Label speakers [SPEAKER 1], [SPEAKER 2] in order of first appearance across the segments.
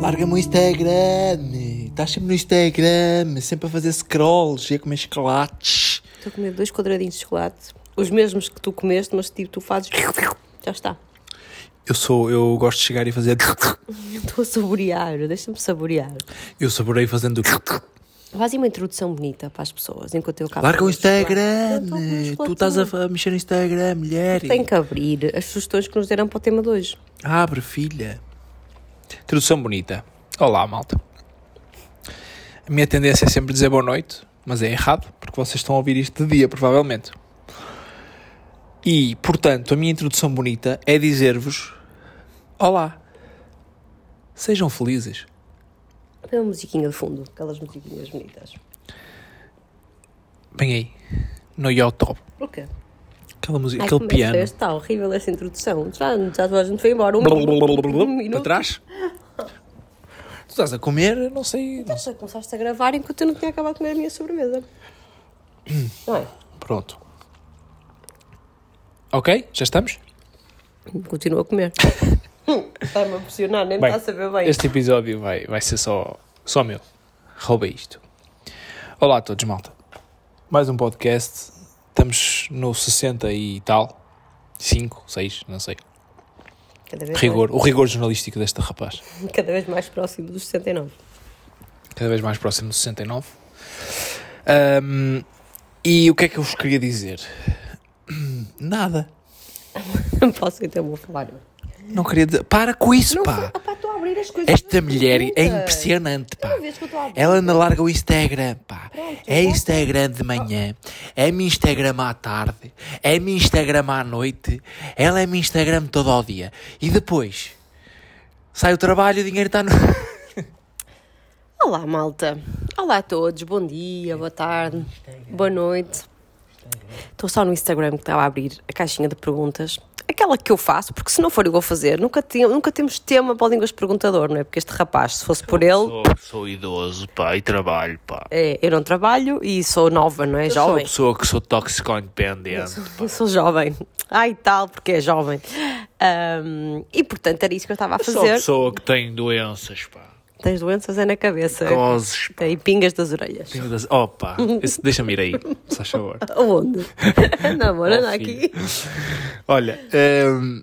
[SPEAKER 1] Larga-me o Instagram. Estás sempre no Instagram, sempre a fazer scrolls e a comer chocolates.
[SPEAKER 2] Estou a comer dois quadradinhos de chocolate, os mesmos que tu comeste, mas tipo, tu fazes. Já está.
[SPEAKER 1] Eu sou, eu gosto de chegar e fazer.
[SPEAKER 2] Estou a saborear, deixa-me saborear.
[SPEAKER 1] Eu saborei fazendo.
[SPEAKER 2] Faz aí uma introdução bonita para as pessoas enquanto eu acabo.
[SPEAKER 1] Larga o
[SPEAKER 2] de comer chocolate.
[SPEAKER 1] Instagram.
[SPEAKER 2] Eu estou a comer chocolate
[SPEAKER 1] Tu estás a
[SPEAKER 2] também.
[SPEAKER 1] fa- mexer no Instagram, mulher.
[SPEAKER 2] Tenho que abrir as sugestões que nos deram para o tema de hoje.
[SPEAKER 1] Abre, filha. Introdução bonita. Olá, malta. A minha tendência é sempre dizer boa noite, mas é errado, porque vocês estão a ouvir isto de dia, provavelmente. E, portanto, a minha introdução bonita é dizer-vos: Olá. Sejam felizes.
[SPEAKER 2] Tem uma musiquinha de fundo, aquelas musiquinhas bonitas.
[SPEAKER 1] Vem aí, no Yotop.
[SPEAKER 2] O quê?
[SPEAKER 1] Aquela música,
[SPEAKER 2] Ai,
[SPEAKER 1] aquele
[SPEAKER 2] como é que
[SPEAKER 1] piano.
[SPEAKER 2] foi? Está horrível essa introdução. Já, já toda a gente foi embora. Um
[SPEAKER 1] Blum, blum, blum,
[SPEAKER 2] minuto.
[SPEAKER 1] blum, blum,
[SPEAKER 2] Um
[SPEAKER 1] Para
[SPEAKER 2] minuto.
[SPEAKER 1] trás? Tu estás a comer? Não sei. não
[SPEAKER 2] Só começaste a gravar enquanto eu não tinha acabado de comer a minha sobremesa.
[SPEAKER 1] Hum.
[SPEAKER 2] Não é?
[SPEAKER 1] sei. Pronto. Ok? Já estamos?
[SPEAKER 2] Continua a comer. Está-me a pressionar, nem
[SPEAKER 1] tá Bem,
[SPEAKER 2] está a saber bem.
[SPEAKER 1] Este episódio vai, vai ser só, só meu. Rouba isto. Olá a todos, malta. Mais um podcast. Estamos no 60 e tal. 5, 6, não sei.
[SPEAKER 2] É Cada vez,
[SPEAKER 1] Rigor, o rigor jornalístico deste rapaz.
[SPEAKER 2] Mais, cada vez mais próximo dos 69.
[SPEAKER 1] Cada vez mais próximo do 69. Ahm, e o que é que eu vos queria dizer? Nada.
[SPEAKER 2] Não posso então vou falar.
[SPEAKER 1] Não queria dizer. Para com isso, pá.
[SPEAKER 2] Ah pá, estou a abrir as coisas.
[SPEAKER 1] Esta mulher é
[SPEAKER 2] Pergunta.
[SPEAKER 1] impressionante, pá.
[SPEAKER 2] Não vês que eu estou a abrir?
[SPEAKER 1] Ela anda larga o Instagram, pá.
[SPEAKER 2] Pronto,
[SPEAKER 1] É
[SPEAKER 2] já.
[SPEAKER 1] Instagram de manhã, é-me Instagram à tarde, é-me Instagram à noite, ela é-me Instagram todo o dia. E depois, sai o trabalho, o dinheiro está no...
[SPEAKER 2] Olá, malta. Olá a todos. Bom dia, boa tarde, boa noite. Estou só no Instagram que estava a abrir a caixinha de perguntas. Aquela que eu faço, porque se não for eu vou fazer, nunca, te- nunca temos tema para o Línguas de Perguntador, não é? Porque este rapaz, se fosse por ele,
[SPEAKER 3] Sou, sou idoso, pá, e trabalho, pá.
[SPEAKER 2] é, eu não trabalho e sou nova, não é?
[SPEAKER 3] Sou uma
[SPEAKER 2] Jovem.
[SPEAKER 3] pessoa que sou toxicodependente.
[SPEAKER 2] Eu sou jovem. Ai, tal, porque é jovem. Ahm, e portanto era isso que eu estava a
[SPEAKER 3] Sou uma
[SPEAKER 2] fazer.
[SPEAKER 3] pessoa que tem doenças, pá.
[SPEAKER 2] Tens doenças é na cabeça.
[SPEAKER 3] Coses, pá.
[SPEAKER 2] Tem pingas das orelhas.
[SPEAKER 3] Tenho das- Opa, esse- deixa-me ir aí, se faz favor.
[SPEAKER 2] Onde? Não, mora
[SPEAKER 3] Oh,
[SPEAKER 2] não,
[SPEAKER 3] filho.
[SPEAKER 2] aqui.
[SPEAKER 1] Olha, hum,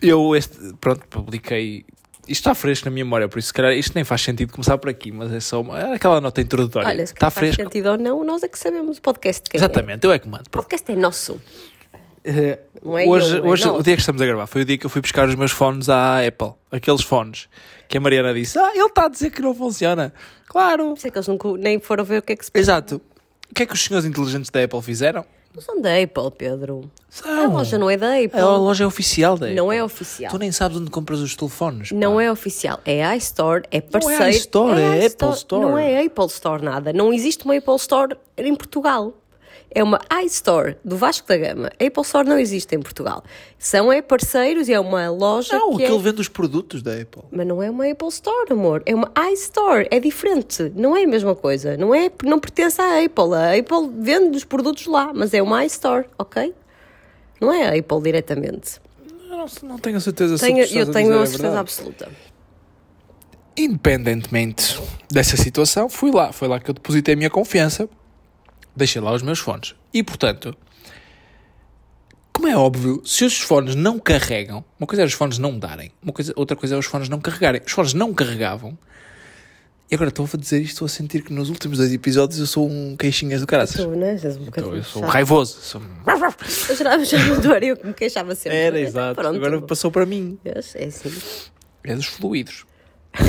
[SPEAKER 1] eu este, pronto, publiquei... Isto está fresco na minha memória, por isso se calhar isto nem faz sentido começar por aqui, mas é só uma, é aquela nota introdutória.
[SPEAKER 2] Olha, se
[SPEAKER 1] está
[SPEAKER 2] faz
[SPEAKER 1] tá fresco.
[SPEAKER 2] sentido ou não, nós é que sabemos o podcast de quem é.
[SPEAKER 1] Exatamente, eu é que mando.
[SPEAKER 2] O
[SPEAKER 1] Pronto.
[SPEAKER 2] podcast é nosso.
[SPEAKER 1] Eh,
[SPEAKER 2] Não é
[SPEAKER 1] hoje,
[SPEAKER 2] eu, é
[SPEAKER 1] hoje
[SPEAKER 2] nós.
[SPEAKER 1] o dia que estamos a gravar, foi o dia que eu fui buscar os meus fones à Apple. Aqueles fones que a Mariana disse: Ah, ele está a dizer que não funciona. Claro.
[SPEAKER 2] Por isso é que eles nunca, nem foram ver o que é que se passa.
[SPEAKER 1] Exato. O que é que os senhores inteligentes da Apple fizeram?
[SPEAKER 2] Não são da Apple, Pedro.
[SPEAKER 1] São.
[SPEAKER 2] A loja não é da Apple.
[SPEAKER 1] A loja é oficial da
[SPEAKER 2] Não
[SPEAKER 1] Apple.
[SPEAKER 2] é oficial.
[SPEAKER 1] Tu nem sabes onde compras os telefones. pá.
[SPEAKER 2] Não é oficial, é a iStore, é parceiro.
[SPEAKER 1] iStore, é Apple
[SPEAKER 2] iStore,
[SPEAKER 1] Store.
[SPEAKER 2] Não é Apple Store nada. Não existe uma Apple Store em Portugal. É uma iStore do Vasco da Gama. A Apple Store não existe em Portugal. São é parceiros e é uma loja
[SPEAKER 1] Não,
[SPEAKER 2] que
[SPEAKER 1] aquele
[SPEAKER 2] é...
[SPEAKER 1] vende os produtos da Apple.
[SPEAKER 2] Mas não é uma Apple Store, amor. É uma iStore. É diferente. Não é a mesma coisa. Não, é, não pertence à Apple. A Apple vende os produtos lá, mas é uma iStore, ok? Não é a Apple diretamente.
[SPEAKER 1] Eu não, não tenho a certeza se o que
[SPEAKER 2] Tenho,
[SPEAKER 1] estás
[SPEAKER 2] eu
[SPEAKER 1] a
[SPEAKER 2] tenho
[SPEAKER 1] dizer
[SPEAKER 2] a
[SPEAKER 1] é
[SPEAKER 2] certeza
[SPEAKER 1] verdade.
[SPEAKER 2] absoluta.
[SPEAKER 1] Independentemente dessa situação, fui lá. Foi lá que eu depositei a minha confiança. Deixei lá os meus fones. E, portanto, como é óbvio, se os fones não carregam, uma coisa é os fones não darem, uma coisa, outra coisa é os fones não carregarem. Os fones não carregavam. E agora estou a dizer isto, estou a sentir que nos últimos dois episódios eu sou um queixinhas do caraças.
[SPEAKER 2] Tu, não é? És um bocadinho
[SPEAKER 1] Eu sou um
[SPEAKER 2] chato.
[SPEAKER 1] raivoso. sou um-
[SPEAKER 2] Eu já, já não dou, eu que me queixava sempre.
[SPEAKER 1] Era,
[SPEAKER 2] Então,
[SPEAKER 1] exato.
[SPEAKER 2] Pronto.
[SPEAKER 1] Agora passou para mim.
[SPEAKER 2] Vês? É assim.
[SPEAKER 1] É dos fluidos.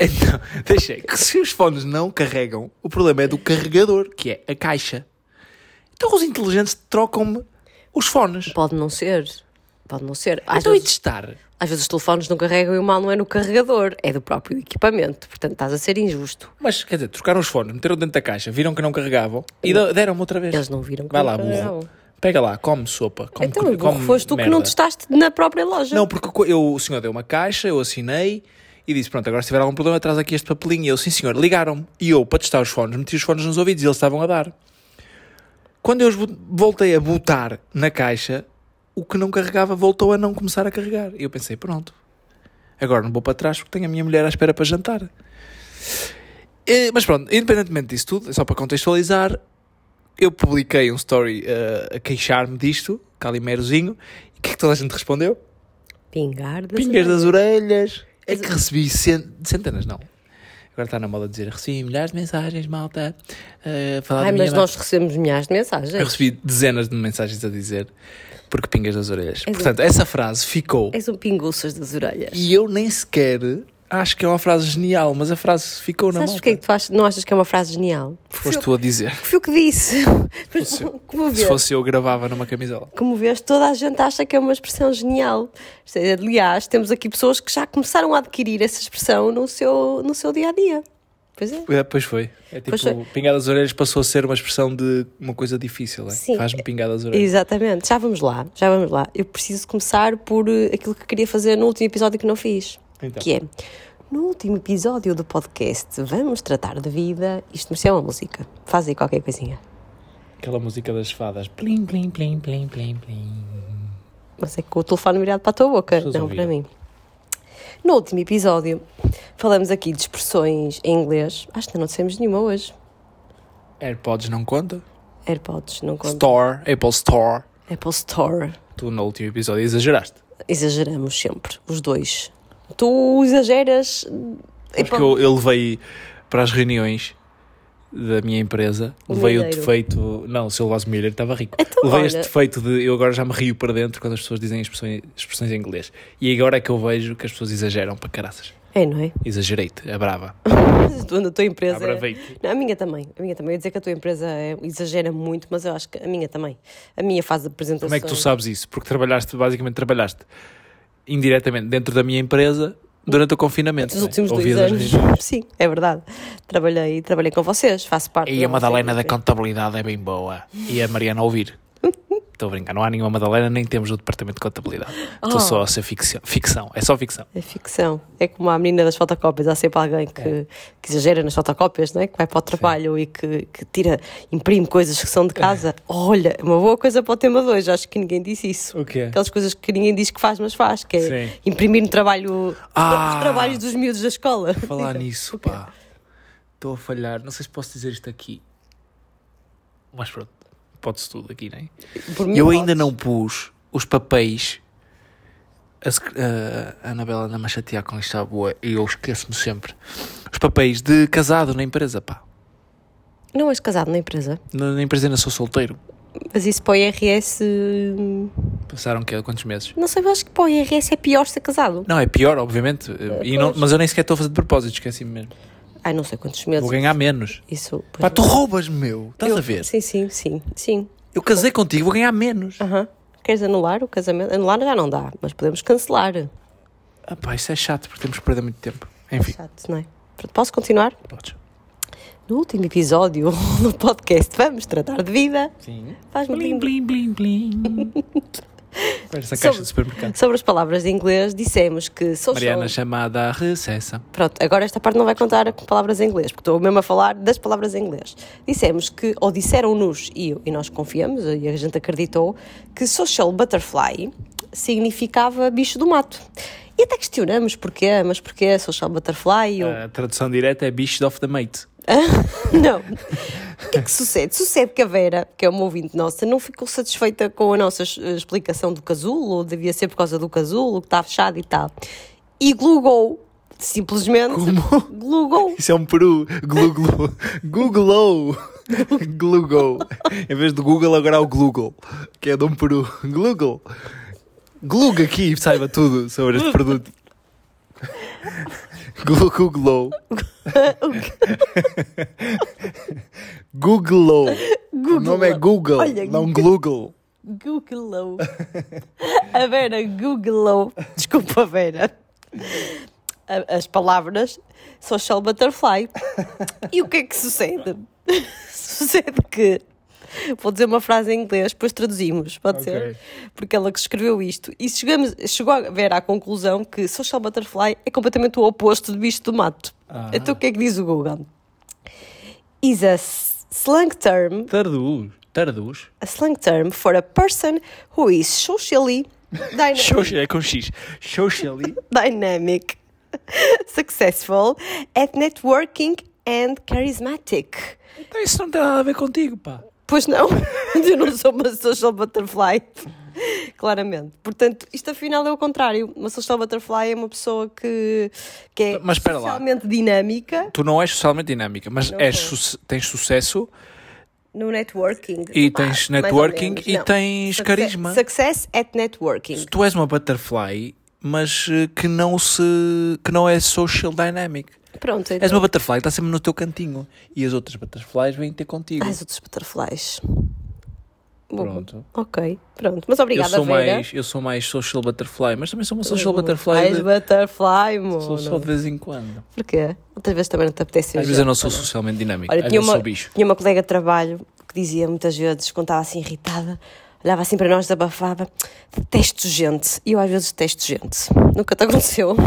[SPEAKER 1] então, deixei que se os fones não carregam, o problema é do carregador, que é a caixa. Então os inteligentes trocam-me os fones.
[SPEAKER 2] Pode não ser. Pode não ser. Às,
[SPEAKER 1] Então e
[SPEAKER 2] vezes,
[SPEAKER 1] testar?
[SPEAKER 2] às vezes os telefones não carregam e o mal não é no carregador, é do próprio equipamento. Portanto, estás a ser injusto.
[SPEAKER 1] Mas, quer dizer, trocaram os fones, meteram dentro da caixa, viram que não carregavam e da- deram-me outra vez.
[SPEAKER 2] Eles não viram que
[SPEAKER 1] Vai
[SPEAKER 2] não
[SPEAKER 1] lá,
[SPEAKER 2] carregavam.
[SPEAKER 1] burro. Pega lá, come sopa. Come
[SPEAKER 2] então,
[SPEAKER 1] cu-
[SPEAKER 2] burro,
[SPEAKER 1] come
[SPEAKER 2] foste tu que não
[SPEAKER 1] merda.
[SPEAKER 2] testaste na própria loja.
[SPEAKER 1] Não, porque co- eu, o senhor deu uma caixa, eu assinei e disse: Pronto, agora se tiver algum problema, traz aqui este papelinho. E eu, sim senhor, ligaram-me. E eu, para testar os fones, meti os fones nos ouvidos e eles estavam a dar. Quando eu os bo- voltei a botar na caixa, o que não carregava voltou a não começar a carregar. E eu pensei: Pronto, Agora não vou para trás porque tenho a minha mulher à espera para jantar. Eh, mas pronto, independentemente disso tudo, só para contextualizar, eu publiquei um story eh, a queixar-me disto, calimerozinho, e o que é que toda a gente respondeu?
[SPEAKER 2] Pingar das
[SPEAKER 1] Pingas
[SPEAKER 2] orelhas.
[SPEAKER 1] das orelhas. É que recebi cen- centenas, não. Agora está na moda dizer, recebi milhares de mensagens, malta. eh, falar
[SPEAKER 2] Ai,
[SPEAKER 1] de
[SPEAKER 2] mas
[SPEAKER 1] minha
[SPEAKER 2] nós recebemos milhares de
[SPEAKER 1] eu
[SPEAKER 2] mensagens.
[SPEAKER 1] recebi dezenas de mensagens a dizer porque pingas das orelhas.
[SPEAKER 2] um-
[SPEAKER 1] Portanto, essa frase ficou.
[SPEAKER 2] És um pinguças das orelhas.
[SPEAKER 1] E eu nem sequer acho que é uma frase genial, mas a frase ficou na
[SPEAKER 2] Sabes
[SPEAKER 1] mão.
[SPEAKER 2] porquê que tu achas, não achas que é uma frase genial?
[SPEAKER 1] Foste tu a dizer.
[SPEAKER 2] Porque foi o que disse. Mas, como
[SPEAKER 1] Se
[SPEAKER 2] vês,
[SPEAKER 1] fosse eu, gravava numa camisola.
[SPEAKER 2] como vês, toda a gente acha que é uma expressão genial. é, Aliás, temos aqui pessoas que já começaram a adquirir essa expressão no seu, no seu dia a dia. Pois é.
[SPEAKER 1] É, pois foi. É tipo,
[SPEAKER 2] Pois foi.
[SPEAKER 1] pingar das orelhas passou a ser uma expressão de uma coisa difícil, é?
[SPEAKER 2] Sim.
[SPEAKER 1] Faz-me pingar das orelhas.
[SPEAKER 2] Exatamente, já vamos lá, já vamos lá. Eu preciso começar por eh, aquilo que queria fazer no último episódio que não fiz,
[SPEAKER 1] Então.
[SPEAKER 2] que é no último episódio do podcast vamos tratar de vida. Isto mereceu uma música. Faz aí qualquer coisinha.
[SPEAKER 1] Aquela música das fadas.
[SPEAKER 4] Plim, plim, plim, plim, plim, plim.
[SPEAKER 2] Mas é com o telefone virado para a tua boca,
[SPEAKER 1] pessoas
[SPEAKER 2] não
[SPEAKER 1] ouviram.
[SPEAKER 2] para mim. No último episódio falamos aqui de expressões em inglês. Acho que ainda não dissemos nenhuma hoje.
[SPEAKER 1] AirPods não conta?
[SPEAKER 2] AirPods, não conta.
[SPEAKER 1] Store, Apple Store.
[SPEAKER 2] Apple Store.
[SPEAKER 1] Tu no último episódio exageraste.
[SPEAKER 2] Exageramos sempre, os dois. Tu exageras.
[SPEAKER 1] Porque eu, eu levei para as reuniões da minha empresa,
[SPEAKER 2] O
[SPEAKER 1] levei o
[SPEAKER 2] milheiro.
[SPEAKER 1] defeito. Não, se eu levasse o milheiro estava rico.
[SPEAKER 2] Então,
[SPEAKER 1] levei
[SPEAKER 2] olha.
[SPEAKER 1] este defeito de eu agora já me rio para dentro quando as pessoas dizem expressões, expressões em inglês. E agora é que eu vejo que as pessoas exageram para caraças.
[SPEAKER 2] É, não é?
[SPEAKER 1] Exagerei-te, a brava.
[SPEAKER 2] Onde a tua empresa. é-
[SPEAKER 4] Abravei-te.
[SPEAKER 2] Não, a minha também. A minha também. Eu ia dizer que a tua empresa é- exagera muito, mas eu acho que a minha também. A minha faz apresentações.
[SPEAKER 1] Como é que tu sabes isso? Porque trabalhaste, basicamente trabalhaste indiretamente dentro da minha empresa durante o confinamento.
[SPEAKER 2] Dos
[SPEAKER 1] não é?
[SPEAKER 2] últimos dois
[SPEAKER 1] Ouvias as
[SPEAKER 2] anos.
[SPEAKER 1] reuniões.
[SPEAKER 2] Sim, é verdade. Trabalhei, trabalhei com vocês, faço parte.
[SPEAKER 4] E a
[SPEAKER 1] é
[SPEAKER 2] da-
[SPEAKER 4] Madalena da contabilidade é bem boa. E a Mariana a ouvir. Estou a brincar, não há nenhuma Madalena, nem temos o departamento de contabilidade. Estou
[SPEAKER 2] Oh.
[SPEAKER 4] só a ser ficção. ficção. É só ficção.
[SPEAKER 2] É ficção. É como a menina das fotocópias. Há sempre alguém que,
[SPEAKER 1] É.
[SPEAKER 2] que exagera nas fotocópias, não é? que vai para o trabalho e que, que tira, imprime coisas que são de
[SPEAKER 1] É.
[SPEAKER 2] casa. Olha, é uma boa coisa para o tema 2. Acho que ninguém disse isso.
[SPEAKER 1] O quê?
[SPEAKER 2] Aquelas coisas que ninguém diz que faz, mas faz, que é
[SPEAKER 1] É. Sim.
[SPEAKER 2] imprimir no trabalho
[SPEAKER 1] Ah!
[SPEAKER 2] os trabalhos dos miúdos da escola.
[SPEAKER 1] Falar nisso, pá. Estou a falhar. Não sei se posso dizer isto aqui.
[SPEAKER 4] Mas pronto, pode-se tudo aqui, não é?
[SPEAKER 2] Por mim,
[SPEAKER 1] Eu
[SPEAKER 2] pode.
[SPEAKER 1] ainda não pus os papéis. A, sec- a Anabela anda-me a chatear com isto à boa e eu esqueço-me sempre. Os papéis de casado na empresa, pá.
[SPEAKER 2] Não és casado na empresa,
[SPEAKER 1] Na, na empresa ainda sou solteiro.
[SPEAKER 2] mas isso para o IRS. hum,
[SPEAKER 1] Passaram que quantos meses?
[SPEAKER 2] Não sei, mas acho que para o IRS é pior ser casado.
[SPEAKER 1] Não, é pior, obviamente. E não-
[SPEAKER 2] pois.
[SPEAKER 1] mas eu nem sequer estou a fazer de propósito, esqueci-me mesmo.
[SPEAKER 2] Ai, não sei quantos meses.
[SPEAKER 1] Vou ganhar menos.
[SPEAKER 2] Isso. pois
[SPEAKER 1] Pá,
[SPEAKER 2] não.
[SPEAKER 1] tu roubas, meu. Estás a ver?
[SPEAKER 2] Sim, sim, sim. Sim.
[SPEAKER 1] Eu casei contigo, vou ganhar menos.
[SPEAKER 2] Aham. Queres anular o casamento? Anular já não dá, mas podemos cancelar.
[SPEAKER 1] Ah, pá, isso é chato porque temos que perder muito tempo. Enfim,
[SPEAKER 2] Chato, não é? Pronto, Posso continuar?
[SPEAKER 1] podes.
[SPEAKER 2] No último episódio do podcast Vamos Tratar de Vida,
[SPEAKER 1] Sim.
[SPEAKER 2] faz-me
[SPEAKER 4] Blim,
[SPEAKER 2] blim,
[SPEAKER 4] blim, blim, blim.
[SPEAKER 1] Parece a
[SPEAKER 2] Sobre-
[SPEAKER 1] caixa de supermercado.
[SPEAKER 2] Sobre as palavras de inglês, dissemos que social...
[SPEAKER 1] Mariana chamada à recessão.
[SPEAKER 2] Pronto, agora esta parte não vai contar com palavras em inglês, porque estou mesmo a falar das palavras em inglês. Dissemos que, ou disseram-nos, e, e nós confiamos, e a gente acreditou, que social butterfly significava bicho do mato. E até questionamos porquê, mas porquê social butterfly? ou-
[SPEAKER 1] A tradução direta é bicho of the mate.
[SPEAKER 2] Não. O que é que sucede? Sucede que a Vera, que é uma ouvinte nossa, não ficou satisfeita com a nossa eh, explicação do casulo, ou devia ser por causa do casulo, que está fechado e tal. E glugou, simplesmente.
[SPEAKER 1] Como?
[SPEAKER 2] Glugou.
[SPEAKER 1] Isso é um peru. Gluglu. Googlou. Glugou. Em vez do Google, agora é o Glugol. Que é de um peru. Glugol. Glug aqui, saiba tudo sobre este produto. Googlou. Googlou. O nome é Google,
[SPEAKER 2] Olha,
[SPEAKER 1] não Google.
[SPEAKER 2] Googlou. A Vera googlou. Desculpa, Vera. A- As palavras social butterfly. E o que é que sucede? Sucede que. Vou dizer uma frase em inglês, depois traduzimos, pode ser? Porque ela que escreveu isto. E chegamos, chegou a ver à conclusão que social butterfly é completamente o oposto de bicho do mato. Então o que é que diz o Google? Is a s- slang term
[SPEAKER 1] Tarduz. Tarduz.
[SPEAKER 2] a slang term for a person who is socially Dyna-
[SPEAKER 1] Social, é com X. Socially.
[SPEAKER 2] Dynamic, successful, at networking and charismatic.
[SPEAKER 1] Então, isso não tem nada a ver contigo, pá.
[SPEAKER 2] Pois não, eu não sou uma social butterfly. Claramente. Portanto, isto afinal é o contrário. Uma social butterfly é uma pessoa que, que é
[SPEAKER 1] Mas espera lá.
[SPEAKER 2] socialmente dinâmica
[SPEAKER 1] Tu não és socialmente dinâmica, mas
[SPEAKER 2] Não
[SPEAKER 1] és
[SPEAKER 2] sou.
[SPEAKER 1] su- tens sucesso
[SPEAKER 2] no networking.
[SPEAKER 1] e
[SPEAKER 2] Pá,
[SPEAKER 1] tens
[SPEAKER 2] Ah, mais ou
[SPEAKER 1] networking
[SPEAKER 2] menos,
[SPEAKER 1] e
[SPEAKER 2] não.
[SPEAKER 1] tens
[SPEAKER 2] Success-
[SPEAKER 1] carisma.
[SPEAKER 2] Success at networking.
[SPEAKER 1] Tu és uma butterfly, mas eh, que não se que não é social dynamic.
[SPEAKER 2] Pronto,
[SPEAKER 1] És
[SPEAKER 2] então.
[SPEAKER 1] uma butterfly que está sempre no teu cantinho e as outras butterflies vêm ter contigo.
[SPEAKER 2] As outras butterflies. Bom,
[SPEAKER 1] Pronto.
[SPEAKER 2] ok, pronto. Mas obrigada,
[SPEAKER 1] eu sou
[SPEAKER 2] Vera.
[SPEAKER 1] mais eu sou mais social butterfly, mas também sou uma social butterfly.
[SPEAKER 2] Mais
[SPEAKER 1] De,
[SPEAKER 2] butterfly,
[SPEAKER 1] sou
[SPEAKER 2] mono.
[SPEAKER 1] só de vez em quando.
[SPEAKER 2] Porquê? Outras vezes também não te apetece
[SPEAKER 1] Às
[SPEAKER 2] mijar.
[SPEAKER 1] vezes eu não sou socialmente dinâmico.
[SPEAKER 2] é, Olha,
[SPEAKER 1] Às
[SPEAKER 2] tinha
[SPEAKER 1] vezes
[SPEAKER 2] uma,
[SPEAKER 1] sou bicho.
[SPEAKER 2] tinha uma colega de trabalho que dizia muitas vezes, quando estava assim irritada, olhava assim para nós, desabafava: detesto gente. E eu às vezes detesto gente. Nunca te aconteceu.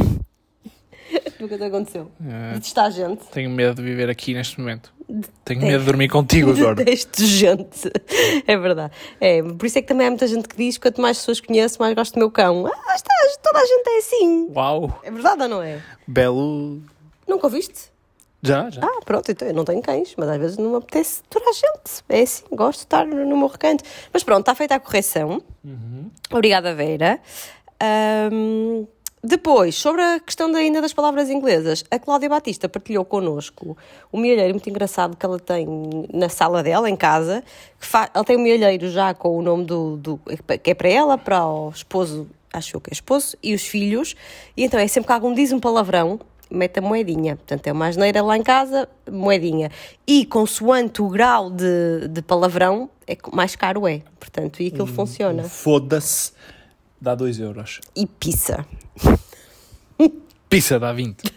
[SPEAKER 2] Nunca te aconteceu.
[SPEAKER 1] É.
[SPEAKER 2] Detestar gente.
[SPEAKER 5] Tenho medo de viver aqui neste momento. Tenho medo de dormir contigo agora.
[SPEAKER 2] Detesto gente. É verdade. É, por isso é que também há muita gente que diz: quanto mais pessoas conheço, mais gosto do meu cão. Ah, lá estás, toda a gente é assim.
[SPEAKER 5] Uau!
[SPEAKER 2] É verdade ou não é?
[SPEAKER 5] Belo.
[SPEAKER 2] Nunca ouviste?
[SPEAKER 5] Já, já.
[SPEAKER 2] Ah, pronto, então eu não tenho cães, mas às vezes não me apetece toda a gente. É assim, gosto de estar no no meu recanto. Mas pronto, está feita a correção. Obrigada, Vera. Ahm, depois, sobre a questão da- ainda das palavras inglesas, a Cláudia Batista partilhou connosco um milheiro muito engraçado que ela tem na sala dela, em casa. Que fa- ela tem um milheiro já com o nome do, do- que é para ela, para o esposo, acho eu que é esposo, e os filhos. E então é sempre que algum diz um palavrão, mete a moedinha. Portanto, é uma asneira lá em casa, moedinha. E consoante o grau de, de palavrão, é que mais caro é. Portanto, e aquilo funciona.
[SPEAKER 1] Foda-se. Dá 2 euros.
[SPEAKER 2] E pizza.
[SPEAKER 1] Pizza dá 20.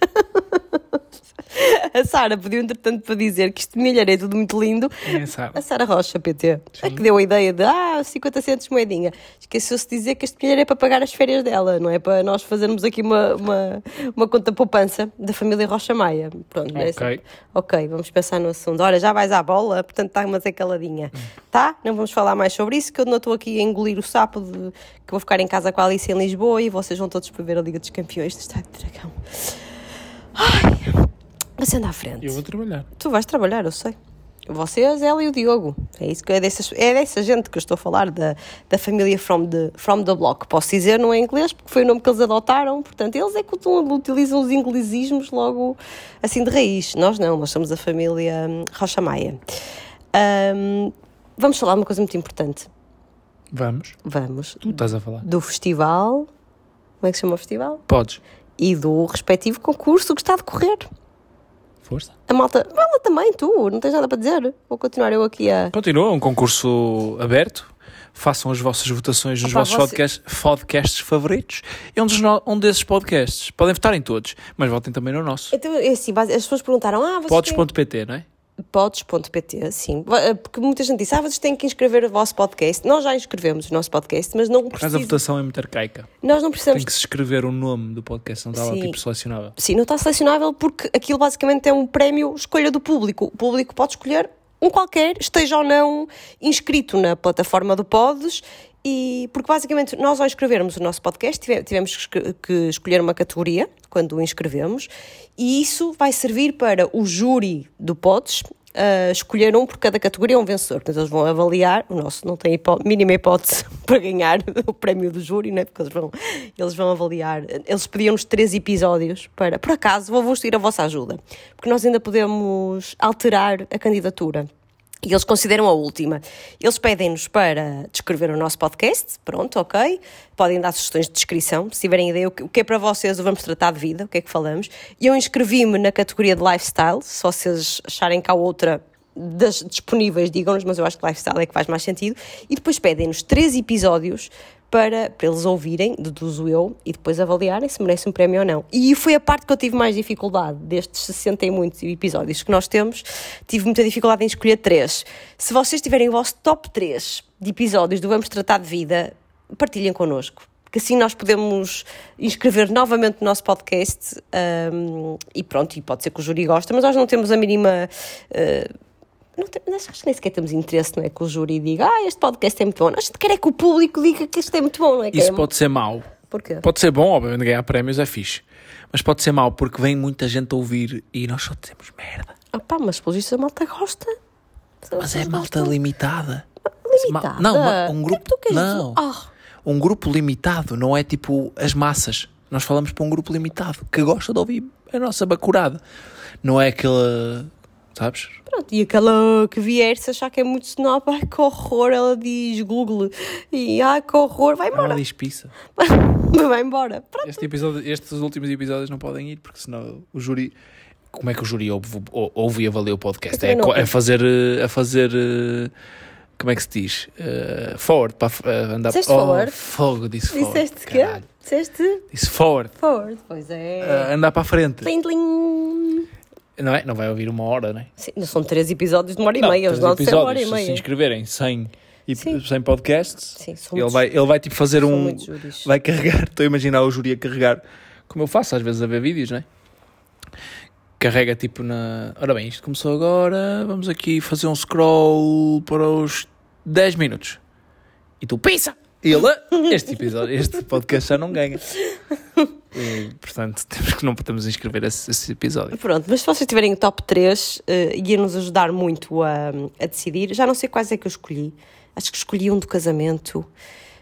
[SPEAKER 2] A Sara pediu, entretanto, para dizer que isto milhar é tudo muito lindo.
[SPEAKER 5] Quem sabe?
[SPEAKER 2] A Sara Rocha, PT, é que deu a ideia de ah, 50 centos moedinha. Esqueceu-se de dizer que este dinheiro é para pagar as férias dela, não é para nós fazermos aqui uma, uma, uma conta poupança da família Rocha Maia. Pronto, não é
[SPEAKER 5] Ok.
[SPEAKER 2] assim? Ok, vamos pensar no assunto. Olha, já vais à bola, portanto está uma caladinha.
[SPEAKER 5] Hum.
[SPEAKER 2] Tá? Não vamos falar mais sobre isso, que eu não estou aqui a engolir o sapo de que vou ficar em casa com a Alice em Lisboa e vocês vão todos para ver a Liga dos Campeões do Estádio de Dragão. Ai, você anda à frente.
[SPEAKER 5] Eu vou trabalhar.
[SPEAKER 2] Tu vais trabalhar, eu sei. Vocês, ela e o Diogo. É, isso que, é, dessas, é dessa gente que eu estou a falar, da, da família from the, from the Block. Posso dizer, não é inglês, porque foi o nome que eles adotaram. Portanto, eles é que utu- utilizam os inglesismos logo assim de raiz. Nós não, nós somos a família hum, Rocha Maia. Hum, vamos falar de uma coisa muito importante.
[SPEAKER 5] Vamos.
[SPEAKER 2] Vamos.
[SPEAKER 5] Tu estás a falar.
[SPEAKER 2] Do festival. Como é que se chama o festival?
[SPEAKER 5] Podes.
[SPEAKER 2] E do respectivo concurso que está a decorrer.
[SPEAKER 5] Força.
[SPEAKER 2] A malta. Vai lá também, tu, não tens nada para dizer. Vou continuar eu aqui a.
[SPEAKER 1] Continua, é um concurso aberto. Façam as vossas votações nos
[SPEAKER 2] Opa,
[SPEAKER 1] vossos
[SPEAKER 2] você-
[SPEAKER 1] podcasts, podcasts favoritos. É um, dos no- um desses podcasts. Podem votar em todos, mas votem também no nosso.
[SPEAKER 2] Então, é assim, base- as pessoas perguntaram: ah, vocês. Têm...
[SPEAKER 1] Pods.pt, não é?
[SPEAKER 2] Pods.pt, sim. Va- eh, Porque muita gente disse: ah, vocês têm que inscrever o vosso podcast. Nós já inscrevemos o nosso podcast, mas não
[SPEAKER 1] Mas a
[SPEAKER 2] precisamos.
[SPEAKER 1] votação é muito arcaica.
[SPEAKER 2] Nós não precisamos.
[SPEAKER 1] Tem que se escrever o nome do podcast, não está lá
[SPEAKER 2] Sim.
[SPEAKER 1] tipo selecionável.
[SPEAKER 2] Sim, não está selecionável porque aquilo basicamente é um prémio escolha do público. O público pode escolher um qualquer, esteja ou não inscrito na plataforma do Pods. E porque basicamente nós ao escrevermos o nosso podcast tive- tivemos que escre- que escolher uma categoria quando o inscrevemos e isso vai servir para o júri do Pods ah, escolher um por cada categoria, um vencedor. Portanto, eles vão avaliar. O nosso não tem hipó- mínima hipótese para ganhar o prémio do júri, né? porque eles vão, eles vão avaliar. Eles pediam-nos três episódios para. Por acaso, vou-vos pedir a vossa ajuda, porque nós ainda podemos alterar a candidatura. E eles consideram a última. Eles pedem-nos para descrever o nosso podcast, pronto, ok. Podem dar sugestões de descrição, se tiverem ideia o que o que é para vocês, o vamos tratar de vida, o que é que falamos. E eu inscrevi-me na categoria de lifestyle, se vocês acharem que há outra das disponíveis, digam-nos, mas eu acho que lifestyle é que faz mais sentido. E depois pedem-nos três episódios para, para eles ouvirem, deduzo eu, e depois avaliarem se merece um prémio ou não. E foi a parte que eu tive mais dificuldade destes 60 e muitos episódios que nós temos. Tive muita dificuldade em escolher três. Se vocês tiverem o vosso top 3 de episódios do Vamos Tratar de Vida, partilhem connosco. Que assim nós podemos inscrever novamente no nosso podcast hum, e pronto, e pode ser que o júri goste, mas nós não temos a mínima Não tem- nós acho que nem sequer temos interesse, não é? Que o júri diga, ah, este podcast é muito bom. Nós quer é que o público diga que este é muito bom, não é? Que
[SPEAKER 1] Isso
[SPEAKER 2] é...
[SPEAKER 1] pode ser mau.
[SPEAKER 2] Porquê?
[SPEAKER 1] Pode ser bom, obviamente, ganhar prémios é fixe. Mas pode ser mau porque vem muita gente a ouvir e nós só dizemos merda.
[SPEAKER 2] Ah pá, mas pelo visto a malta gosta.
[SPEAKER 1] Mas é malta limitada.
[SPEAKER 2] limitada.
[SPEAKER 1] Ma- Não, ma- um grupo.
[SPEAKER 2] O que é que tá, tu queres dizer?
[SPEAKER 1] não.
[SPEAKER 2] Ah.
[SPEAKER 1] Um grupo limitado, não é tipo as massas. Nós falamos para um grupo limitado que gosta de ouvir a nossa bacurada. Não é aquela. Sabes?
[SPEAKER 2] Pronto, e aquela que vier, se achar que é muito snob, ai que horror, ela diz Google. E ai que horror, vai
[SPEAKER 1] Ela
[SPEAKER 2] embora.
[SPEAKER 1] diz É um pizza.
[SPEAKER 2] vai embora. Pronto.
[SPEAKER 1] Este episódio- estes últimos episódios não podem ir porque senão o júri. Como é que o júri ouve, ou- ouve e avalia o
[SPEAKER 2] Eu
[SPEAKER 1] podcast?
[SPEAKER 2] também
[SPEAKER 1] É,
[SPEAKER 2] não
[SPEAKER 1] co-
[SPEAKER 2] ouvi.
[SPEAKER 1] a fazer. eh, A fazer eh, como é que se diz? Eh, forward. Para, f- eh, andar
[SPEAKER 2] Disseste
[SPEAKER 1] oh,
[SPEAKER 2] forward?
[SPEAKER 1] Fogo, disse forward.
[SPEAKER 2] Disseste quê?
[SPEAKER 1] caralho.
[SPEAKER 2] Disseste
[SPEAKER 1] Disse forward.
[SPEAKER 2] forward. Pois é.
[SPEAKER 1] Eh, andar para a frente.
[SPEAKER 2] Tling, tling.
[SPEAKER 1] Não é? Não vai ouvir uma hora, não é?
[SPEAKER 2] Sim, não são três episódios de uma hora e
[SPEAKER 1] Não,
[SPEAKER 2] meia, os
[SPEAKER 1] três
[SPEAKER 2] nossos é uma hora
[SPEAKER 1] episódios,
[SPEAKER 2] e
[SPEAKER 1] Se se
[SPEAKER 2] meia.
[SPEAKER 1] inscreverem 100, e-
[SPEAKER 2] Sim.
[SPEAKER 1] 100 podcasts,
[SPEAKER 2] Sim, são
[SPEAKER 1] ele
[SPEAKER 2] muitos-
[SPEAKER 1] vai, ele vai tipo fazer
[SPEAKER 2] são
[SPEAKER 1] um.
[SPEAKER 2] muitos júris.
[SPEAKER 1] Vai carregar. Estou a imaginar o júri a carregar, como eu faço às vezes a ver vídeos, não é? Carrega tipo na. Ora bem, isto começou agora, vamos aqui fazer um scroll para os 10 minutos. E tu, pizza! E ele, "Ah, este episódio, este podcast já não ganha. E, portanto, temos que não podemos inscrever esse, esse episódio.
[SPEAKER 2] Pronto, mas se vocês tiverem o top 3, ia-nos ajudar muito a, a decidir. Já não sei quais é que eu escolhi. Acho que escolhi um do casamento,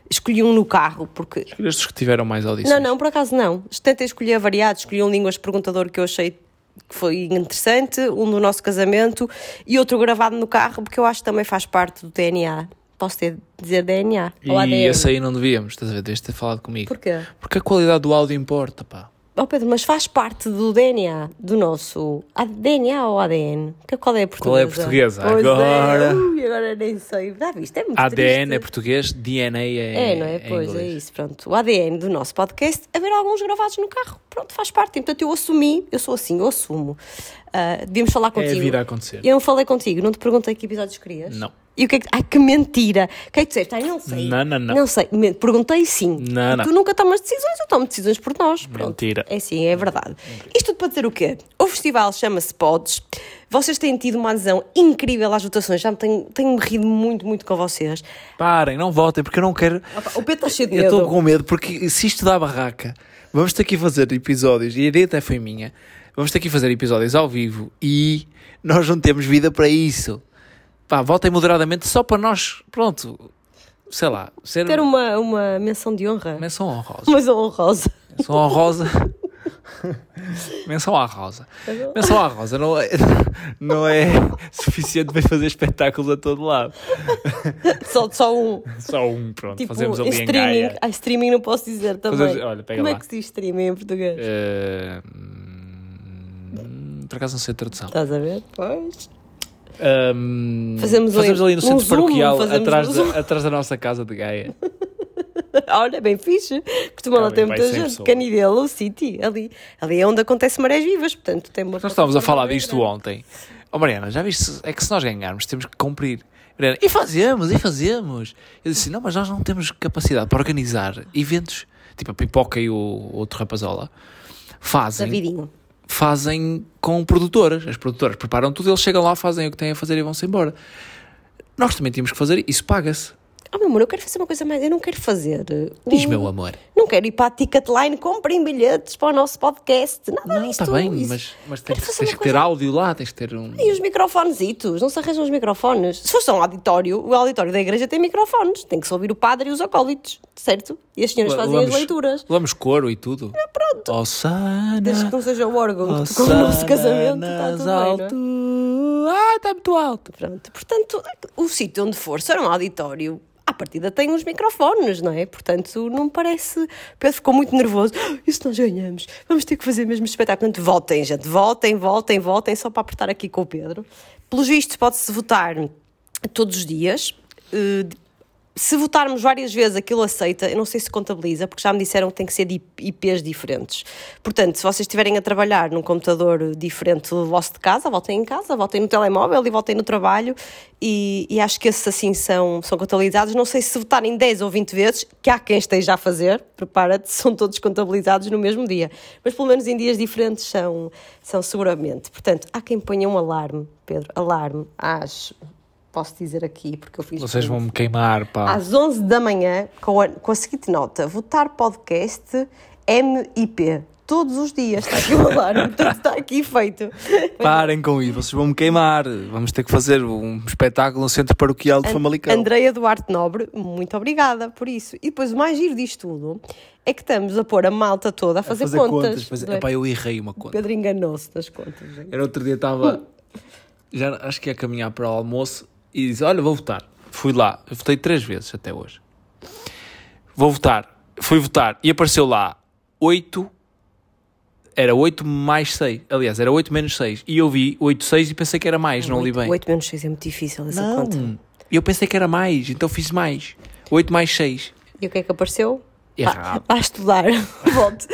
[SPEAKER 2] escolhi um no carro, porque.
[SPEAKER 1] Estes que tiveram mais audições.
[SPEAKER 2] Não, não, por acaso não. Tentei escolher variado, escolhi um línguas de perguntador que eu achei que foi interessante, um do nosso casamento e outro gravado no carro, porque eu acho que também faz parte do DNA. Posso ter, dizer DNA? Ou
[SPEAKER 1] E
[SPEAKER 2] ADN?
[SPEAKER 1] esse aí não devíamos, estás a ver? Devias ter falado comigo.
[SPEAKER 2] Porquê?
[SPEAKER 1] Porque a qualidade do áudio importa, pá.
[SPEAKER 2] Oh Pedro, mas faz parte do DNA, do nosso A- DNA ou ADN? Que- Qual é a portuguesa?
[SPEAKER 1] Qual é a portuguesa?
[SPEAKER 2] Pois é.
[SPEAKER 1] Agora.
[SPEAKER 2] Ui, agora nem sei. Já viste? É muito
[SPEAKER 1] ADN é
[SPEAKER 2] triste.
[SPEAKER 1] português, DNA é.
[SPEAKER 2] É, não é? pois, é
[SPEAKER 1] inglês.
[SPEAKER 2] isso, pronto. O ADN do nosso podcast, haver alguns gravados no carro. Pronto, faz parte. Portanto, eu assumi, eu sou assim, eu assumo. Ah, devíamos falar
[SPEAKER 1] É
[SPEAKER 2] contigo.
[SPEAKER 1] a vida a acontecer.
[SPEAKER 2] Eu não falei contigo, não te perguntei que episódios querias?
[SPEAKER 1] Não.
[SPEAKER 2] E o que é que... Ai, que mentira! O que é que tu disseste? Ai, não sei.
[SPEAKER 1] Não, não, não.
[SPEAKER 2] Não sei. Me- Perguntei sim.
[SPEAKER 1] Não,
[SPEAKER 2] E
[SPEAKER 1] não.
[SPEAKER 2] Tu nunca tomas decisões, eu tomo decisões por nós. Pronto.
[SPEAKER 1] Mentira.
[SPEAKER 2] É sim, é verdade. Isto tudo para dizer o quê? O festival chama-se Pods. Vocês têm tido uma adesão incrível às votações. Já me tenho, tenho rido muito, muito com vocês.
[SPEAKER 1] Parem, não votem, porque eu não quero.
[SPEAKER 2] Opa, O Pedro está cheio de
[SPEAKER 1] Eu
[SPEAKER 2] medo.
[SPEAKER 1] estou com medo, porque se isto dá barraca, vamos ter que fazer episódios, e a ideia até foi minha, vamos ter que fazer episódios ao vivo e nós não temos vida para isso. Pá, votem moderadamente só para nós, pronto, sei lá, ser um
[SPEAKER 2] Ter um uma, uma menção de honra.
[SPEAKER 1] menção honrosa.
[SPEAKER 2] Menção honrosa.
[SPEAKER 1] Menção à É rosa. Menção à rosa. Menção à rosa não é, não é suficiente para fazer espetáculos a todo lado.
[SPEAKER 2] Só, só um.
[SPEAKER 1] Só um, pronto.
[SPEAKER 2] Tipo,
[SPEAKER 1] fazemos ali em
[SPEAKER 2] streaming.
[SPEAKER 1] Gaia.
[SPEAKER 2] Ai, streaming não posso dizer também.
[SPEAKER 1] Fazemos- olha, pega
[SPEAKER 2] Como é
[SPEAKER 1] lá.
[SPEAKER 2] que se diz streaming em português?
[SPEAKER 1] Eh, hum, por acaso não sei a tradução.
[SPEAKER 2] Estás a ver? Pois.
[SPEAKER 1] Hum,
[SPEAKER 2] Fazemos ali-
[SPEAKER 1] ali no
[SPEAKER 2] um
[SPEAKER 1] centro
[SPEAKER 2] zoom,
[SPEAKER 1] paroquial,
[SPEAKER 2] fazemos
[SPEAKER 1] atrás,
[SPEAKER 2] um
[SPEAKER 1] da,
[SPEAKER 2] zoom.
[SPEAKER 1] atrás da nossa casa de Gaia.
[SPEAKER 2] Olha, bem fixe. Costuma lá
[SPEAKER 1] Cabem bem
[SPEAKER 2] ter muita
[SPEAKER 1] 100
[SPEAKER 2] gente.
[SPEAKER 1] pessoas.
[SPEAKER 2] Canidelo, City, ali. Ali é onde acontece marés vivas, portanto tem uma.
[SPEAKER 1] Nós estávamos a falar disto ontem. Oh, Mariana, já viste? É que se nós ganharmos, temos que cumprir. Mariana, e fazemos, e fazemos. Eu disse, não, mas nós não temos capacidade para organizar eventos. Tipo, a Pipoca e o outro rapazola fazem,
[SPEAKER 2] Davidinho.
[SPEAKER 1] fazem com produtoras. As produtoras preparam tudo, eles chegam lá, fazem o que têm a fazer e vão-se embora. Nós também tínhamos que fazer, isso paga-se.
[SPEAKER 2] Oh, meu amor, eu quero fazer uma coisa mais. Eu não quero fazer. uh, um-
[SPEAKER 1] Diz, meu amor.
[SPEAKER 2] Não quero ir para a Ticketline, comprem bilhetes para o nosso podcast. Nada
[SPEAKER 1] Não,
[SPEAKER 2] disto.
[SPEAKER 1] está bem,
[SPEAKER 2] Isso-
[SPEAKER 1] mas, mas tens,
[SPEAKER 2] Quero fazer
[SPEAKER 1] tens
[SPEAKER 2] uma
[SPEAKER 1] que ter áudio lá, tens que ter um.
[SPEAKER 2] E os microfonesitos? Não se arranjam os microfones? Se fosse um auditório, o auditório da igreja tem microfones. Tem que se ouvir o padre e os acólitos, certo? E as senhoras fazem as leituras.
[SPEAKER 1] Levamos coro e tudo. pronto. Osana.
[SPEAKER 2] Desde que não seja o órgão
[SPEAKER 1] Oh,
[SPEAKER 2] que tocou o nosso casamento, está tudo bem, não é?
[SPEAKER 1] Ah, está muito alto.
[SPEAKER 2] Pronto, portanto, o sítio onde for, se era um auditório, à partida tem os microfones, não é? Portanto, não me parece. Pedro ficou muito nervoso. "Ah, E se nós ganhamos? Vamos ter que fazer mesmo este espetáculo. Portanto, votem, gente, votem, votem, votem, só para apertar aqui com o Pedro. Pelos vistos, pode-se votar todos os dias. eh, se votarmos várias vezes aquilo aceita, eu não sei se contabiliza, porque já me disseram que tem que ser de IPs diferentes. Portanto, se vocês estiverem a trabalhar num computador diferente do vosso de casa, votem em casa, votem no telemóvel e votem no trabalho, e, e acho que esses assim são, são contabilizados. Não sei se votarem 10 ou 20 vezes, que há quem esteja a fazer, prepara-te, são todos contabilizados no mesmo dia. Mas pelo menos em dias diferentes são, são seguramente. Portanto, há quem ponha um alarme, Pedro, alarme às posso dizer aqui, porque eu fiz.
[SPEAKER 5] Vocês vão me queimar,
[SPEAKER 1] Ah.
[SPEAKER 5] pá.
[SPEAKER 2] Às 11 da manhã, com a, com a seguinte nota: votar podcast MIP. Todos os dias está aqui o alarme, portanto está aqui feito.
[SPEAKER 1] Parem com isso, vocês vão me queimar. Vamos ter que fazer um espetáculo no Centro Paroquial de Famalicão.
[SPEAKER 2] Andreia Duarte Nobre, muito obrigada por isso. E depois o mais giro disto tudo é que estamos a pôr a malta toda a fazer, contas.
[SPEAKER 1] fazer-
[SPEAKER 2] não é?
[SPEAKER 1] Epá, eu errei uma
[SPEAKER 2] O
[SPEAKER 1] conta.
[SPEAKER 2] Pedro enganou-se nas contas. não é?
[SPEAKER 1] Era outro dia, estava. Já acho que ia caminhar para o almoço e disse: Olha, vou votar. Fui lá, eu votei três vezes até hoje. Vou votar. Fui votar e apareceu lá 8. Era 8 mais 6. Aliás, era 8 menos 6. E eu vi 8, 6 e pensei que era mais, não li bem.
[SPEAKER 2] 8 menos 6 é muito difícil essa
[SPEAKER 1] Não,
[SPEAKER 2] conta.
[SPEAKER 1] eu pensei que era mais, então fiz mais. 8 mais 6.
[SPEAKER 2] E o que é que apareceu?
[SPEAKER 1] Errado.
[SPEAKER 2] Vá, vá estudar. Volte.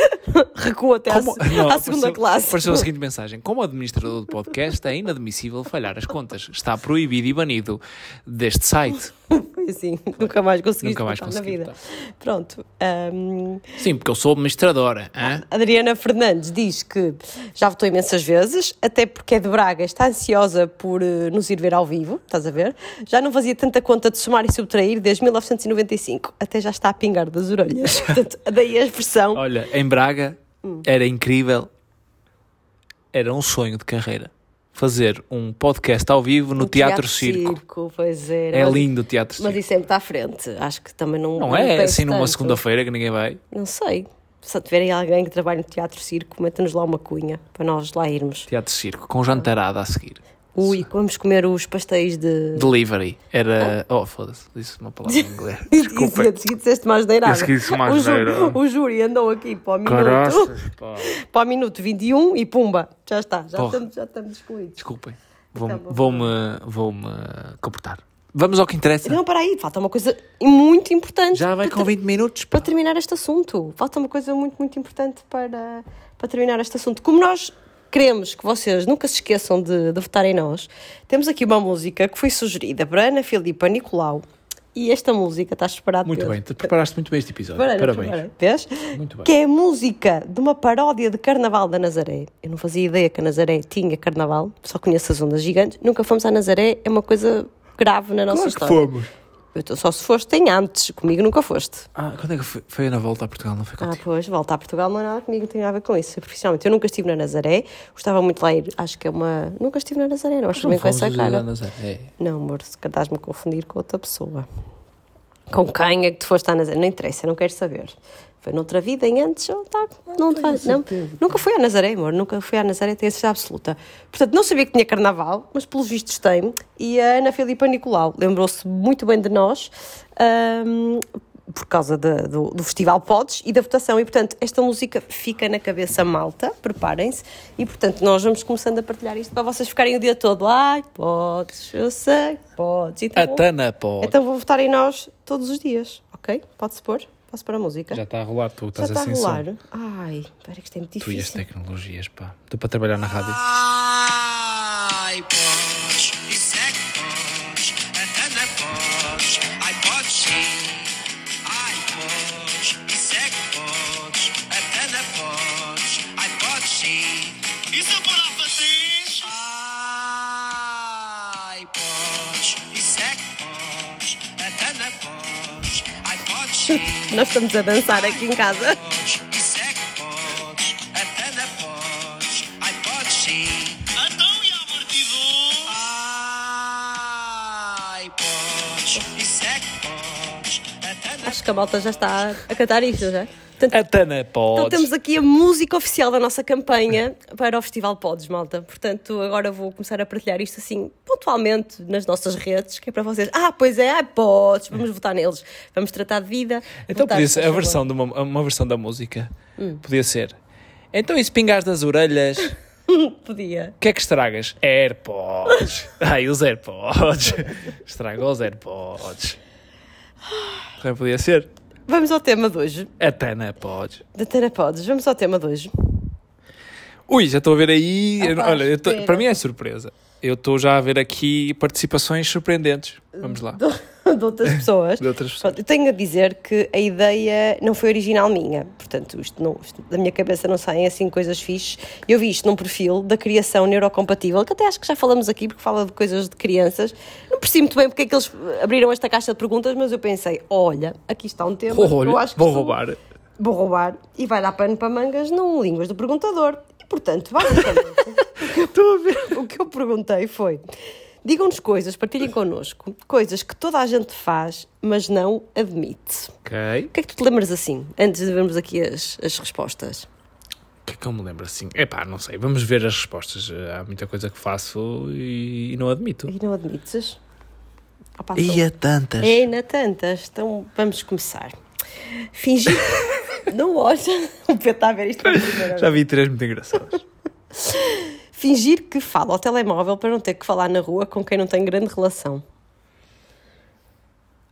[SPEAKER 2] Recua até à, se-
[SPEAKER 1] Não,
[SPEAKER 2] à segunda
[SPEAKER 1] apareceu-
[SPEAKER 2] classe.
[SPEAKER 1] Apareceu a seguinte mensagem: Como administrador de podcast, é inadmissível falhar as contas. Está proibido e banido deste site.
[SPEAKER 2] Foi assim, nunca mais conseguiste
[SPEAKER 1] Nunca mais
[SPEAKER 2] votar na
[SPEAKER 1] consegui
[SPEAKER 2] vida. Pronto. hum,
[SPEAKER 1] Sim, porque eu sou administradora.
[SPEAKER 2] Ah,
[SPEAKER 1] hã?
[SPEAKER 2] Adriana Fernandes diz que já votou imensas vezes, até porque é de Braga, está ansiosa por eh, nos ir ver ao vivo, estás a ver? Já não fazia tanta conta de somar e subtrair desde 1995, até já está a pingar das orelhas. Portanto, daí a expressão.
[SPEAKER 1] Olha, em Braga
[SPEAKER 2] Hum.
[SPEAKER 1] era incrível. Era um sonho de carreira. Fazer um podcast ao vivo
[SPEAKER 2] Um
[SPEAKER 1] no Teatro, Circo.
[SPEAKER 2] Pois é,
[SPEAKER 1] É
[SPEAKER 2] mas-
[SPEAKER 1] lindo o Teatro
[SPEAKER 2] Mas
[SPEAKER 1] Circo.
[SPEAKER 2] isso sempre está à frente, acho que também não.
[SPEAKER 1] Não é
[SPEAKER 2] penso
[SPEAKER 1] assim numa
[SPEAKER 2] tanto.
[SPEAKER 1] segunda-feira que ninguém vai.
[SPEAKER 2] Não sei. Se tiverem alguém que trabalhe no Teatro Circo, meta-nos lá uma cunha para nós lá irmos.
[SPEAKER 1] Teatro Circo, com jantarada a seguir.
[SPEAKER 2] Ui, vamos comer os pastéis de.
[SPEAKER 1] Delivery. Era. Oh, foda-se, disse uma palavra em inglês.
[SPEAKER 2] Desculpa. E a seguir disseste mais neirada.
[SPEAKER 1] Eu segui isso mais
[SPEAKER 2] o, júri,
[SPEAKER 1] neirada.
[SPEAKER 2] o júri andou aqui para o minuto. Para o minuto 21 e pumba, já está, já,
[SPEAKER 1] Porra.
[SPEAKER 2] estamos, já estamos excluídos.
[SPEAKER 1] Desculpem. Vou-me
[SPEAKER 2] Tá bom.
[SPEAKER 1] vou-me- vou-me comportar. Vamos ao que interessa.
[SPEAKER 2] Não, para aí, falta uma coisa muito importante.
[SPEAKER 1] Já vai
[SPEAKER 2] para
[SPEAKER 1] com
[SPEAKER 2] ter-
[SPEAKER 1] 20 minutos. pá.
[SPEAKER 2] Para terminar este assunto, falta uma coisa muito, muito importante para, para terminar este assunto. Como nós queremos que vocês nunca se esqueçam de, de votar em nós, temos aqui uma música que foi sugerida para Ana Filipa Nicolau e esta música está esperada
[SPEAKER 1] Muito
[SPEAKER 2] Pedro.
[SPEAKER 1] bem, te preparaste muito bem este episódio.
[SPEAKER 2] Preparei,
[SPEAKER 1] Parabéns.
[SPEAKER 2] preparei. Vês?
[SPEAKER 1] Muito bem.
[SPEAKER 2] Que é a música de uma paródia de Carnaval da Nazaré. Eu não fazia ideia que a Nazaré tinha Carnaval, só conheço as ondas gigantes. Nunca fomos à Nazaré, é uma coisa grave na nossa história.
[SPEAKER 1] fomos.
[SPEAKER 2] Eu tô- só se foste em antes, comigo nunca foste.
[SPEAKER 1] Ah, quando é que foi? Foi na volta a Portugal, não foi
[SPEAKER 2] Ah,
[SPEAKER 1] contigo?
[SPEAKER 2] pois, volta a Portugal não é nada comigo, não tem nada a ver com isso. é Profissionalmente, eu nunca estive na Nazaré, gostava muito de lá ir, acho que é uma. Nunca estive na Nazaré, não acho
[SPEAKER 1] Então
[SPEAKER 2] bem com essa cara.
[SPEAKER 1] É.
[SPEAKER 2] Não, amor, se calhar estás-me a confundir com outra pessoa. Com quem é que tu foste à Nazaré? Não interessa, eu não quero saber. Foi noutra vida, em antes, ou tá, não, te faz, não. Nunca fui à Nazaré, amor, nunca fui à Nazaré, tenho a certeza absoluta. Portanto, não sabia que tinha carnaval, mas pelos vistos tem. E a Ana Filipa Nicolau lembrou-se muito bem de nós. ahm, por causa da- do, do Festival Pods e da votação. E, portanto, esta música fica na cabeça malta, preparem-se. E, portanto, nós vamos começando a partilhar isto para vocês ficarem o dia todo. Ai, podes, eu sei, podes. Então,
[SPEAKER 1] A Tana, pô.
[SPEAKER 2] então vou votar em nós todos os dias, ok? Pode-se pôr? Posso pôr a música?
[SPEAKER 1] Já está a rolar, tu
[SPEAKER 2] Já
[SPEAKER 1] estás
[SPEAKER 2] está a
[SPEAKER 1] assim
[SPEAKER 2] rolar?
[SPEAKER 1] só.
[SPEAKER 2] Ai, espera que isto é muito
[SPEAKER 1] Tu e as
[SPEAKER 2] difícil.
[SPEAKER 1] tecnologias, pá. Tu para trabalhar na rádio.
[SPEAKER 6] Ai, podes, isso é que podes, a Ana podes, ai, podes sim. Ai, podes, isso é que podes, a Ana podes, ai, podes sim. Isso é para vocês. Ai, podes, isso é que podes, a Ana podes, ai, podes sim.
[SPEAKER 2] Nós estamos a dançar aqui em casa.
[SPEAKER 6] Isso é que podes, até na podes, ai podes sim. Então e amortizou? Ai podes, isso é que podes, até na
[SPEAKER 2] Acho que a malta já está a cantar isto, já? Portanto,
[SPEAKER 1] A Tana, pô.
[SPEAKER 2] Então temos aqui a música oficial da nossa campanha para o Festival Pods, malta. Portanto, agora vou começar a partilhar isto assim, pontualmente, nas nossas redes, que é para vocês. Ah, pois é, ah, Pods, vamos votar neles. Vamos tratar de vida.
[SPEAKER 1] Então
[SPEAKER 2] votar,
[SPEAKER 1] podia ser a
[SPEAKER 2] por favor. Hum.
[SPEAKER 1] versão de uma, uma versão da música. Podia ser. Então e se pingares nas orelhas, o
[SPEAKER 2] Podia.
[SPEAKER 1] que é que estragas? AirPods. Ai, os AirPods. Estraga os AirPods. Também podia ser.
[SPEAKER 2] Vamos ao tema de hoje.
[SPEAKER 1] Até na podes.
[SPEAKER 2] Da Tana Podes. Vamos ao tema de hoje.
[SPEAKER 1] Ui, já estou a ver aí.
[SPEAKER 2] Ah,
[SPEAKER 1] eu-
[SPEAKER 2] pá,
[SPEAKER 1] olha, eu tô-
[SPEAKER 2] espera.
[SPEAKER 1] para mim é surpresa. Eu estou já a ver aqui participações surpreendentes. Vamos lá.
[SPEAKER 2] De, de outras pessoas.
[SPEAKER 1] De outras pessoas.
[SPEAKER 2] Pronto, eu tenho a dizer que a ideia não foi original minha. Portanto, isto, não, isto da minha cabeça não saem assim coisas fixes. Eu vi isto num perfil da criação neurocompatível, que até acho que já falamos aqui, porque fala de coisas de crianças. Não percebi muito bem porque é que eles abriram esta caixa de perguntas, mas eu pensei, olha, aqui está um tema. que eu
[SPEAKER 1] Olha,
[SPEAKER 2] acho que
[SPEAKER 1] vou
[SPEAKER 2] sou-
[SPEAKER 1] roubar.
[SPEAKER 2] Vou roubar e vai dar pano para mangas num Línguas do Perguntador. E, portanto, basicamente, estou a ver. O que eu perguntei foi: digam-nos coisas, partilhem connosco, coisas que toda a gente faz, mas não admite.
[SPEAKER 1] Ok.
[SPEAKER 2] O que é que tu te lembras assim, antes de vermos aqui as, as respostas?
[SPEAKER 1] O que é que eu me lembro assim? Epá, não sei. Vamos ver as respostas. Eh, Há muita coisa que faço e, e não admito.
[SPEAKER 2] E não admites? Opa,
[SPEAKER 1] E há tantas.
[SPEAKER 2] É, na tantas. Então vamos começar. Fingir. não olha. O Pedro está a ver isto pela primeira vez.
[SPEAKER 1] Já vi três muito engraçadas.
[SPEAKER 2] Fingir que fala ao telemóvel para não ter que falar na rua com quem não tem grande relação.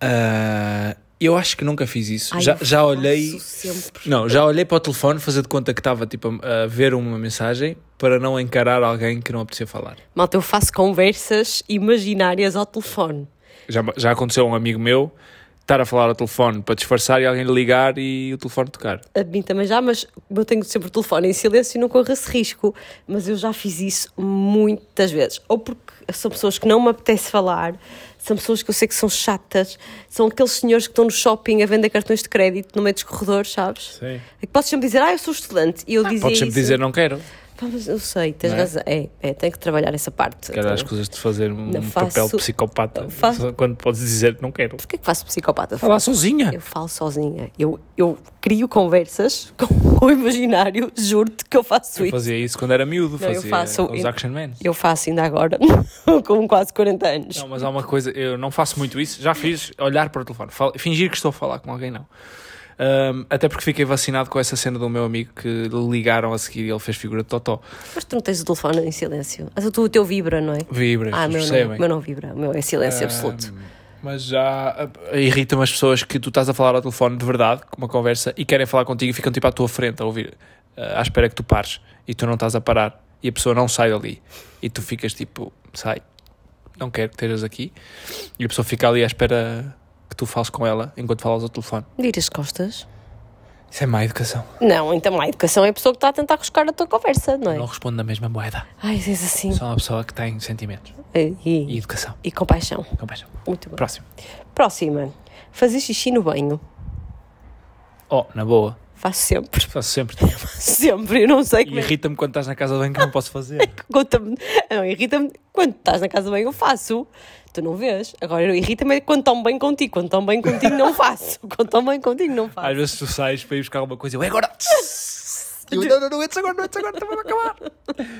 [SPEAKER 1] Ah, eu acho que nunca fiz isso.
[SPEAKER 2] Ai,
[SPEAKER 1] já
[SPEAKER 2] eu
[SPEAKER 1] já
[SPEAKER 2] faço
[SPEAKER 1] olhei.
[SPEAKER 2] sempre.
[SPEAKER 1] Não, já olhei para o telefone, fazer de conta que estava tipo, a a ver uma mensagem para não encarar alguém que não apetecia falar.
[SPEAKER 2] Malta, eu faço conversas imaginárias ao telefone.
[SPEAKER 1] Já, já aconteceu a um amigo meu estar a falar ao telefone para disfarçar e alguém lhe ligar e o telefone tocar.
[SPEAKER 2] A mim também já, mas eu tenho sempre o telefone em silêncio e não corro esse risco. Mas eu já fiz isso muitas vezes. Ou porque são pessoas que não me apetece falar, são pessoas que eu sei que são chatas, são aqueles senhores que estão no shopping a vender cartões de crédito no meio dos corredores, sabes?
[SPEAKER 1] Sim.
[SPEAKER 2] É que podes sempre dizer, ah, eu sou estudante. E eu dizia
[SPEAKER 1] Podes sempre
[SPEAKER 2] é isso.
[SPEAKER 1] dizer não quero.
[SPEAKER 2] Pá, mas eu sei, tens
[SPEAKER 1] Não é?
[SPEAKER 2] razão. É, é, tenho que trabalhar essa parte.
[SPEAKER 1] Quero as
[SPEAKER 2] Então,
[SPEAKER 1] é coisas de fazer um
[SPEAKER 2] Não
[SPEAKER 1] papel
[SPEAKER 2] faço-
[SPEAKER 1] de psicopata.
[SPEAKER 2] não faço-
[SPEAKER 1] Só Quando podes dizer não quero.
[SPEAKER 2] Porquê que faço psicopata?
[SPEAKER 1] Falar sozinha.
[SPEAKER 2] Eu falo sozinha. Eu, eu crio conversas com o imaginário, juro-te que eu faço
[SPEAKER 1] Eu
[SPEAKER 2] isso.
[SPEAKER 1] fazia isso quando era miúdo,
[SPEAKER 2] eu
[SPEAKER 1] fazia
[SPEAKER 2] faço-
[SPEAKER 1] com os action men.
[SPEAKER 2] Eu faço ainda agora, com quase 40 anos.
[SPEAKER 1] Não, mas há uma coisa, eu não faço muito isso, já fiz olhar para o telefone, fal- fingir que estou a falar com alguém, não. Ahm, até porque fiquei vacinado com essa cena do meu amigo que lhe ligaram a seguir e ele fez figura de Totó.
[SPEAKER 2] Mas tu não tens o telefone em silêncio. Ah, tu, o teu vibra, não é?
[SPEAKER 1] Vibra,
[SPEAKER 2] Ah, meu não,
[SPEAKER 1] percebem? Ah,
[SPEAKER 2] meu não vibra. O meu é silêncio absoluto.
[SPEAKER 1] Ahm, mas já ah, irrita-me as pessoas que tu estás a falar ao telefone de verdade, com uma conversa, e querem falar contigo e ficam tipo à tua frente a ouvir, ah, à espera que tu pares e tu não estás a parar e a pessoa não sai dali e tu ficas tipo, sai, não quero que estejas aqui e a pessoa fica ali à espera que tu fales com ela enquanto falas ao telefone.
[SPEAKER 2] Vira as costas.
[SPEAKER 1] Isso é má educação.
[SPEAKER 2] Não, então a educação é a pessoa que está a tentar buscar a tua conversa, não é?
[SPEAKER 1] Não responde na mesma moeda.
[SPEAKER 2] Ai, diz assim.
[SPEAKER 1] Sou uma pessoa que tem sentimentos
[SPEAKER 2] E,
[SPEAKER 1] e
[SPEAKER 2] e,
[SPEAKER 1] educação.
[SPEAKER 2] e compaixão.
[SPEAKER 1] Compaixão.
[SPEAKER 2] Muito bem.
[SPEAKER 1] Próximo.
[SPEAKER 2] Próxima. Fazer xixi no banho.
[SPEAKER 1] Oh, na boa.
[SPEAKER 2] Faço sempre.
[SPEAKER 1] Faço sempre.
[SPEAKER 2] Sempre. Eu não sei
[SPEAKER 1] E
[SPEAKER 2] como é que
[SPEAKER 1] irrita-me quando estás na casa de banho que não posso fazer.
[SPEAKER 2] Conta-me. Não, irrita-me. Quando estás na casa bem, eu faço. Tu não vês. Agora, eu irrita-me é quando tão bem contigo. Quando tão bem contigo, não faço. Quando tão bem contigo, não faço.
[SPEAKER 1] Às vezes tu sais para ir buscar alguma coisa e eu, é agora! E eu, não, não, não, antes agora, não, antes agora, estamos a acabar!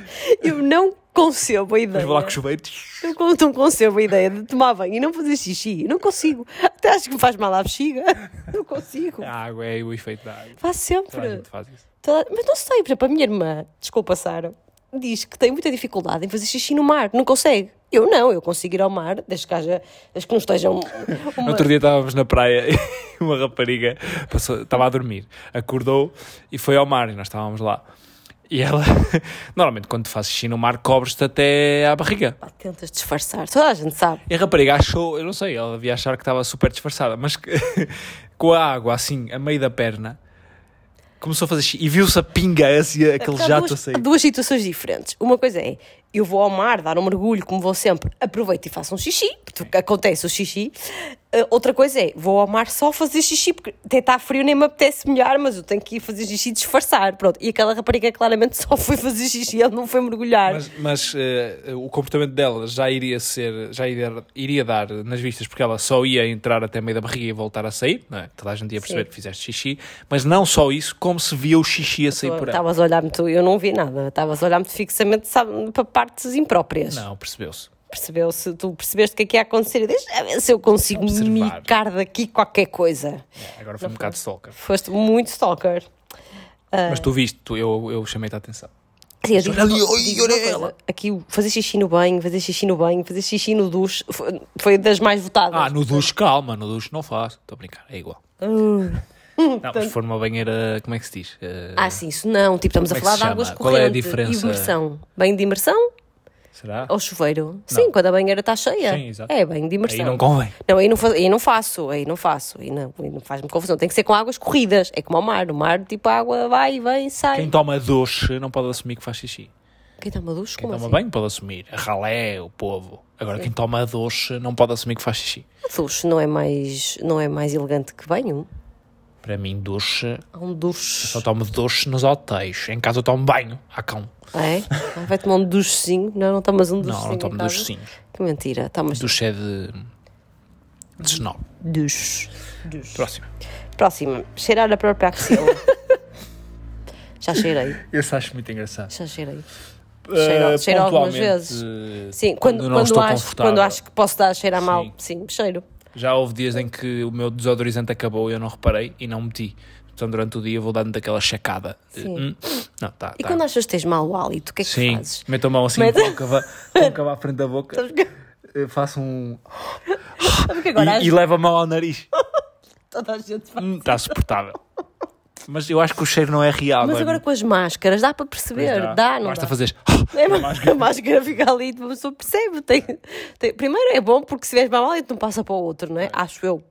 [SPEAKER 2] Eu não concebo a ideia.
[SPEAKER 1] Mas vou lá com o chuveiro.
[SPEAKER 2] Eu con- não concebo a ideia de tomar banho e não fazer xixi. Eu Não consigo. Até acho que me faz mal à bexiga. Não consigo.
[SPEAKER 1] A água é o efeito da água.
[SPEAKER 2] Faço
[SPEAKER 1] Toda a
[SPEAKER 2] sempre.
[SPEAKER 1] gente faz isso.
[SPEAKER 2] Toda- Mas não sei. Por exemplo, a minha irmã, desculpa, Sara, diz que tem muita dificuldade em fazer xixi no mar. Não consegue. Eu não, eu consigo ir ao mar, desde que, haja, desde que não esteja um, uma-
[SPEAKER 1] Outro dia estávamos na praia e uma rapariga passou- estava a dormir, acordou e foi ao mar e nós estávamos lá. E ela, normalmente quando tu fazes xixi no mar, cobres-te até à barriga.
[SPEAKER 2] Pá, tentas disfarçar. Toda a gente sabe.
[SPEAKER 1] E a rapariga achou, eu não sei, ela devia achar que estava super disfarçada, mas que- com a água assim, a meio da perna, começou a fazer xixi e viu-se a pinga, assim, aquele
[SPEAKER 2] Há
[SPEAKER 1] jato a
[SPEAKER 2] duas,
[SPEAKER 1] sair.
[SPEAKER 2] há duas situações diferentes. Uma coisa é, eu vou ao mar dar um mergulho, como vou sempre, aproveito e faço um xixi, porque acontece o xixi. Ah, outra coisa é, vou ao mar só fazer xixi, porque até está frio, nem me apetece molhar, mas eu tenho que ir fazer xixi e disfarçar. Pronto. E aquela rapariga claramente só foi fazer xixi, ela não foi mergulhar.
[SPEAKER 1] Mas, mas, eh, o comportamento dela já iria ser, já iria, iria dar nas vistas, porque ela só ia entrar até meio da barriga e voltar a sair, não é? Toda a gente ia perceber
[SPEAKER 2] Sim.
[SPEAKER 1] que fizeste xixi, mas não só isso, como se via o xixi a sair por ela.
[SPEAKER 2] Estavas a olhar-me, tu- eu não vi nada, estavas a olhar-me fixamente sabe, para partes impróprias.
[SPEAKER 1] Não, percebeu-se.
[SPEAKER 2] percebeu-se, tu percebeste o que é que ia acontecer. Deixa ver se eu consigo
[SPEAKER 1] Observar.
[SPEAKER 2] micar daqui qualquer coisa.
[SPEAKER 1] Agora foi um bocado stalker.
[SPEAKER 2] Foste muito stalker.
[SPEAKER 1] Mas tu viste, tu- eu, eu chamei-te a atenção.
[SPEAKER 2] Assim, eu digo,
[SPEAKER 1] Olha ali,
[SPEAKER 2] digo
[SPEAKER 1] oi,
[SPEAKER 2] uma
[SPEAKER 1] olha ela.
[SPEAKER 2] coisa, aqui o fazer xixi no banho, fazer xixi no banho, fazer xixi no duche foi, foi das mais votadas.
[SPEAKER 1] Ah, no duche, calma, no duche não faz. Estou a brincar, é igual. Não, mas se for numa banheira, como é que se diz? Eh,
[SPEAKER 2] Ah, sim, isso não. Tipo, estamos a
[SPEAKER 1] Como é que
[SPEAKER 2] falar
[SPEAKER 1] se
[SPEAKER 2] de
[SPEAKER 1] chama?
[SPEAKER 2] águas
[SPEAKER 1] Qual é a
[SPEAKER 2] correntes,
[SPEAKER 1] diferença?
[SPEAKER 2] imersão. Banho de imersão
[SPEAKER 1] será?
[SPEAKER 2] ou chuveiro? Sim, quando a banheira está cheia.
[SPEAKER 1] Sim, exato.
[SPEAKER 2] É, banho de imersão.
[SPEAKER 1] Aí não convém.
[SPEAKER 2] Não, aí não, fa- aí não faço, aí não faço, aí não, aí não faz-me confusão. Tem que ser com águas corridas. É como ao mar. No mar, tipo, a água vai, vem, sai.
[SPEAKER 1] Quem toma duche não pode assumir que faz xixi.
[SPEAKER 2] Quem toma duche?
[SPEAKER 1] Quem
[SPEAKER 2] Como
[SPEAKER 1] toma
[SPEAKER 2] assim?
[SPEAKER 1] Então banho pode assumir. A ralé, o povo. Agora, quem toma duche não pode assumir que faz xixi.
[SPEAKER 2] Duche não é mais, não é mais elegante que banho?
[SPEAKER 1] Para mim, duche,
[SPEAKER 2] Há um duche.
[SPEAKER 1] só tomo duche nos hotéis. Em casa eu tomo banho, há cão.
[SPEAKER 2] É? Ah, Vai tomar um duchezinho? Não, não tomas um duchezinho.
[SPEAKER 1] Não, não tomo
[SPEAKER 2] em casa?
[SPEAKER 1] duche sim.
[SPEAKER 2] Que mentira. Tomas
[SPEAKER 1] Duche é de... de snob.
[SPEAKER 2] duche.
[SPEAKER 1] Próximo.
[SPEAKER 2] Próxima. Cheirar a própria axila. já cheirei,
[SPEAKER 1] Esse acho muito engraçado.
[SPEAKER 2] já cheirei. Cheiro-
[SPEAKER 1] Eh,
[SPEAKER 2] cheiro algumas
[SPEAKER 1] pontualmente,
[SPEAKER 2] vezes.
[SPEAKER 1] eh,
[SPEAKER 2] Sim, quando,
[SPEAKER 1] não
[SPEAKER 2] quando,
[SPEAKER 1] estou
[SPEAKER 2] acho,
[SPEAKER 1] confortável.
[SPEAKER 2] quando acho que posso dar a cheirar mal,
[SPEAKER 1] Sim.
[SPEAKER 2] sim, cheiro.
[SPEAKER 1] Já houve dias em que o meu desodorizante acabou e eu não reparei e não meti. Então durante o dia vou dando daquela checada.
[SPEAKER 2] Sim.
[SPEAKER 1] Hum, Não, tá,
[SPEAKER 2] E
[SPEAKER 1] tá.
[SPEAKER 2] quando achas que tens mal o hálito, o que é que
[SPEAKER 1] Sim,
[SPEAKER 2] fazes?
[SPEAKER 1] meto a mão assim,
[SPEAKER 2] Mete-
[SPEAKER 1] côncava, côncava à frente da boca, eh, faço um...
[SPEAKER 2] Porque agora
[SPEAKER 1] e, e
[SPEAKER 2] acho
[SPEAKER 1] levo a mão ao nariz.
[SPEAKER 2] que toda a gente faz.
[SPEAKER 1] Hum, Está suportável. Mas eu acho que o cheiro não é real.
[SPEAKER 2] Mas
[SPEAKER 1] é
[SPEAKER 2] agora com as máscaras dá para perceber, dá, não
[SPEAKER 1] Basta
[SPEAKER 2] dá?
[SPEAKER 1] fazeres...
[SPEAKER 2] É, mas a máscara fica ali e a pessoa percebe. Tem, tem- primeiro é bom porque se vês mal hálito não passa para o outro, não é? Acho eu.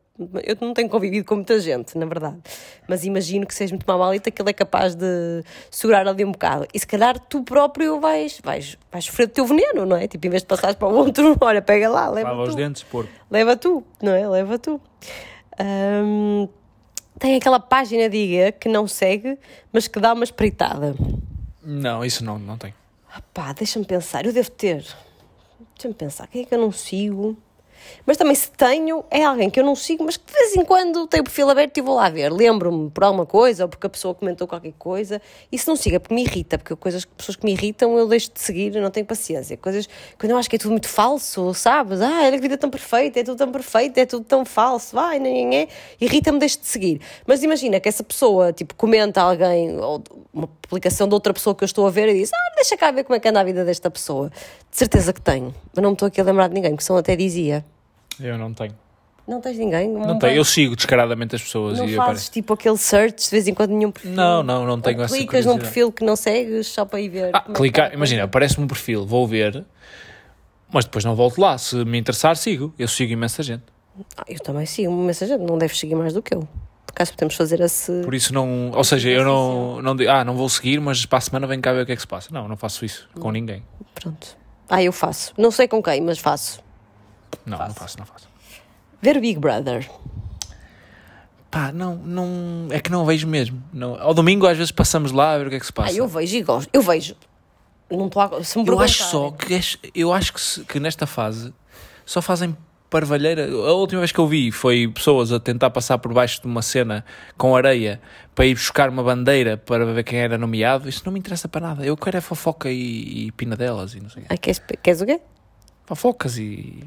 [SPEAKER 2] Eu não tenho convivido com muita gente, na verdade. Mas imagino que seja muito mau hálito, aquilo é capaz de segurar ali um bocado. E se calhar tu próprio vais, vais, vais sofrer do teu veneno, não é? Tipo, em vez de passares para o outro, olha, pega lá, leva
[SPEAKER 1] Lava
[SPEAKER 2] tu.
[SPEAKER 1] os dentes, porco.
[SPEAKER 2] Leva tu, não é? Leva tu. Ahm, tem aquela página de IG que não segue, mas que dá uma espreitada.
[SPEAKER 1] Não, isso não, não tem.
[SPEAKER 2] Ah, Pá, deixa-me pensar, eu devo ter. Deixa-me pensar, quem é que eu não sigo? Mas também se tenho, é alguém que eu não sigo, mas que de vez em quando tenho o perfil aberto e vou lá ver. Lembro-me por alguma coisa ou porque a pessoa comentou qualquer coisa. E se não sigo é porque me irrita, porque coisas, pessoas que me irritam eu deixo de seguir, eu não tenho paciência. Coisas quando eu acho que é tudo muito falso, sabes? Ah, olha que vida tão perfeita, é tudo tão perfeito, é tudo tão falso, vai, nem é. Irrita-me, deixo de seguir. Mas imagina que essa pessoa, tipo, comenta alguém, ou uma publicação de outra pessoa que eu estou a ver e diz, ah, deixa cá ver como é que anda a vida desta pessoa. De certeza que tenho. Mas não me estou aqui a lembrar de ninguém, porque senão até dizia.
[SPEAKER 1] Eu não tenho.
[SPEAKER 2] Não tens ninguém? Um
[SPEAKER 1] Não tenho. Eu sigo descaradamente as pessoas
[SPEAKER 2] Não
[SPEAKER 1] e
[SPEAKER 2] fazes
[SPEAKER 1] aparece.
[SPEAKER 2] tipo aquele search de vez em quando nenhum perfil.
[SPEAKER 1] Não, não, não tenho
[SPEAKER 2] Ou
[SPEAKER 1] essa
[SPEAKER 2] clicas num
[SPEAKER 1] curiosidade.
[SPEAKER 2] perfil que não segues só para ir ver.
[SPEAKER 1] Ah,
[SPEAKER 2] como é que
[SPEAKER 1] clicar,
[SPEAKER 2] está.
[SPEAKER 1] imagina, aparece-me um perfil, vou ver, mas depois não volto lá. Se me interessar, sigo. Eu sigo imensa gente.
[SPEAKER 2] Ah, eu também sigo uma mensagem, não deves seguir mais do que eu. Por acaso podemos fazer esse.
[SPEAKER 1] Por isso não. Ou seja,
[SPEAKER 2] é
[SPEAKER 1] eu não, não digo, ah, não vou seguir, mas para a semana vem cá ver o que é que se passa. Não, não faço isso com ninguém.
[SPEAKER 2] Pronto. Ah, eu faço. Não sei com quem, mas faço.
[SPEAKER 1] Não, não faço, não faço.
[SPEAKER 2] Ver o Big Brother.
[SPEAKER 1] Pá, não, não. É que não vejo mesmo. Não, ao domingo às vezes passamos lá a ver o que é que se passa.
[SPEAKER 2] Ah, eu vejo e gosto. Eu vejo. Não estou a... Se me
[SPEAKER 1] Eu acho só
[SPEAKER 2] perguntarem-
[SPEAKER 1] que és- eu acho que, se- que nesta fase só fazem parvalheira. A última vez que eu vi foi pessoas a tentar passar por baixo de uma cena com areia para ir buscar uma bandeira para ver quem era nomeado. Isso não me interessa para nada. Eu quero é fofoca e, e pinadelas e não sei o quê.
[SPEAKER 2] Ah, queres, queres o quê?
[SPEAKER 1] Fofocas e.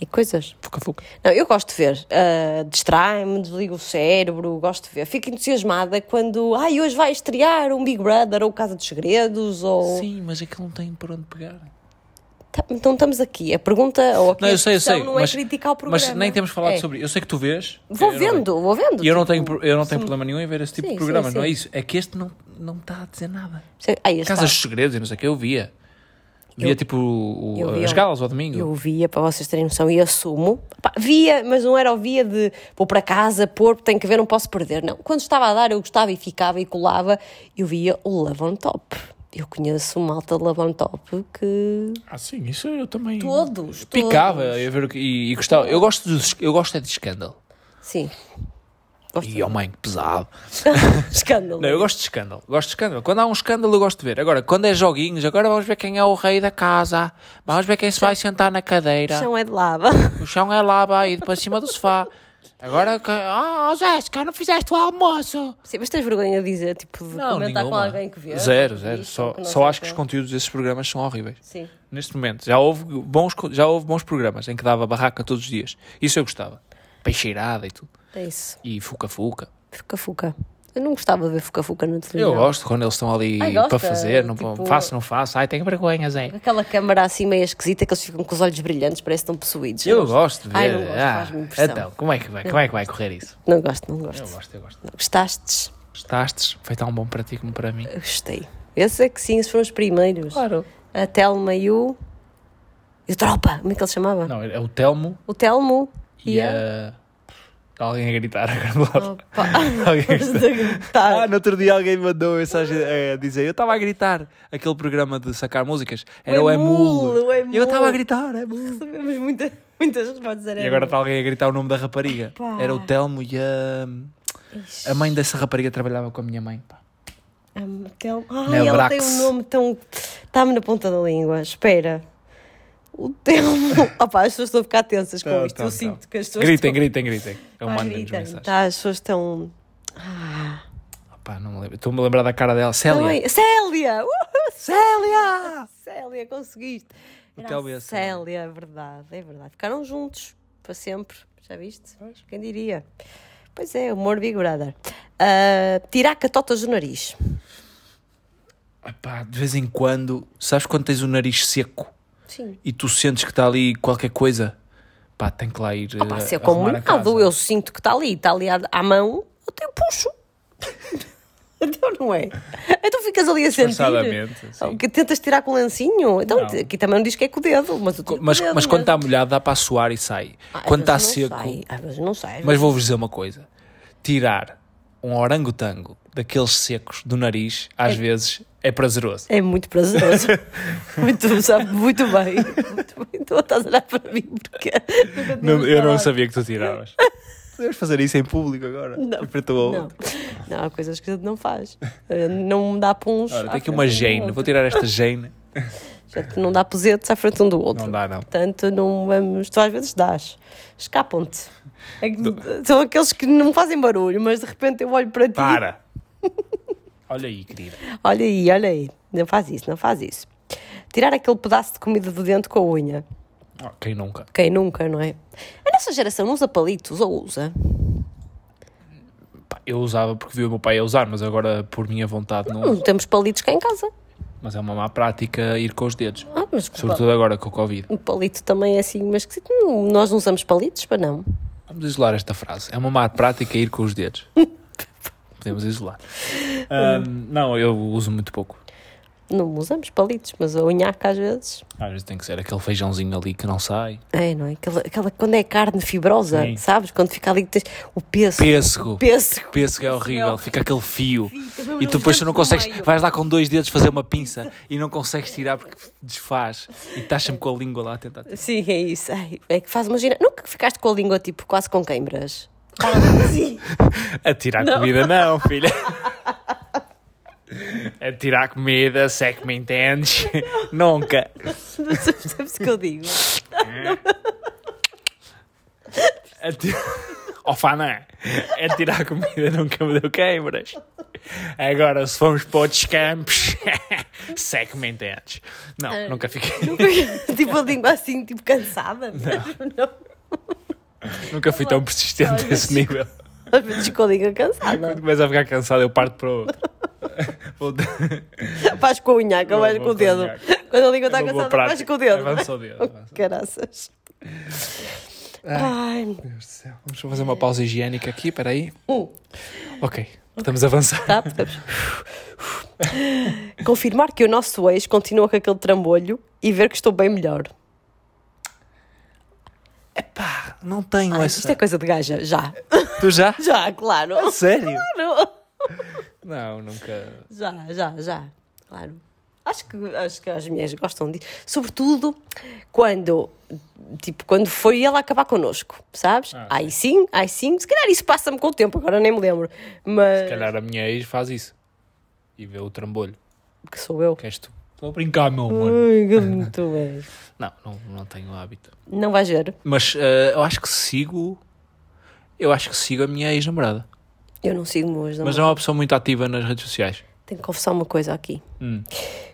[SPEAKER 2] E coisas.
[SPEAKER 1] Foca, foca.
[SPEAKER 2] Não, eu gosto de ver. Ah, Distrai-me, desligo o cérebro, gosto de ver. Fico entusiasmada quando. Ai, hoje vai estrear um Big Brother ou Casa dos Segredos ou.
[SPEAKER 1] Sim, mas é que não tem por onde pegar.
[SPEAKER 2] Tá- Então estamos aqui. A pergunta ou a
[SPEAKER 1] Não, eu sei, eu sei.
[SPEAKER 2] questão não
[SPEAKER 1] mas,
[SPEAKER 2] é criticar o programa.
[SPEAKER 1] mas nem temos falado
[SPEAKER 2] É.
[SPEAKER 1] sobre. Eu sei que tu vês.
[SPEAKER 2] Vou
[SPEAKER 1] eu não vejo.
[SPEAKER 2] vendo, vou vendo.
[SPEAKER 1] E eu não
[SPEAKER 2] tipo,
[SPEAKER 1] tenho, pro- eu não tenho problema nenhum em ver esse tipo
[SPEAKER 2] Sim,
[SPEAKER 1] de
[SPEAKER 2] sim,
[SPEAKER 1] programa, não
[SPEAKER 2] sim.
[SPEAKER 1] é isso? É que este não, não está a dizer nada.
[SPEAKER 2] sei- Aí está.
[SPEAKER 1] Casas dos Segredos e não sei o que, eu via. Via tipo o-
[SPEAKER 2] eu via
[SPEAKER 1] as
[SPEAKER 2] um-
[SPEAKER 1] galas ao domingo.
[SPEAKER 2] Eu via, para vocês terem noção, e assumo. Pá, via, mas não era o via de vou para casa, pôr, tenho que ver, não posso perder. Não. Quando estava a dar, eu gostava e ficava e colava. Eu via o Love on Top. Eu conheço malta de Love on Top que.
[SPEAKER 1] Ah, sim, isso eu também.
[SPEAKER 2] Todos,
[SPEAKER 1] Picava
[SPEAKER 2] todos.
[SPEAKER 1] eu ver o que- e, e gostava. Eu gosto, dos, eu gosto é de escândalo.
[SPEAKER 2] Sim.
[SPEAKER 1] E oh mãe, que pesado.
[SPEAKER 2] Escândalo.
[SPEAKER 1] Não, eu gosto de escândalo. Gosto de escândalo. Quando há um escândalo, eu gosto de ver. Agora, quando é joguinhos, agora vamos ver quem é o rei da casa. Vamos ver quem se vai sentar na
[SPEAKER 2] O
[SPEAKER 1] cadeira.
[SPEAKER 2] chão é de lava.
[SPEAKER 1] O chão é lava e para cima do sofá. Agora, que- ah, oh, Jéssica, não fizeste o almoço.
[SPEAKER 2] Sim, mas tens vergonha de dizer, tipo, de
[SPEAKER 1] Não,
[SPEAKER 2] comentar com
[SPEAKER 1] nenhuma.
[SPEAKER 2] alguém que vê?
[SPEAKER 1] Zero,
[SPEAKER 2] que
[SPEAKER 1] zero.
[SPEAKER 2] diz,
[SPEAKER 1] Só,
[SPEAKER 2] ou não
[SPEAKER 1] só
[SPEAKER 2] sei
[SPEAKER 1] acho que
[SPEAKER 2] quê.
[SPEAKER 1] os conteúdos desses programas são horríveis.
[SPEAKER 2] Sim.
[SPEAKER 1] Neste momento, já houve bons, co- já houve bons programas em que dava barraca todos os dias. Isso eu gostava. Peixeirada e tudo.
[SPEAKER 2] É isso.
[SPEAKER 1] E fuca-fuca.
[SPEAKER 2] Fuca, fuca. Eu não gostava de ver Fuca-Fuca no
[SPEAKER 1] Eu
[SPEAKER 2] televisão.
[SPEAKER 1] gosto quando eles estão ali
[SPEAKER 2] Ai,
[SPEAKER 1] para
[SPEAKER 2] gosta?
[SPEAKER 1] fazer, não,
[SPEAKER 2] Tipo-
[SPEAKER 1] faço, não faço, ai, tenho vergonha, Zé.
[SPEAKER 2] Aquela câmara assim meio esquisita que eles ficam com os olhos brilhantes, parece que estão possuídos.
[SPEAKER 1] Eu gosto de ver.
[SPEAKER 2] Ai, não gosto,
[SPEAKER 1] ah,
[SPEAKER 2] faz-me impressão.
[SPEAKER 1] então, como é, que vai, como é que vai correr isso?
[SPEAKER 2] Não gosto, não gosto.
[SPEAKER 1] gosto, eu gosto.
[SPEAKER 2] Gostaste?
[SPEAKER 1] Gostaste? Foi tão bom para ti como para mim.
[SPEAKER 2] Eu gostei. Esses é que sim, esses foram os primeiros.
[SPEAKER 1] Claro.
[SPEAKER 2] A Telma e o. E o Tropa, como é que ele se chamava?
[SPEAKER 1] Não, é o Telmo
[SPEAKER 2] O Telmo
[SPEAKER 1] e a. Alguém a gritar agora do lado.
[SPEAKER 2] Opa.
[SPEAKER 1] Alguém a gritar. Ah,
[SPEAKER 2] Tá.
[SPEAKER 1] no outro dia alguém mandou mensagem eh, a dizer: Eu estava a gritar aquele programa de sacar músicas. Era
[SPEAKER 2] O
[SPEAKER 1] o
[SPEAKER 2] Emule,
[SPEAKER 1] Emule.
[SPEAKER 2] o Emule.
[SPEAKER 1] Eu estava a gritar, Emule.
[SPEAKER 2] Sabemos muita, muitas respostas.
[SPEAKER 1] E agora está alguém a gritar o nome da rapariga. Era o Telmo e a. A mãe dessa rapariga trabalhava com a minha mãe. pá.
[SPEAKER 2] Ah, Telmo. Ai,
[SPEAKER 1] Não,
[SPEAKER 2] ela
[SPEAKER 1] Brax.
[SPEAKER 2] tem um nome tão. Está-me na ponta da língua. Espera. O Telmo. Opa, as pessoas estão a ficar tensas com
[SPEAKER 1] Tá,
[SPEAKER 2] isto.
[SPEAKER 1] tá,
[SPEAKER 2] Eu
[SPEAKER 1] tá.
[SPEAKER 2] sinto que as pessoas.
[SPEAKER 1] Gritem, gritem, gritem. Eu
[SPEAKER 2] estão... Ah,
[SPEAKER 1] mando-lhes
[SPEAKER 2] gritem.
[SPEAKER 1] mensagem.
[SPEAKER 2] Tá, as pessoas estão. Ah.
[SPEAKER 1] Pá, não me lembro. Estou-me a lembrar da cara dela. Célia.
[SPEAKER 2] Também- Célia! Uhul!
[SPEAKER 1] Célia!
[SPEAKER 2] Célia, conseguiste. Era
[SPEAKER 1] Telmo e
[SPEAKER 2] a
[SPEAKER 1] a
[SPEAKER 2] Célia, é verdade, é verdade. Ficaram juntos para sempre, já viste? Quem diria? Pois é, humor Big Brother. Ah, tirar catotas do nariz.
[SPEAKER 1] Epá, ah, de vez em quando, sabes quando tens o nariz seco
[SPEAKER 2] Sim.
[SPEAKER 1] e tu sentes que está ali qualquer coisa? Pá, tem que lá ir.
[SPEAKER 2] Pá,
[SPEAKER 1] eh,
[SPEAKER 2] se é
[SPEAKER 1] arrumar a casa.
[SPEAKER 2] combinado, eu sinto que está ali, está ali à, à mão, até eu puxo. então não é? Então ficas ali a sentir.
[SPEAKER 1] Disfarçadamente, sim.
[SPEAKER 2] Ou Que tentas tirar com o lencinho. Então,
[SPEAKER 1] Não.
[SPEAKER 2] aqui também não diz que é com o dedo, mas, eu tiro com
[SPEAKER 1] Mas,
[SPEAKER 2] o dedo
[SPEAKER 1] mas quando
[SPEAKER 2] mesmo.
[SPEAKER 1] está molhado, dá para suar e sai.
[SPEAKER 2] Ah, às
[SPEAKER 1] quando está
[SPEAKER 2] vezes não
[SPEAKER 1] seco.
[SPEAKER 2] sai, às vezes não sai. às
[SPEAKER 1] Mas vou-vos dizer uma coisa: tirar um orangotango daqueles secos do nariz, às vezes, é prazeroso.
[SPEAKER 2] É muito prazeroso. muito, sabe, muito bem. Muito bem. Tu estás a olhar para mim porque. nunca tinha
[SPEAKER 1] eu não
[SPEAKER 2] falado.
[SPEAKER 1] sabia que tu tiravas. Deves fazer isso em público agora.
[SPEAKER 2] Não.
[SPEAKER 1] em frente ao outro.
[SPEAKER 2] Não. não, há coisas que a gente não faz. Eh, Não dá puns.
[SPEAKER 1] Ora,
[SPEAKER 2] à
[SPEAKER 1] tem aqui
[SPEAKER 2] frente
[SPEAKER 1] uma
[SPEAKER 2] um do
[SPEAKER 1] Jane.
[SPEAKER 2] outro.
[SPEAKER 1] Vou tirar esta Jane.
[SPEAKER 2] Gente, Não dá pusetes à frente um do outro.
[SPEAKER 1] Não dá, não.
[SPEAKER 2] Portanto, não vamos. Tu às vezes dás. Escapam-te. É que- São aqueles que não fazem barulho, mas de repente eu olho para ti.
[SPEAKER 1] Para! Olha aí, querida.
[SPEAKER 2] Olha aí, olha aí. Não faz isso, não faz isso. Tirar aquele pedaço de comida do dente com a unha.
[SPEAKER 1] Oh, quem nunca?
[SPEAKER 2] Quem nunca, não é? A nossa geração não usa palitos ou usa?
[SPEAKER 1] Pá, Eu usava porque vi o meu pai a usar, mas agora por minha vontade não.
[SPEAKER 2] Não
[SPEAKER 1] uso.
[SPEAKER 2] temos palitos cá em casa.
[SPEAKER 1] Mas é uma má prática ir com os dedos.
[SPEAKER 2] Ah, mas
[SPEAKER 1] Sobretudo agora com o Covid.
[SPEAKER 2] o palito também é assim, mas que hum, nós não usamos palitos para não.
[SPEAKER 1] Vamos isolar esta frase. É uma má prática ir com os dedos. Podemos isolar. É. Ahm, não, eu uso muito pouco.
[SPEAKER 2] Não usamos palitos, mas a unhaca às vezes.
[SPEAKER 1] Às vezes tem que ser aquele feijãozinho ali que não sai.
[SPEAKER 2] É, não é? Aquela, aquela- quando é carne fibrosa,
[SPEAKER 1] Sim.
[SPEAKER 2] sabes? Quando fica ali tens o peso.
[SPEAKER 1] Pêssego.
[SPEAKER 2] Peso.
[SPEAKER 1] Pêssego é horrível. Fica aquele fio.
[SPEAKER 2] também
[SPEAKER 1] E
[SPEAKER 2] não
[SPEAKER 1] tu depois tu
[SPEAKER 2] usamos
[SPEAKER 1] não
[SPEAKER 2] no
[SPEAKER 1] consegues.
[SPEAKER 2] meio.
[SPEAKER 1] Vais lá com dois dedos fazer uma pinça e não consegues tirar porque desfaz. E estás sempre com a língua lá a tentar. tirar.
[SPEAKER 2] Sim, é isso. Ai, é que faz uma gira. Nunca ficaste com a língua tipo quase com queimbras? Ah, sim.
[SPEAKER 1] A tirar comida não, filha. A tirar comida, se é que me entendes. Nunca.
[SPEAKER 2] Não sabes o que eu digo.
[SPEAKER 1] A tirar... Oh, Fana, a É tirar comida um nunca me deu queimbras. Agora, se formos para outros campos, se é que me entendes.
[SPEAKER 2] É.
[SPEAKER 1] Não, nunca fiquei,
[SPEAKER 2] tipo a língua assim, tipo cansada. Não.
[SPEAKER 1] nunca fui tão persistente a esse nível.
[SPEAKER 2] Às vezes com a língua cansada.
[SPEAKER 1] Quando começo a ficar cansado, eu parto para outro. Outro-
[SPEAKER 2] Tá Faz com a unhaca,
[SPEAKER 1] Vou-
[SPEAKER 2] faz
[SPEAKER 1] vou
[SPEAKER 2] com o
[SPEAKER 1] com a
[SPEAKER 2] dedo.
[SPEAKER 1] unhaca.
[SPEAKER 2] Quando a língua está
[SPEAKER 1] É uma boa
[SPEAKER 2] cansada, faz
[SPEAKER 1] prática.
[SPEAKER 2] com o dedo. é?
[SPEAKER 1] Avança o dedo, avança.
[SPEAKER 2] Caraças.
[SPEAKER 1] Ah.
[SPEAKER 2] Ai,
[SPEAKER 5] Vamos fazer uma pausa higiênica aqui, peraí.
[SPEAKER 2] Hum.
[SPEAKER 5] Ok, podemos avançar.
[SPEAKER 2] tá, percebes? Confirmar que o nosso ex continua com aquele trambolho e ver que estou bem melhor.
[SPEAKER 1] Epá, não tenho
[SPEAKER 2] Isto é coisa de gaja, já.
[SPEAKER 1] Tu já?
[SPEAKER 2] Já,
[SPEAKER 1] É
[SPEAKER 2] claro.
[SPEAKER 1] Sério?
[SPEAKER 2] Claro.
[SPEAKER 1] Não, nunca.
[SPEAKER 2] Já, já, já. Claro. Acho que, acho que as mulheres gostam disso. Sobretudo quando, tipo, quando foi ela acabar connosco, sabes?
[SPEAKER 1] Ah,
[SPEAKER 2] aí sim, aí sim. Se calhar isso passa-me com o tempo, agora nem me lembro. Mas.
[SPEAKER 1] Se calhar a minha ex faz isso. E vê o trambolho.
[SPEAKER 2] Que sou eu.
[SPEAKER 1] Que és tu. Estou a brincar, meu amor.
[SPEAKER 2] Ai, que muito bem.
[SPEAKER 1] Não, não, não tenho hábito.
[SPEAKER 2] Não vais ver.
[SPEAKER 1] Mas eh, eu acho que sigo. Eu acho que sigo a minha ex-namorada.
[SPEAKER 2] Eu não sigo hoje, não.
[SPEAKER 1] Mas não é uma pessoa muito ativa nas redes sociais.
[SPEAKER 2] Tenho que confessar uma coisa aqui.
[SPEAKER 5] Hum.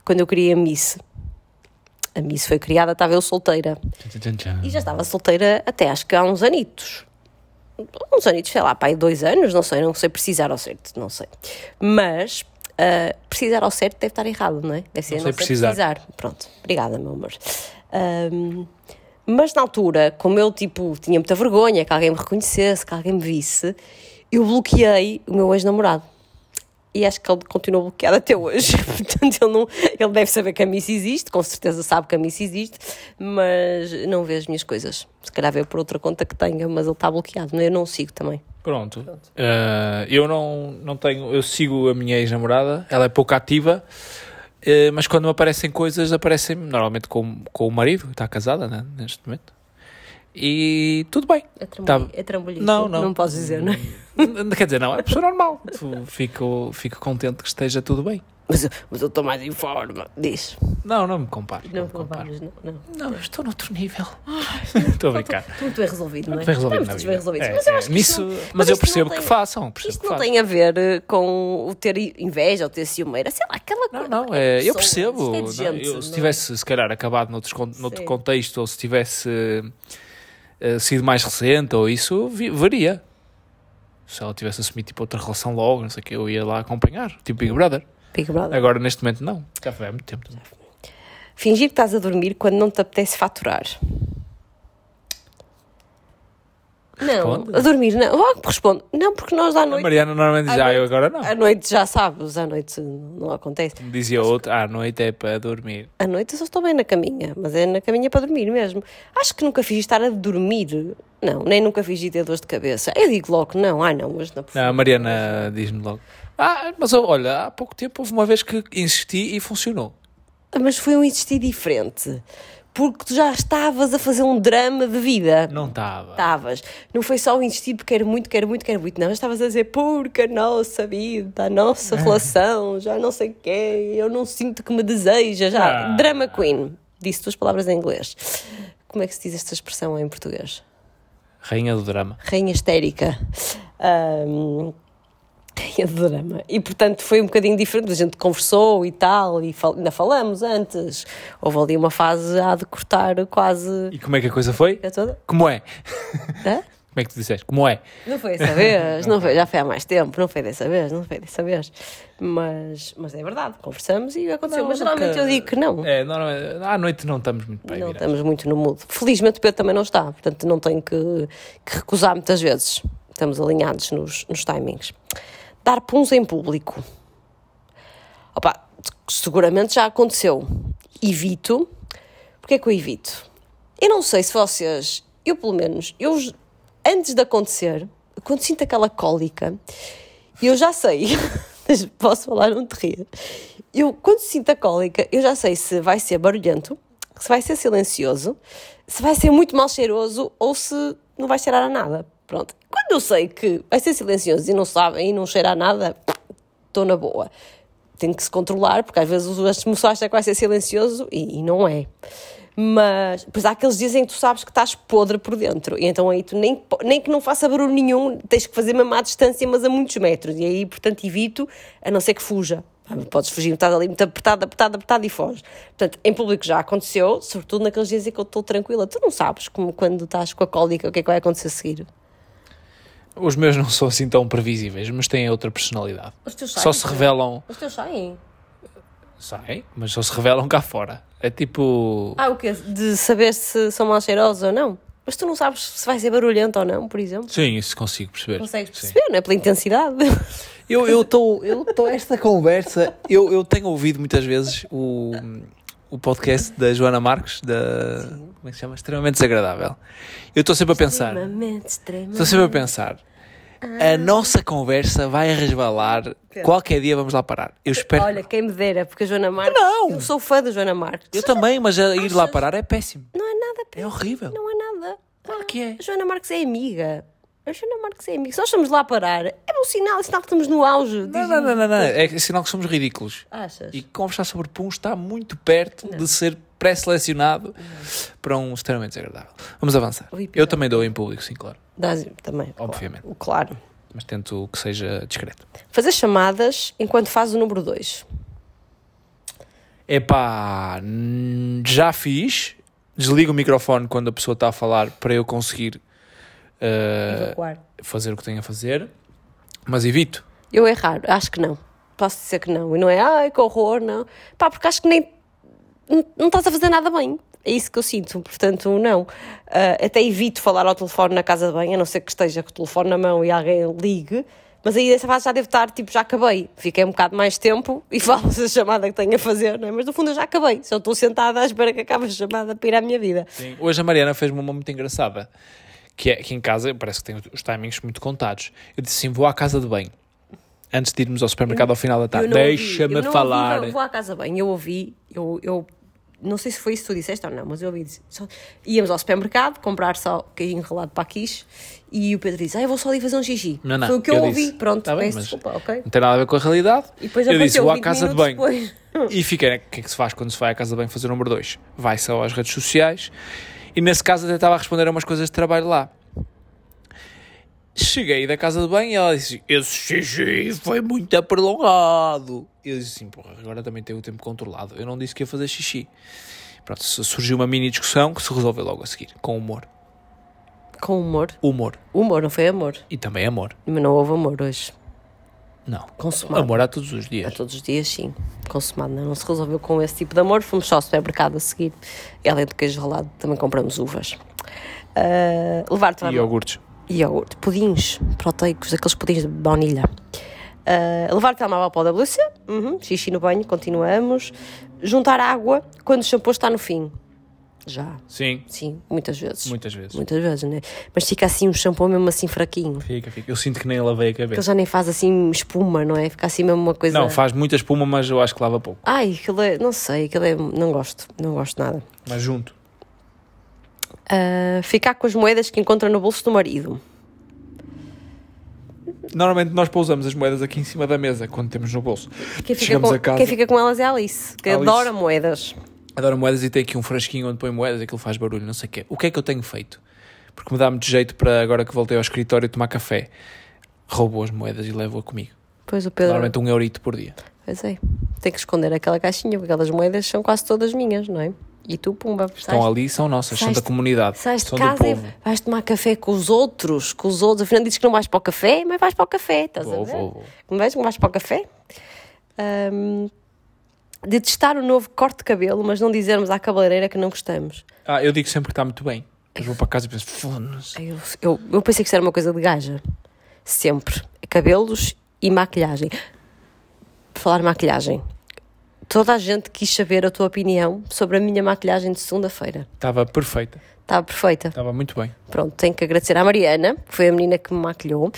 [SPEAKER 2] Quando eu criei a Miss, a Miss foi criada, estava eu solteira.
[SPEAKER 1] Tchan, tchan, tchan.
[SPEAKER 2] E já estava solteira até acho que há uns anitos. uns anos, sei lá, pai, dois anos, não sei, não sei precisar ao certo, não sei. Mas ah, precisar ao certo deve estar errado, não é? Deve ser
[SPEAKER 5] Não sei precisar.
[SPEAKER 2] Pronto, obrigada, meu amor. Ahm, mas na altura, como eu tipo, tinha muita vergonha que alguém me reconhecesse, que alguém me visse, eu bloqueei o meu ex-namorado. E acho que ele continua bloqueado até hoje. Portanto, ele, não, ele deve saber que a Miss existe, com certeza sabe que a Miss existe, mas não vê as minhas coisas. Se calhar vê por outra conta que tenha, mas ele está bloqueado. Eu não o sigo também.
[SPEAKER 1] Pronto. Eh, eu não, não tenho. Eu sigo a minha ex-namorada, ela é pouco ativa, eh, mas quando me aparecem coisas, aparecem normalmente com, com o marido, que está casada né, neste momento. E tudo bem.
[SPEAKER 2] É
[SPEAKER 1] Tá-
[SPEAKER 2] trambolhista. É trambolhista.
[SPEAKER 1] Não, não.
[SPEAKER 2] Não posso dizer, não é?
[SPEAKER 1] Quer dizer, não, é pessoa normal. Tu- Fico, fico contente que esteja tudo bem.
[SPEAKER 2] Mas, eu- mas eu estou mais em forma. Diz.
[SPEAKER 1] Não, não me comparo.
[SPEAKER 2] Não
[SPEAKER 1] me comparo.
[SPEAKER 2] comparas, não. não.
[SPEAKER 1] Não, eu estou noutro nível. Estou a brincar.
[SPEAKER 2] Estou muito bem resolvido, não é?
[SPEAKER 1] Bem resolvido.
[SPEAKER 2] Estamos
[SPEAKER 1] na
[SPEAKER 2] todos
[SPEAKER 1] vida.
[SPEAKER 2] bem resolvidos.
[SPEAKER 1] É,
[SPEAKER 2] mas eu
[SPEAKER 1] é.
[SPEAKER 2] acho que
[SPEAKER 1] Nisso-
[SPEAKER 2] isto não-
[SPEAKER 1] mas eu
[SPEAKER 2] isto não
[SPEAKER 1] percebo
[SPEAKER 2] tem-
[SPEAKER 1] que façam. Percebo
[SPEAKER 2] Isto
[SPEAKER 1] que
[SPEAKER 2] não
[SPEAKER 1] façam.
[SPEAKER 2] tem a ver eh, com o ter inveja ou ter ciumeira, sei lá, aquela
[SPEAKER 1] Não,
[SPEAKER 2] coisa.
[SPEAKER 1] não, é, eu
[SPEAKER 2] pessoa,
[SPEAKER 1] percebo.
[SPEAKER 2] isto é de
[SPEAKER 1] não,
[SPEAKER 2] gente,
[SPEAKER 1] eu,
[SPEAKER 2] não
[SPEAKER 1] se
[SPEAKER 2] é?
[SPEAKER 1] tivesse, se calhar, acabado noutros, con- noutro
[SPEAKER 2] Sim.
[SPEAKER 1] contexto, ou se tivesse eh, sido mais recente, ou isso, vi- veria. Se ela tivesse assumido tipo, outra relação logo, não sei o que, eu ia lá acompanhar, tipo Big Brother.
[SPEAKER 2] Big Brother.
[SPEAKER 1] Agora, neste momento, não. Já foi há muito tempo.
[SPEAKER 2] Fingir que estás a dormir quando não te apetece faturar. Não,
[SPEAKER 1] Responde.
[SPEAKER 2] a dormir não. Oh, respondo. Não, porque nós à
[SPEAKER 1] A
[SPEAKER 2] noite,
[SPEAKER 1] Mariana normalmente diz, ah, eu agora não.
[SPEAKER 2] à noite já sabes, à noite não acontece.
[SPEAKER 1] Como dizia outro, ah, à noite é para dormir.
[SPEAKER 2] À noite eu só estou bem na caminha, mas é na caminha para dormir mesmo. Acho que nunca fingi estar a dormir. Não, nem nunca fingi ter dores de cabeça. Eu digo logo, não, ah não, hoje não.
[SPEAKER 1] Não, a Mariana diz-me logo. Ah, mas olha, há pouco tempo houve uma vez que insisti e funcionou.
[SPEAKER 2] Mas foi um insistir diferente. Porque tu já estavas a fazer um drama de vida.
[SPEAKER 1] Não estava.
[SPEAKER 2] estavas. Não foi só o insistir porque quero muito, quero muito, quero muito. Não, estavas a dizer porque a nossa vida, a nossa relação, já não sei quem, eu não sinto que me deseja. Já.
[SPEAKER 1] Ah.
[SPEAKER 2] Drama Queen. Disse duas palavras em inglês. Como é que se diz esta expressão em português?
[SPEAKER 1] Rainha do drama.
[SPEAKER 2] Rainha histérica. Ahm, rainha de drama. E portanto foi um bocadinho diferente. A gente conversou e tal, e fal ainda falamos antes. Houve ali uma fase a decortar quase.
[SPEAKER 1] E como é que a coisa foi?
[SPEAKER 2] a Toda.
[SPEAKER 1] Como é?
[SPEAKER 2] Hã?
[SPEAKER 1] Como é que tu disseste? Como é?
[SPEAKER 2] Não foi dessa vez, não foi, já foi há mais tempo, não foi dessa vez, não foi dessa vez. Mas, mas é verdade, conversamos e aconteceu.
[SPEAKER 1] Não,
[SPEAKER 2] mas
[SPEAKER 1] nunca-
[SPEAKER 2] geralmente eu digo que não.
[SPEAKER 1] É, normalmente, à noite não estamos muito bem.
[SPEAKER 2] não
[SPEAKER 1] virados.
[SPEAKER 2] estamos muito no mudo. Felizmente o Pedro também não está, portanto não tenho que, que recusar muitas vezes. Estamos alinhados nos, nos timings. Dar puns em público. Opa, seguramente já aconteceu. Evito. Porquê que eu evito? Eu não sei se vocês, eu pelo menos, eu j- antes de acontecer, quando sinto aquela cólica, eu já sei, mas posso falar, não te rias. Eu, quando sinto a cólica, eu já sei se vai ser barulhento, se vai ser silencioso, se vai ser muito mal cheiroso ou se não vai cheirar a nada. Pronto. Quando eu sei que vai ser silencioso e não sabe e não cheira a nada, estou na boa. Tenho que se controlar, porque às vezes o pessoal acha que vai ser silencioso e, e não é. Mas, pois há aqueles dias em que tu sabes que estás podre por dentro, e então aí tu nem, po- nem que não faça barulho nenhum, tens que fazer mesmo à distância, mas a muitos metros, e aí, portanto, evito, a não ser que fuja. Ah, Podes fugir, estás ali muito apertado, apertado, apertado e foges. Portanto, em público já aconteceu, sobretudo naqueles dias em que eu estou tranquila. Tu não sabes, como quando estás com a cólica, o que é que vai acontecer a seguir.
[SPEAKER 1] Os meus não são assim tão previsíveis, mas têm outra personalidade.
[SPEAKER 2] Os teus
[SPEAKER 1] Só se revelam.
[SPEAKER 2] Os teus saem.
[SPEAKER 1] Sai, mas só se revelam cá fora. É tipo.
[SPEAKER 2] Ah, o quê? De saber se são mal cheirosos ou não. Mas tu não sabes se vai ser barulhento ou não, por exemplo.
[SPEAKER 1] Sim, isso consigo perceber.
[SPEAKER 2] Consegues
[SPEAKER 1] Sim.
[SPEAKER 2] perceber, não é? Pela intensidade.
[SPEAKER 1] Eu estou. Eu estou esta conversa. Eu, eu tenho ouvido muitas vezes o, o podcast da Joana Marques, da. Como é que se chama? Extremamente desagradável. Eu estou sempre a pensar.
[SPEAKER 2] Extremamente, extremamente.
[SPEAKER 1] Estou sempre a pensar. A nossa conversa vai resvalar. Qualquer dia vamos lá parar. Eu espero.
[SPEAKER 2] Olha, quem me dera, porque a Joana Marques.
[SPEAKER 1] Não!
[SPEAKER 2] Eu sou fã da Joana Marques.
[SPEAKER 1] eu também, mas a ir lá parar é péssimo.
[SPEAKER 2] Não é nada.
[SPEAKER 1] É horrível.
[SPEAKER 2] Não é nada.
[SPEAKER 1] Claro que é.
[SPEAKER 2] A Joana Marques é amiga. A Joana Marques é amiga. Se nós estamos lá a parar, é bom sinal, é sinal que estamos no auge.
[SPEAKER 1] Não, não, não, não, não. É sinal que somos ridículos.
[SPEAKER 2] Achas?
[SPEAKER 1] E conversar sobre puns está muito perto de ser pré-selecionado para um extremamente desagradável. Vamos avançar.
[SPEAKER 2] O episódio.
[SPEAKER 1] Eu também dou em público, sim, claro.
[SPEAKER 2] Dás- também.
[SPEAKER 1] Obviamente.
[SPEAKER 2] Claro.
[SPEAKER 1] Mas tento que seja discreto.
[SPEAKER 2] Fazer chamadas enquanto faz o número 2.
[SPEAKER 1] Epá, hum, já fiz. Desligo o microfone quando a pessoa está a falar para eu conseguir eh,
[SPEAKER 7] Evacuar.
[SPEAKER 1] fazer o que tenho a fazer, mas evito.
[SPEAKER 2] Eu errar, acho que não. Posso dizer que não. E não é, ai, que horror, não. Pá, porque acho que nem. n- Não estás a fazer nada bem. É isso que eu sinto, portanto, não. Ah, até evito falar ao telefone na casa de banho, a não ser que esteja com o telefone na mão e alguém ligue. Mas aí dessa fase já devo estar, tipo, já acabei. Fiquei um bocado mais tempo e falo se a chamada que tenho a fazer, não é? Mas no fundo eu já acabei. Só estou sentada à espera que acabe a chamada para ir à minha vida.
[SPEAKER 1] Hoje a Mariana fez-me uma muito engraçada, que é que em casa parece que tem os timings muito contados. Eu disse assim: vou à casa de banho. Antes de irmos ao supermercado ao final da
[SPEAKER 2] Eu
[SPEAKER 1] tarde,
[SPEAKER 2] não ouvi, eu
[SPEAKER 1] Tá, deixa-me
[SPEAKER 2] não
[SPEAKER 1] falar.
[SPEAKER 2] Ouvi, eu vou à casa bem, eu ouvi, eu, eu não sei se foi isso que tu disseste ou não, mas eu ouvi. dizer- Só, íamos ao supermercado comprar só um queijinho relado para a quiche e o Pedro disse: Ah, eu vou só ali fazer um xixi.
[SPEAKER 1] Não, não,
[SPEAKER 2] foi o que eu, ouvi,
[SPEAKER 1] disse.
[SPEAKER 2] pronto,
[SPEAKER 1] Tá bem,
[SPEAKER 2] peço
[SPEAKER 1] mas
[SPEAKER 2] desculpa, ok?
[SPEAKER 1] Não tem nada a ver com a realidade.
[SPEAKER 2] E depois
[SPEAKER 1] eu disse,
[SPEAKER 2] apareceu
[SPEAKER 1] vou à
[SPEAKER 2] 20
[SPEAKER 1] casa de banho.
[SPEAKER 2] minutos depois.
[SPEAKER 1] E fiquei, né, o que é que se faz quando se vai à casa de banho fazer o número 2? Vai-se às redes sociais. E nesse caso até estava a responder a umas coisas de trabalho lá. Cheguei da casa de banho e ela disse, esse xixi foi muito prolongado. Eu disse assim, porra, agora também tenho o tempo controlado. Eu não disse que ia fazer xixi. Pronto, surgiu uma mini discussão que se resolveu logo a seguir, com humor.
[SPEAKER 2] Com humor.
[SPEAKER 1] Humor.
[SPEAKER 2] Humor, não foi amor.
[SPEAKER 1] E também amor.
[SPEAKER 2] Mas não houve amor hoje.
[SPEAKER 1] Não.
[SPEAKER 2] Consumado.
[SPEAKER 1] Amor há todos os
[SPEAKER 2] A
[SPEAKER 1] dias.
[SPEAKER 2] todos os dias, sim. Consumado, não, não se resolveu com esse tipo de amor. Fomos só ao supermercado a seguir. E além do queijo relado, também compramos uvas. Ah, Levar-te à
[SPEAKER 1] E iogurtes.
[SPEAKER 2] iogurte, pudins proteicos, aqueles pudins de baunilha. Ah, levar o telemóvel para o WC, uhum, xixi no banho, continuamos. Juntar água quando o shampoo está no fim. Já,
[SPEAKER 1] Sim,
[SPEAKER 2] sim, muitas vezes.
[SPEAKER 1] muitas vezes.
[SPEAKER 2] Muitas vezes, né? Mas fica assim um shampoo mesmo assim fraquinho.
[SPEAKER 1] Fica, fica. Eu sinto que nem lavei a
[SPEAKER 2] Ele
[SPEAKER 1] cabeça.
[SPEAKER 2] já nem faz assim espuma, não é? Fica assim mesmo uma coisa.
[SPEAKER 1] Não, faz muita espuma, mas eu acho que lava pouco.
[SPEAKER 2] Ai, aquilo é. Não sei, aquilo é. Não gosto, não gosto nada.
[SPEAKER 1] Mas junto.
[SPEAKER 2] Ah, ficar com as moedas que encontra no bolso do marido.
[SPEAKER 1] Normalmente nós pousamos as moedas aqui em cima da mesa quando temos no bolso.
[SPEAKER 2] Quem fica,
[SPEAKER 1] Chegamos
[SPEAKER 2] com,
[SPEAKER 1] a casa,
[SPEAKER 2] quem fica com elas é a Alice, que
[SPEAKER 1] Alice.
[SPEAKER 2] adora moedas.
[SPEAKER 1] adoro moedas e tem aqui um frasquinho onde põe moedas, aquilo faz barulho, não sei o quê. O que é que eu tenho feito? Porque me dá muito jeito para agora que voltei ao escritório tomar café. Roubo as moedas e levo-a comigo.
[SPEAKER 2] Pois o Pedro.
[SPEAKER 1] Normalmente um eurito por dia.
[SPEAKER 2] Pois é. Tem que esconder aquela caixinha, porque aquelas moedas são quase todas minhas, não é? E tu, pumba,
[SPEAKER 1] Estão
[SPEAKER 2] sais,
[SPEAKER 1] ali, são nossas, são da
[SPEAKER 2] sais-
[SPEAKER 1] comunidade,
[SPEAKER 2] sais de
[SPEAKER 1] são do
[SPEAKER 2] casa e
[SPEAKER 1] povo.
[SPEAKER 2] vais tomar café com os outros, com os outros. Afinal, dizes que não vais para o café, mas vais para o café, estás a
[SPEAKER 1] Vou,
[SPEAKER 2] ver?
[SPEAKER 1] vou, vou.
[SPEAKER 2] Não vais, não vais para o café? Ahm, detestar o novo corte de cabelo, mas não dizermos à cabeleireira que não gostamos.
[SPEAKER 1] Ah, eu digo sempre que está muito bem. Depois vou para casa e penso, foda-se.
[SPEAKER 2] Ai, Eu, eu, eu pensei que isso era uma coisa de gaja. Sempre. Cabelos e maquilhagem. Por falar em maquilhagem. Toda a gente quis saber a tua opinião sobre a minha maquilhagem de segunda-feira.
[SPEAKER 1] Estava perfeita,
[SPEAKER 2] Estava perfeita.
[SPEAKER 1] estava muito bem.
[SPEAKER 2] Pronto, tenho que agradecer à Mariana, que foi a menina que me maquilhou.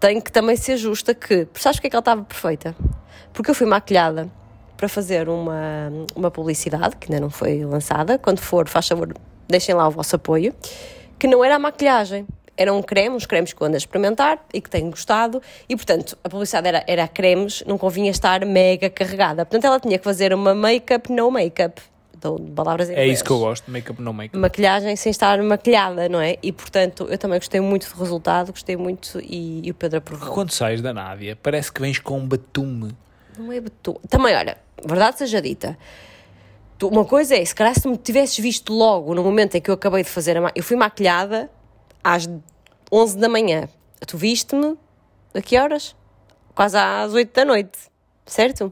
[SPEAKER 2] Tenho que também ser justa que... Sabes porque é que ela estava perfeita? Porque eu fui maquilhada para fazer uma, uma publicidade, que ainda não foi lançada. Quando for, faz favor, deixem lá o vosso apoio. Que não era a maquilhagem. Era um creme, uns cremes que eu ando a experimentar e que tenho gostado. E, portanto, a publicidade era, era cremes, não convinha estar mega carregada. Portanto, ela tinha que fazer uma make-up, no make-up. Dou palavras em
[SPEAKER 1] É isso
[SPEAKER 2] inglês
[SPEAKER 1] que eu gosto, make-up não make-up.
[SPEAKER 2] maquilhagem sem estar maquilhada, não é? E portanto, eu também gostei muito do resultado, gostei muito e, e o Pedro aprovou.
[SPEAKER 1] Quando sais da Nádia, parece que vens com um batume.
[SPEAKER 2] Não é betu... Também, olha, verdade seja dita. tu- Uma coisa é, se calhar se me tivesses visto logo no momento em que eu acabei de fazer a ma... Eu fui maquilhada às 11 da manhã. Tu viste-me a que horas? Quase às 8 da noite, certo?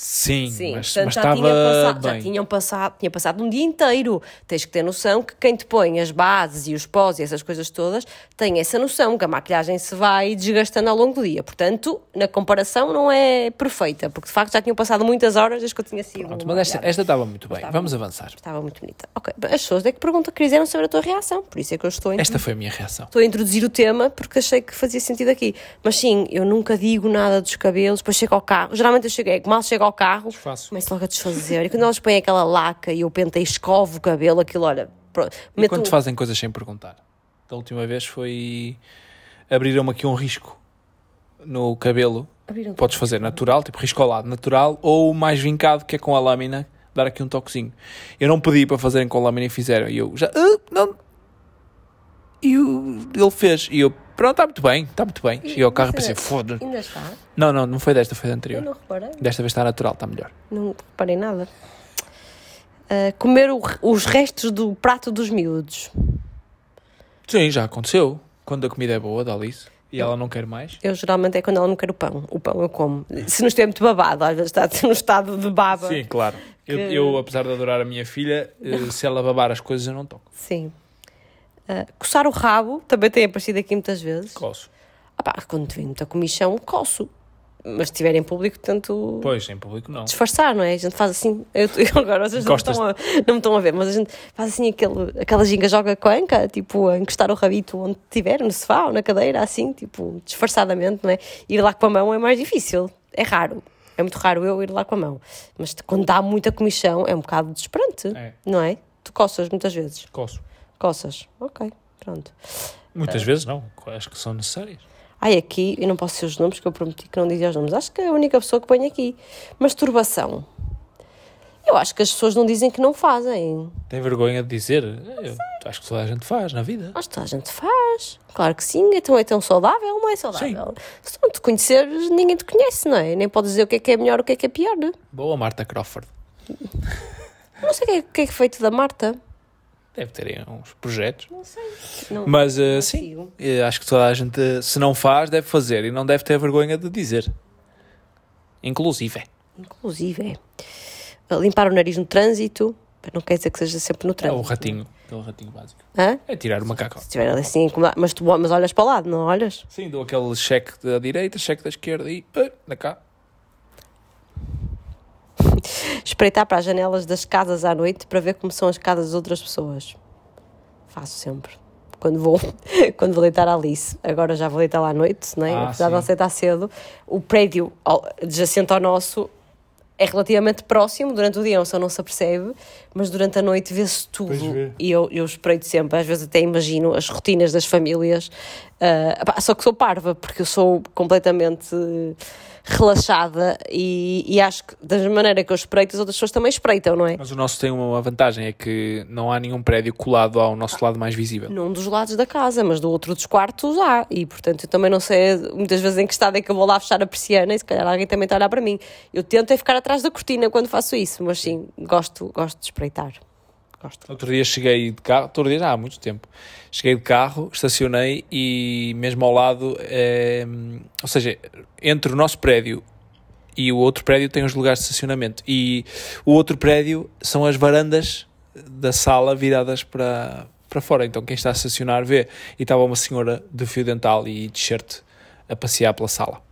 [SPEAKER 1] Sim,
[SPEAKER 2] Sim,
[SPEAKER 1] mas,
[SPEAKER 2] portanto,
[SPEAKER 1] mas
[SPEAKER 2] já,
[SPEAKER 1] estava
[SPEAKER 2] tinha passado, já
[SPEAKER 1] bem.
[SPEAKER 2] tinham passado, tinha passado um dia inteiro. Tens que ter noção que quem te põe as bases e os pós e essas coisas todas tem essa noção que a maquilhagem se vai desgastando ao longo do dia. Portanto, na comparação não é perfeita, porque de facto já tinham passado muitas horas desde que eu tinha sido.
[SPEAKER 1] Pronto, mas esta
[SPEAKER 2] maquilhada.
[SPEAKER 1] esta estava muito bem. Vamos avançar.
[SPEAKER 2] um Estava muito bonita. Ok, as pessoas é que perguntam, quiseram saber a tua reação, por isso é que eu estou a
[SPEAKER 1] Esta foi a minha reação.
[SPEAKER 2] estou a introduzir o tema porque achei que fazia sentido aqui. Mas sim, eu nunca digo nada dos cabelos, depois chego ao carro. Geralmente eu chego, é que mal chego ao carro,
[SPEAKER 1] Desfaço.
[SPEAKER 2] começo logo a desfazer. E quando elas põem aquela laca e eu pentei, escovo o cabelo, aquilo, olha, pronto.
[SPEAKER 1] E
[SPEAKER 2] meto
[SPEAKER 1] quando
[SPEAKER 2] um-
[SPEAKER 1] fazem coisas sem perguntar? Da última vez foi. Abriram-me aqui um risco no cabelo.
[SPEAKER 2] Abriram-te um
[SPEAKER 1] Podes fazer natural, tipo risco ao lado, natural, ou o mais vincado, que é com a lâmina, dar aqui um toquezinho. Eu não pedi para fazerem com a lâmina e fizeram. E eu já. "Ah, não. E o- ele fez. E eu. Pronto, está muito bem, está muito bem. Cheguei ao carro e
[SPEAKER 2] Mas
[SPEAKER 1] pensei,
[SPEAKER 2] será-
[SPEAKER 1] foda
[SPEAKER 2] Ainda está?
[SPEAKER 1] Não, não, não foi desta, foi da
[SPEAKER 2] Eu não
[SPEAKER 1] anterior.
[SPEAKER 2] reparei.
[SPEAKER 1] Desta vez está natural, está melhor.
[SPEAKER 2] Não reparei nada. Ah, comer o- os restos do prato dos miúdos.
[SPEAKER 1] Sim, já aconteceu. Quando a comida é boa, dá-lhe isso. E ela não quer mais.
[SPEAKER 2] Eu geralmente é quando ela não quer o pão. O pão eu como. Se não estiver muito babado, às vezes está num estado de baba.
[SPEAKER 1] Sim, claro. Eu, eu, apesar de adorar a minha filha, eh, se ela babar as coisas, eu não toco.
[SPEAKER 2] Sim. Ah, coçar o rabo também tem aparecido aqui muitas vezes.
[SPEAKER 1] Coço.
[SPEAKER 2] Ah pá, quando tem muita comichão, coço. Mas se estiver em público, tento
[SPEAKER 1] Pois, em público não.
[SPEAKER 2] disfarçar, não é? A gente faz assim. Eu, eu agora vocês não,
[SPEAKER 1] Encostas.
[SPEAKER 2] estão a- não me estão a ver, mas a gente faz assim aquele, aquela ginga joga com a anca, tipo, a encostar o rabito onde tiver, no sofá ou na cadeira, assim, tipo, disfarçadamente, não é? Ir lá com a mão é mais difícil, é raro. É muito raro eu ir lá com a mão. Mas quando dá muita comichão, é um bocado desesperante,
[SPEAKER 1] É.
[SPEAKER 2] não é? Tu coças muitas vezes.
[SPEAKER 1] Coço.
[SPEAKER 2] Coças. Ok, pronto. Ah.
[SPEAKER 1] Muitas vezes não. Acho que são necessárias.
[SPEAKER 2] Ai, aqui, eu não posso dizer os nomes, que eu prometi que não dizia os nomes. Acho que é a única pessoa que ponho aqui. Masturbação. Eu acho que as pessoas não dizem que não fazem.
[SPEAKER 1] Tem vergonha de dizer? Eu acho que toda a gente faz na vida.
[SPEAKER 2] Acho que toda a gente faz. Claro que sim, então é tão saudável, não é saudável. Se não te conheceres, ninguém te conhece, não é? Nem pode dizer o que é que é melhor, o que é que é pior. Não
[SPEAKER 1] Boa Marta Crawford.
[SPEAKER 2] sei o que é, o que, é que é feito da Marta.
[SPEAKER 1] Deve ter aí uns projetos.
[SPEAKER 2] Não sei. Não,
[SPEAKER 1] Mas eh,
[SPEAKER 2] não
[SPEAKER 1] sim,
[SPEAKER 2] sigo.
[SPEAKER 1] eh, acho que toda a gente, eh, se não faz, deve fazer e não deve ter vergonha de dizer. Inclusive.
[SPEAKER 2] Inclusive, é. Limpar o nariz no trânsito. Não quer dizer que seja sempre
[SPEAKER 1] É
[SPEAKER 2] no
[SPEAKER 1] o
[SPEAKER 2] trânsito.
[SPEAKER 1] ratinho. Aquele ratinho básico.
[SPEAKER 2] Hã?
[SPEAKER 1] É tirar o macaco.
[SPEAKER 2] Se estiver assim incomodado. Mas tu mas olhas para o lado, não olhas?
[SPEAKER 1] Sim, dou aquele cheque da direita, cheque da esquerda e. eh, na cá.
[SPEAKER 2] espreitar para as janelas das casas à noite para ver como são as casas das outras pessoas. Faço sempre. Quando vou, quando vou deitar a Alice. Agora já vou deitar lá à noite, não é?
[SPEAKER 1] Ah,
[SPEAKER 2] Apesar de ela
[SPEAKER 1] sim.
[SPEAKER 2] aceitar cedo. O prédio ao- adjacente ao nosso é relativamente próximo. Durante o dia só não se apercebe, mas durante a noite vê-se tudo. E eu, eu espreito sempre. Às vezes até imagino as rotinas das famílias. Ah, pá, só que sou parva, porque eu sou completamente relaxada e, e acho que da maneira que eu espreito, as outras pessoas também espreitam, não é?
[SPEAKER 1] Mas o nosso tem uma vantagem, é que não há nenhum prédio colado ao nosso lado mais visível.
[SPEAKER 2] Num dos lados da casa, mas do outro dos quartos há. E portanto eu também não sei muitas vezes em que estado é que eu vou lá fechar a persiana e se calhar alguém também está a olhar para mim. Eu tento é ficar atrás da cortina quando faço isso, mas sim, gosto, gosto de espreitar. Gosto.
[SPEAKER 1] Outro dia cheguei de carro, outro dia já há muito tempo. Cheguei de carro, estacionei e mesmo ao lado, eh, ou seja, entre o nosso prédio e o outro prédio tem os lugares de estacionamento. E o outro prédio são as varandas da sala viradas para, para fora. Então quem está a estacionar vê. E estava uma senhora de fio dental e t-shirt a passear pela sala.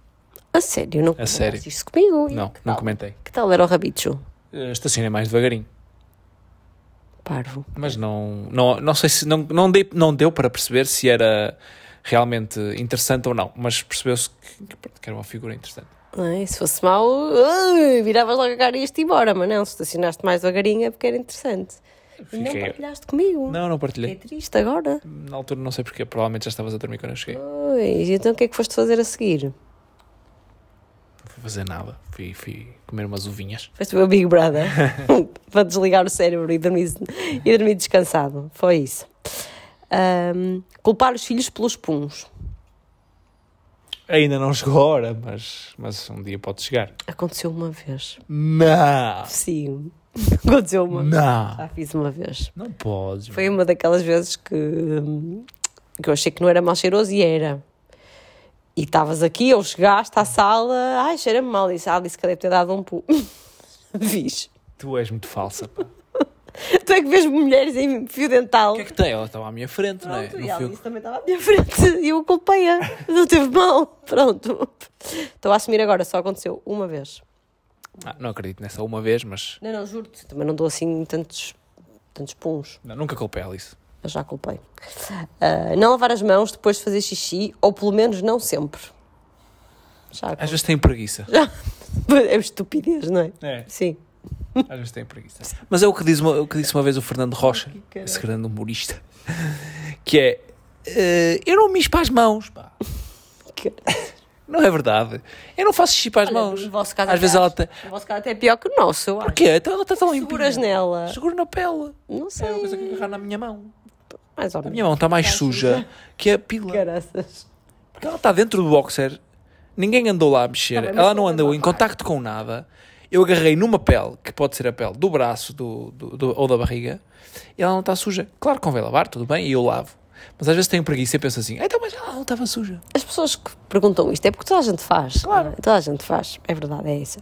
[SPEAKER 2] A sério, não
[SPEAKER 1] A sério.
[SPEAKER 2] comentaste isso comigo?
[SPEAKER 1] Não,
[SPEAKER 2] que
[SPEAKER 1] não
[SPEAKER 2] tal?
[SPEAKER 1] comentei.
[SPEAKER 2] Que tal era o rabicho?
[SPEAKER 1] Eh, Estacionei mais devagarinho.
[SPEAKER 2] Parvo.
[SPEAKER 1] Mas não, não, não sei se não, não, dei- não deu para perceber se era realmente interessante ou não, mas percebeu-se que, que pronto, que era uma figura interessante.
[SPEAKER 2] Não é? Se fosse mau, ai, viravas logo a cara e ias-te embora, mas não, se estacionaste mais devagarinho é porque era interessante. E Não
[SPEAKER 1] Fiquei-
[SPEAKER 2] partilhaste comigo.
[SPEAKER 1] Não, não
[SPEAKER 2] Fiquei
[SPEAKER 1] partilhei.
[SPEAKER 2] triste agora.
[SPEAKER 1] Na altura não sei porque, provavelmente já estavas a dormir quando eu cheguei.
[SPEAKER 2] Pois, então o que é que foste fazer a seguir?
[SPEAKER 1] Não fui fazer nada, fui, fui comer umas uvinhas.
[SPEAKER 2] Foste ver o Big Brother para desligar o cérebro e dormir, e dormir descansado. Foi isso. Ahm, culpar os filhos pelos puns.
[SPEAKER 1] Ainda não chegou a hora, mas, mas um dia pode chegar.
[SPEAKER 2] Aconteceu uma vez.
[SPEAKER 1] Não!
[SPEAKER 2] Sim, aconteceu uma vez.
[SPEAKER 1] Não!
[SPEAKER 2] Já fiz uma vez.
[SPEAKER 1] Não podes.
[SPEAKER 2] Foi uma daquelas vezes que, hum, que eu achei que não era mal cheiroso e era. E estavas aqui, ou chegaste à sala, ai, cheira-me mal. Disse, ah, disse que deve ter dado um pu. Fiz.
[SPEAKER 1] Tu és muito falsa. pá. O
[SPEAKER 2] Tu é que vês mulheres em fio dental.
[SPEAKER 1] que é que tem? Ela estava à minha frente, não é?
[SPEAKER 2] Pronto, e
[SPEAKER 1] Não
[SPEAKER 2] ela
[SPEAKER 1] fui eu
[SPEAKER 2] disse também estava à minha frente e eu culpei-a. Não teve mal. Pronto. Estou a assumir agora, só aconteceu uma vez.
[SPEAKER 1] que- Ah, não acredito nessa uma vez, mas
[SPEAKER 2] Não, não, juro-te. Também não dou assim tantos, tantos puns.
[SPEAKER 1] não, nunca culpei a Alice.
[SPEAKER 2] Eu já culpei. Ah, não lavar as mãos depois de fazer xixi, ou pelo menos não sempre. Já
[SPEAKER 1] Às vezes tem preguiça.
[SPEAKER 2] culpei. É estupidez, não é?
[SPEAKER 1] É.
[SPEAKER 2] Sim.
[SPEAKER 1] Às vezes têm preguiça. Mas é o que, diz uma, o que disse uma vez o Fernando Rocha,
[SPEAKER 2] caralho.
[SPEAKER 1] esse grande humorista, que é eh, eu não mijo para as mãos, pá.
[SPEAKER 2] Que-
[SPEAKER 1] Não é verdade. Eu não faço xixi para as
[SPEAKER 2] Olha,
[SPEAKER 1] mãos.
[SPEAKER 2] no vosso caso é
[SPEAKER 1] Às
[SPEAKER 2] até
[SPEAKER 1] vezes
[SPEAKER 2] acho-
[SPEAKER 1] ela tem.
[SPEAKER 2] No vosso caso até é pior que o nosso, eu acho.
[SPEAKER 1] Porquê? Então ela está tão limpinha.
[SPEAKER 2] Seguras nela.
[SPEAKER 1] Seguro na pele.
[SPEAKER 2] Não
[SPEAKER 1] É
[SPEAKER 2] sei.
[SPEAKER 1] uma coisa que agarrar na minha mão.
[SPEAKER 2] Mais ou
[SPEAKER 1] A
[SPEAKER 2] menos.
[SPEAKER 1] minha mão está mais suja que a pila.
[SPEAKER 2] Caraças.
[SPEAKER 1] Porque ela está dentro do boxer, ninguém andou lá a mexer,
[SPEAKER 2] Tá bem, mas
[SPEAKER 1] ela
[SPEAKER 2] não
[SPEAKER 1] não
[SPEAKER 2] tem
[SPEAKER 1] andou em
[SPEAKER 2] babado.
[SPEAKER 1] contacto com nada. Eu agarrei numa pele, que pode ser a pele do braço do, do- do- ou da barriga, e ela não está suja. Claro que convém lavar, tudo bem, e eu lavo. Mas às vezes tenho preguiça e penso assim, ah, então, mas ela não estava suja.
[SPEAKER 2] As pessoas que perguntam isto é porque toda a gente faz. Claro. Toda a gente faz. É verdade, é isso.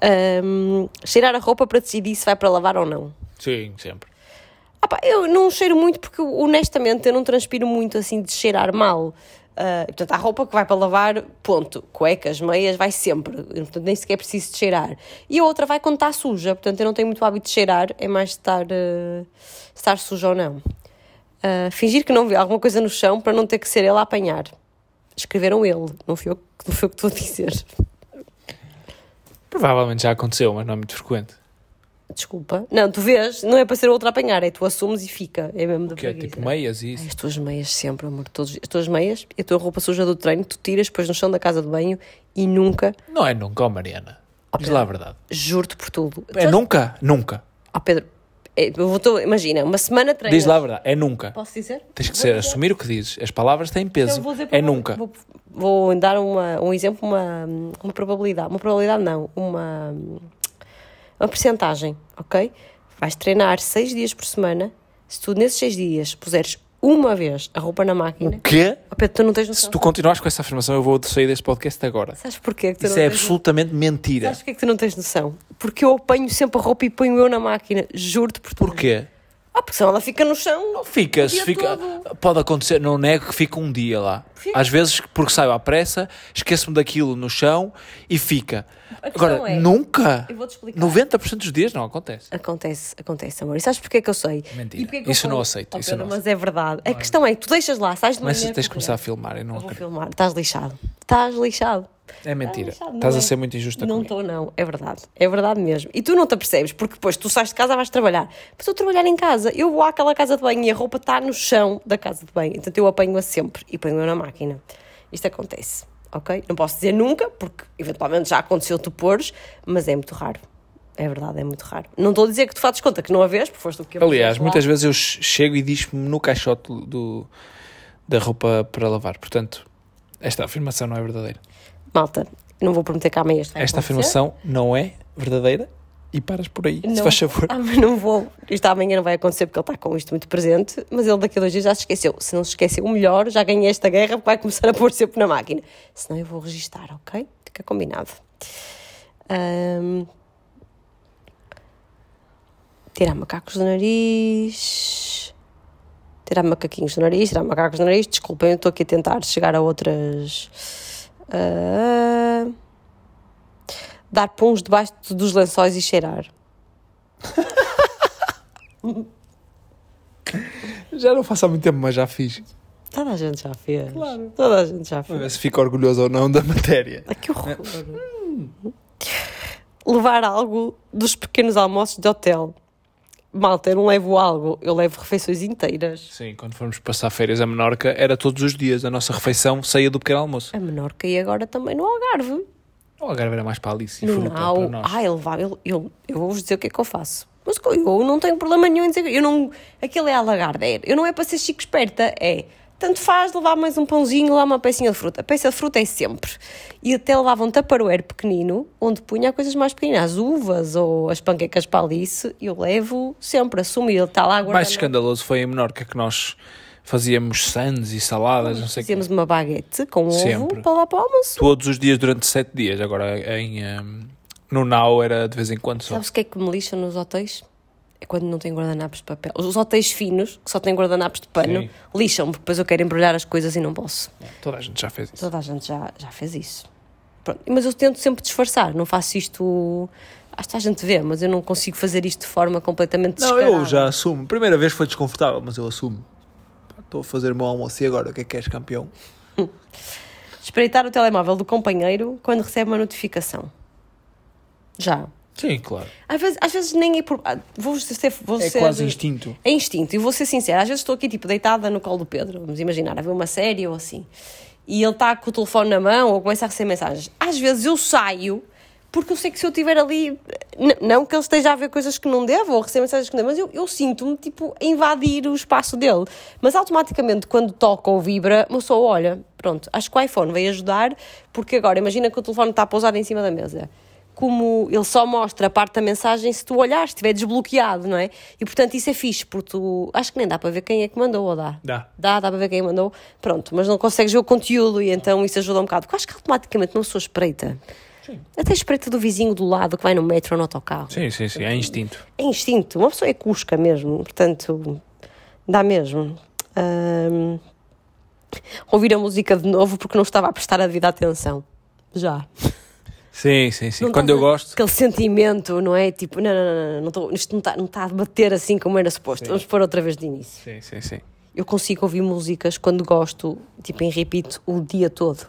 [SPEAKER 2] Ahm, cheirar a roupa para decidir se vai para lavar ou não.
[SPEAKER 1] Sim, sempre.
[SPEAKER 2] Ah pá, eu não cheiro muito porque, honestamente, eu não transpiro muito assim de cheirar mal. Ah, portanto, a roupa que vai para lavar, ponto. Cuecas, meias, vai sempre. Portanto, nem sequer preciso de cheirar. E a outra vai quando está suja. Portanto, eu não tenho muito hábito de cheirar. É mais estar, eh, estar suja ou não. Ah, fingir que não vi alguma coisa no chão para não ter que ser ele a apanhar. Escreveram ele. Não fui eu, que- não fui eu que estou a dizer.
[SPEAKER 1] Provavelmente já aconteceu, mas não é muito frequente.
[SPEAKER 2] Desculpa. Não, tu vês, não é para ser outro a apanhar, é tu assumes e fica. É mesmo da
[SPEAKER 1] Que é
[SPEAKER 2] preguiça.
[SPEAKER 1] tipo meias e isso.
[SPEAKER 2] Ai, As tuas meias sempre, amor, todos, as tuas meias e a tua roupa suja do treino, tu tiras depois no chão da casa de banho e nunca,
[SPEAKER 1] Não é nunca, ó Mariana. Diz lá a verdade.
[SPEAKER 2] juro-te por tudo.
[SPEAKER 1] É nunca? Nunca.
[SPEAKER 2] Ah, Pedro, é, eu vou tô- imagina, uma semana treino.
[SPEAKER 1] Diz lá a verdade. É nunca.
[SPEAKER 2] Posso dizer?
[SPEAKER 1] Tens que ser, assumir o que dizes. As palavras têm peso.
[SPEAKER 2] Eu vou dizer
[SPEAKER 1] É
[SPEAKER 2] prova-
[SPEAKER 1] nunca.
[SPEAKER 2] Vou, vou dar uma, um exemplo, uma, uma probabilidade. Uma probabilidade não, uma, uma percentagem, ok? Vais treinar seis dias por semana. Se tu nesses seis dias puseres uma vez a roupa na máquina,
[SPEAKER 1] Quê?
[SPEAKER 2] oh, Pedro, tu não tens noção.
[SPEAKER 1] Se tu continuares com essa afirmação, eu vou sair deste podcast agora.
[SPEAKER 2] Sabes porquê que tu
[SPEAKER 1] Isso é
[SPEAKER 2] não tens noção?
[SPEAKER 1] absolutamente mentira.
[SPEAKER 2] Sabes porquê que tu não tens noção? Porque eu apanho sempre a roupa e ponho eu na máquina. Juro-te por tudo.
[SPEAKER 1] Porquê?
[SPEAKER 2] Ah, porque senão ela fica no chão.
[SPEAKER 1] Fica, se
[SPEAKER 2] dia
[SPEAKER 1] fica. Pode acontecer, não nego que fica um dia lá. Às vezes, porque saio à pressa, esqueço-me daquilo no chão e fica.
[SPEAKER 2] questão
[SPEAKER 1] Agora,
[SPEAKER 2] é-
[SPEAKER 1] nunca.
[SPEAKER 2] Eu vou-te explicar.
[SPEAKER 1] 90% dos dias não acontece.
[SPEAKER 2] Acontece, acontece, amor. E sabes porquê que eu sei?
[SPEAKER 1] Mentira.
[SPEAKER 2] E porquê que eu
[SPEAKER 1] Isso
[SPEAKER 2] falo-
[SPEAKER 1] não aceito, isso eu não
[SPEAKER 2] Pedro, mas é verdade. A questão é que tu deixas lá, sais de manhã...
[SPEAKER 1] Mas tens de
[SPEAKER 2] com
[SPEAKER 1] começar a
[SPEAKER 2] ele.
[SPEAKER 1] filmar, eu não
[SPEAKER 2] é Vou
[SPEAKER 1] acredito.
[SPEAKER 2] filmar. Estás lixado. Estás lixado.
[SPEAKER 1] É mentira.
[SPEAKER 2] lixado, não
[SPEAKER 1] Estás a
[SPEAKER 2] é?
[SPEAKER 1] ser muito injusta
[SPEAKER 2] Não
[SPEAKER 1] comigo.
[SPEAKER 2] estou, não. É verdade. É verdade mesmo. E tu não te apercebes, porque depois tu sais de casa vais trabalhar. Mas eu trabalhar em casa. Eu vou àquela casa de banho e a roupa está no chão da casa de banho. Então eu apanho-a sempre e ponho-a na máquina. Isto acontece, ok? Não posso dizer nunca, porque eventualmente já aconteceu tu pôres, mas é muito raro. É verdade, é muito raro. Não estou a dizer que tu fazes conta que não a vês, porque foste o que eu
[SPEAKER 1] Aliás, muitas vezes eu che- chego e diz-me no caixote do- do, da roupa para lavar. Portanto, esta afirmação não é verdadeira.
[SPEAKER 2] Malta, não vou prometer que amanhã isto vai
[SPEAKER 1] Esta
[SPEAKER 2] acontecer.
[SPEAKER 1] afirmação não é verdadeira e paras por aí, se
[SPEAKER 2] Não.
[SPEAKER 1] faz favor.
[SPEAKER 2] Ah, mas não vou. Isto amanhã não vai acontecer porque ele está com isto muito presente, mas ele daqui a dois dias já se esqueceu. Se não se esqueceu, melhor, já ganhei esta guerra, vai começar a pôr sempre na máquina. Senão eu vou registar, ok? Fica combinado. Ahm. Tirar macacos do nariz. Tirar macaquinhos do nariz, tirar macacos do nariz. Desculpem, eu estou aqui a tentar chegar a outras. Ah. dar puns debaixo dos lençóis e cheirar.
[SPEAKER 1] Já não faço há muito tempo, mas já fiz.
[SPEAKER 2] Toda a gente já fez. Claro. Toda a gente já
[SPEAKER 1] Para
[SPEAKER 2] fez.
[SPEAKER 1] ver se fico orgulhoso ou não da matéria.
[SPEAKER 2] Ah, que horror. Levar algo dos pequenos almoços de hotel. Malta, eu não levo algo, eu levo refeições inteiras.
[SPEAKER 1] Sim, quando fomos passar férias a Menorca, era todos os dias. A nossa refeição saía do pequeno almoço.
[SPEAKER 2] A Menorca e agora também no Algarve.
[SPEAKER 1] O Algarve era mais para a Alice e
[SPEAKER 2] No
[SPEAKER 1] fruta para
[SPEAKER 2] Nau.
[SPEAKER 1] nós.
[SPEAKER 2] Ah, eu levava. Eu, eu, eu vou-vos dizer o que é que eu faço. Mas co- eu não tenho problema nenhum em dizer que. Eu não, aquilo é a lagardeira. Eu não é para ser chico esperta, é. Tanto faz levar mais um pãozinho, lá uma pecinha de fruta. A peça de fruta é sempre. E até levava um taparoeiro pequenino, onde punha coisas mais pequenas, as uvas ou as panquecas para a Alice. Eu levo sempre, assumo. E ele está lá
[SPEAKER 1] O mais
[SPEAKER 2] guardado.
[SPEAKER 1] escandaloso foi em Menorca que nós fazíamos sandes e saladas, não sei o quê.
[SPEAKER 2] Fizemos uma baguete com ovo
[SPEAKER 1] Sempre.
[SPEAKER 2] para lá para o almoço.
[SPEAKER 1] Todos os dias durante sete dias. Agora em, hum, no Nau era de vez em quando só.
[SPEAKER 2] Sabes o que é que me lixa nos hotéis? É quando não tem guardanapos de papel. Os hotéis finos, que só têm guardanapos de pano,
[SPEAKER 1] Sim.
[SPEAKER 2] lixam-me, porque depois eu quero embrulhar as coisas e não posso.
[SPEAKER 1] Toda a gente já fez isso.
[SPEAKER 2] Toda a gente já, já fez isso. Pronto. Mas eu tento sempre disfarçar, não faço isto. Acho que a gente vê, mas eu não consigo fazer isto de forma completamente
[SPEAKER 1] Não,
[SPEAKER 2] descarada.
[SPEAKER 1] eu já assumo. Primeira vez foi desconfortável, mas eu assumo. Estou a fazer o meu almoço e agora o que é que és campeão?
[SPEAKER 2] Espreitar o telemóvel do companheiro quando recebe uma notificação. Já.
[SPEAKER 1] Sim, claro.
[SPEAKER 2] Às vezes, às vezes nem é por. ah, Vou ser, vou
[SPEAKER 1] É
[SPEAKER 2] ser-
[SPEAKER 1] quase instinto.
[SPEAKER 2] É instinto. E vou ser sincera, às vezes estou aqui tipo deitada no colo do Pedro, vamos imaginar, a ver uma série ou assim. E ele está com o telefone na mão ou começa a receber mensagens. Às vezes eu saio porque eu sei que se eu estiver ali, n- não que ele esteja a ver coisas que não devo ou receber mensagens que não devo, mas eu, eu sinto-me tipo a invadir o espaço dele. Mas automaticamente quando toca ou vibra, uma pessoa olha, pronto, acho que o iPhone vai ajudar porque agora imagina que o telefone está pousado em cima da mesa como ele só mostra a parte da mensagem se tu olhares, estiver desbloqueado, não é? E portanto isso é fixe, porque tu acho que nem dá para ver quem é que mandou, ou dá?
[SPEAKER 5] Dá.
[SPEAKER 2] Dá, dá para ver quem mandou, pronto, mas não consegues ver o conteúdo e então isso ajuda um bocado, porque acho que automaticamente não sou espreita. Até espreita do vizinho do lado que vai no metro ou no autocarro.
[SPEAKER 1] Sim, sim, sim, é instinto.
[SPEAKER 2] É instinto, uma pessoa é cusca mesmo, portanto, dá mesmo. Ahm, ouvir a música de novo porque não estava a prestar a devida atenção. Já.
[SPEAKER 1] Sim, sim, sim.
[SPEAKER 2] Não
[SPEAKER 1] Quando
[SPEAKER 2] dá
[SPEAKER 1] eu gosto,
[SPEAKER 2] Aquele sentimento, não é? Tipo, não, não, não, não, não tô- isto não está não tá a bater assim como era suposto. Vamos pôr outra vez de início.
[SPEAKER 1] sim, sim, sim.
[SPEAKER 2] Eu consigo ouvir músicas quando gosto, tipo, em repeat, o dia todo.